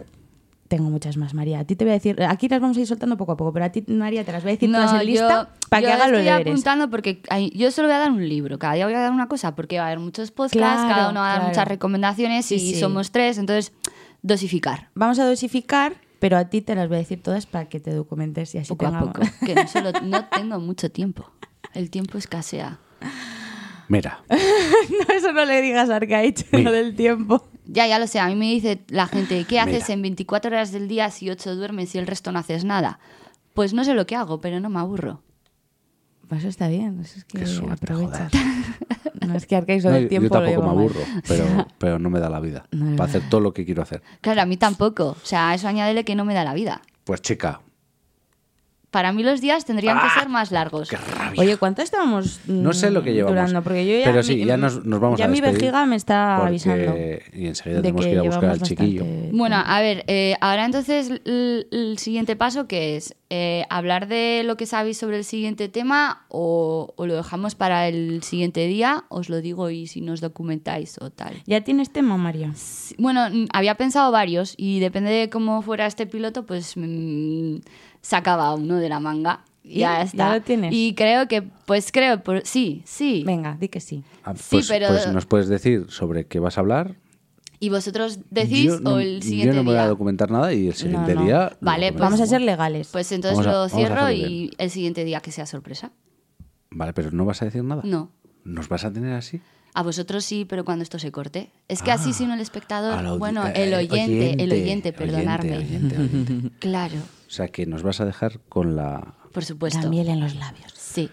[SPEAKER 2] Tengo muchas más, María. A ti te voy a decir, aquí las vamos a ir soltando poco a poco, pero a ti, María, te las voy a decir todas en lista
[SPEAKER 3] yo-
[SPEAKER 2] para que
[SPEAKER 3] yo
[SPEAKER 2] hagas los
[SPEAKER 3] estoy
[SPEAKER 2] deberes.
[SPEAKER 3] apuntando porque hay- yo solo voy a dar un libro, cada día voy a dar una cosa, porque va a haber muchos podcasts,
[SPEAKER 2] Claro,
[SPEAKER 3] cada uno va a dar
[SPEAKER 2] claro.
[SPEAKER 3] muchas recomendaciones
[SPEAKER 2] Sí,
[SPEAKER 3] y
[SPEAKER 2] sí.
[SPEAKER 3] somos tres, entonces dosificar
[SPEAKER 2] Vamos a dosificar, pero a ti te las voy a decir todas para que te documentes y así
[SPEAKER 3] poco a
[SPEAKER 2] tengamos-
[SPEAKER 3] poco, que no,
[SPEAKER 2] [LAUGHS]
[SPEAKER 3] solo, no tengo mucho tiempo, el tiempo escasea.
[SPEAKER 2] [LAUGHS]
[SPEAKER 1] Mira,
[SPEAKER 2] no, eso no le digas a Arcaich,
[SPEAKER 1] Mira.
[SPEAKER 2] lo del tiempo.
[SPEAKER 3] Ya, ya lo sé, a mí me dice la gente, ¿qué haces
[SPEAKER 1] Mira.
[SPEAKER 3] en 24 horas del día si 8 duermes y el resto no haces nada? Pues no sé lo que hago, pero no me aburro.
[SPEAKER 2] Pues eso está bien, eso es que
[SPEAKER 1] qué suerte,
[SPEAKER 2] aprovecha.
[SPEAKER 1] joder.
[SPEAKER 2] [LAUGHS] No, es que Arcaich lo
[SPEAKER 1] No,
[SPEAKER 2] del
[SPEAKER 1] yo- yo,
[SPEAKER 2] tiempo lo
[SPEAKER 1] tampoco
[SPEAKER 2] lleva
[SPEAKER 1] me
[SPEAKER 2] mal.
[SPEAKER 1] aburro, pero,
[SPEAKER 2] [LAUGHS]
[SPEAKER 1] pero no me da la vida
[SPEAKER 2] No, no.
[SPEAKER 1] para hacer todo lo que quiero hacer.
[SPEAKER 3] Claro, a mí tampoco, o sea, a eso añádele que no me da la vida.
[SPEAKER 1] Pues chica,
[SPEAKER 3] Para mí los días tendrían que ser más
[SPEAKER 1] Ah,
[SPEAKER 3] largos.
[SPEAKER 1] qué rabia.
[SPEAKER 2] Oye, ¿cuánto estábamos mm,
[SPEAKER 1] no sé lo que llevamos.
[SPEAKER 2] Pues durando? Porque yo ya
[SPEAKER 1] pero sí,
[SPEAKER 2] mi-
[SPEAKER 1] ya nos, nos vamos
[SPEAKER 2] ya
[SPEAKER 1] a
[SPEAKER 2] mi
[SPEAKER 1] despedir
[SPEAKER 2] vejiga me está
[SPEAKER 1] porque-
[SPEAKER 2] avisando.
[SPEAKER 1] Y enseguida
[SPEAKER 2] de
[SPEAKER 1] tenemos
[SPEAKER 2] que
[SPEAKER 1] que ir a buscar al
[SPEAKER 2] llevamos
[SPEAKER 1] chiquillo.
[SPEAKER 2] bastante-
[SPEAKER 3] Bueno, a ver, eh, ahora entonces l- l- el, siguiente paso que es Eh, hablar de lo que sabéis sobre el siguiente tema o, o lo dejamos para el siguiente día, os lo digo y si nos documentáis o tal.
[SPEAKER 2] ¿Ya tienes tema, María?
[SPEAKER 3] Sí, Bueno, mm, había pensado varios y depende de cómo fuera este piloto, pues mm, sacaba uno de la manga.
[SPEAKER 2] Y
[SPEAKER 3] ya
[SPEAKER 2] ya
[SPEAKER 3] está.
[SPEAKER 2] lo tienes.
[SPEAKER 3] Y creo que, pues creo, por- sí, sí.
[SPEAKER 2] Venga, di que sí.
[SPEAKER 1] Ah,
[SPEAKER 3] Sí,
[SPEAKER 1] pues,
[SPEAKER 3] pero-
[SPEAKER 1] pues nos puedes decir sobre qué vas a hablar.
[SPEAKER 3] ¿Y vosotros decís
[SPEAKER 1] yo no,
[SPEAKER 3] o el
[SPEAKER 1] yo
[SPEAKER 3] siguiente
[SPEAKER 1] no me voy
[SPEAKER 3] día?
[SPEAKER 1] a documentar nada y el siguiente
[SPEAKER 2] no.
[SPEAKER 1] día. lo
[SPEAKER 3] Vale,
[SPEAKER 1] documentamos.
[SPEAKER 3] pues-
[SPEAKER 2] Vamos a ser legales.
[SPEAKER 3] Pues entonces
[SPEAKER 1] Vamos a-
[SPEAKER 3] lo
[SPEAKER 1] vamos a
[SPEAKER 3] cierro
[SPEAKER 1] hacerlo
[SPEAKER 3] y el siguiente día que sea sorpresa.
[SPEAKER 1] Vale, pero no vas a decir nada.
[SPEAKER 3] No.
[SPEAKER 1] ¿Nos vas a tener así?
[SPEAKER 3] A vosotros sí, pero cuando esto se corte. Es que
[SPEAKER 1] Ah,
[SPEAKER 3] así sin el espectador,
[SPEAKER 1] al audi-
[SPEAKER 3] bueno,
[SPEAKER 1] eh,
[SPEAKER 3] el oyente, el oyente,
[SPEAKER 2] [LAUGHS]
[SPEAKER 3] perdonarme.
[SPEAKER 1] oyente, oyente.
[SPEAKER 3] Claro,
[SPEAKER 1] o sea, que nos vas a dejar con la.
[SPEAKER 3] por supuesto.
[SPEAKER 2] La miel en los labios.
[SPEAKER 3] Sí.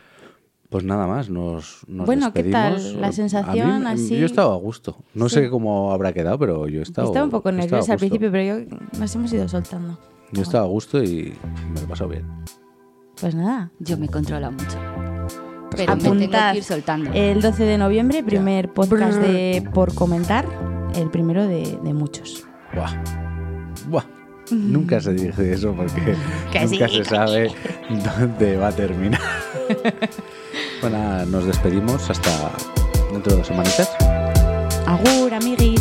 [SPEAKER 1] Pues nada más, nos, nos
[SPEAKER 2] Bueno, ¿qué tal
[SPEAKER 1] despedimos.
[SPEAKER 2] la
[SPEAKER 1] A mí-
[SPEAKER 2] sensación, así?
[SPEAKER 1] Yo he estado a gusto. No
[SPEAKER 2] Sí.
[SPEAKER 1] sé cómo habrá quedado, pero yo he estado.
[SPEAKER 2] Estaba un poco
[SPEAKER 1] he estado a
[SPEAKER 2] nerviosa
[SPEAKER 1] gusto.
[SPEAKER 2] al principio, pero yo nos hemos ido soltando.
[SPEAKER 1] Yo he estado a gusto y me lo he pasado bien.
[SPEAKER 2] Pues nada.
[SPEAKER 3] Yo me controlo mucho. Pero me tengo
[SPEAKER 2] Apuntad
[SPEAKER 3] que ir soltando.
[SPEAKER 2] El 12 de noviembre, primer podcast de Por Comentar, el primero de, de muchos.
[SPEAKER 1] Buah.
[SPEAKER 2] [LAUGHS]
[SPEAKER 1] Buah. Nunca se dice eso porque
[SPEAKER 2] Que
[SPEAKER 1] nunca
[SPEAKER 2] sí.
[SPEAKER 1] se sabe [LAUGHS] dónde va a
[SPEAKER 2] [LAUGHS]
[SPEAKER 1] terminar. bueno, nada, nos despedimos hasta dentro de dos semanitas.
[SPEAKER 2] Agur, amiguis.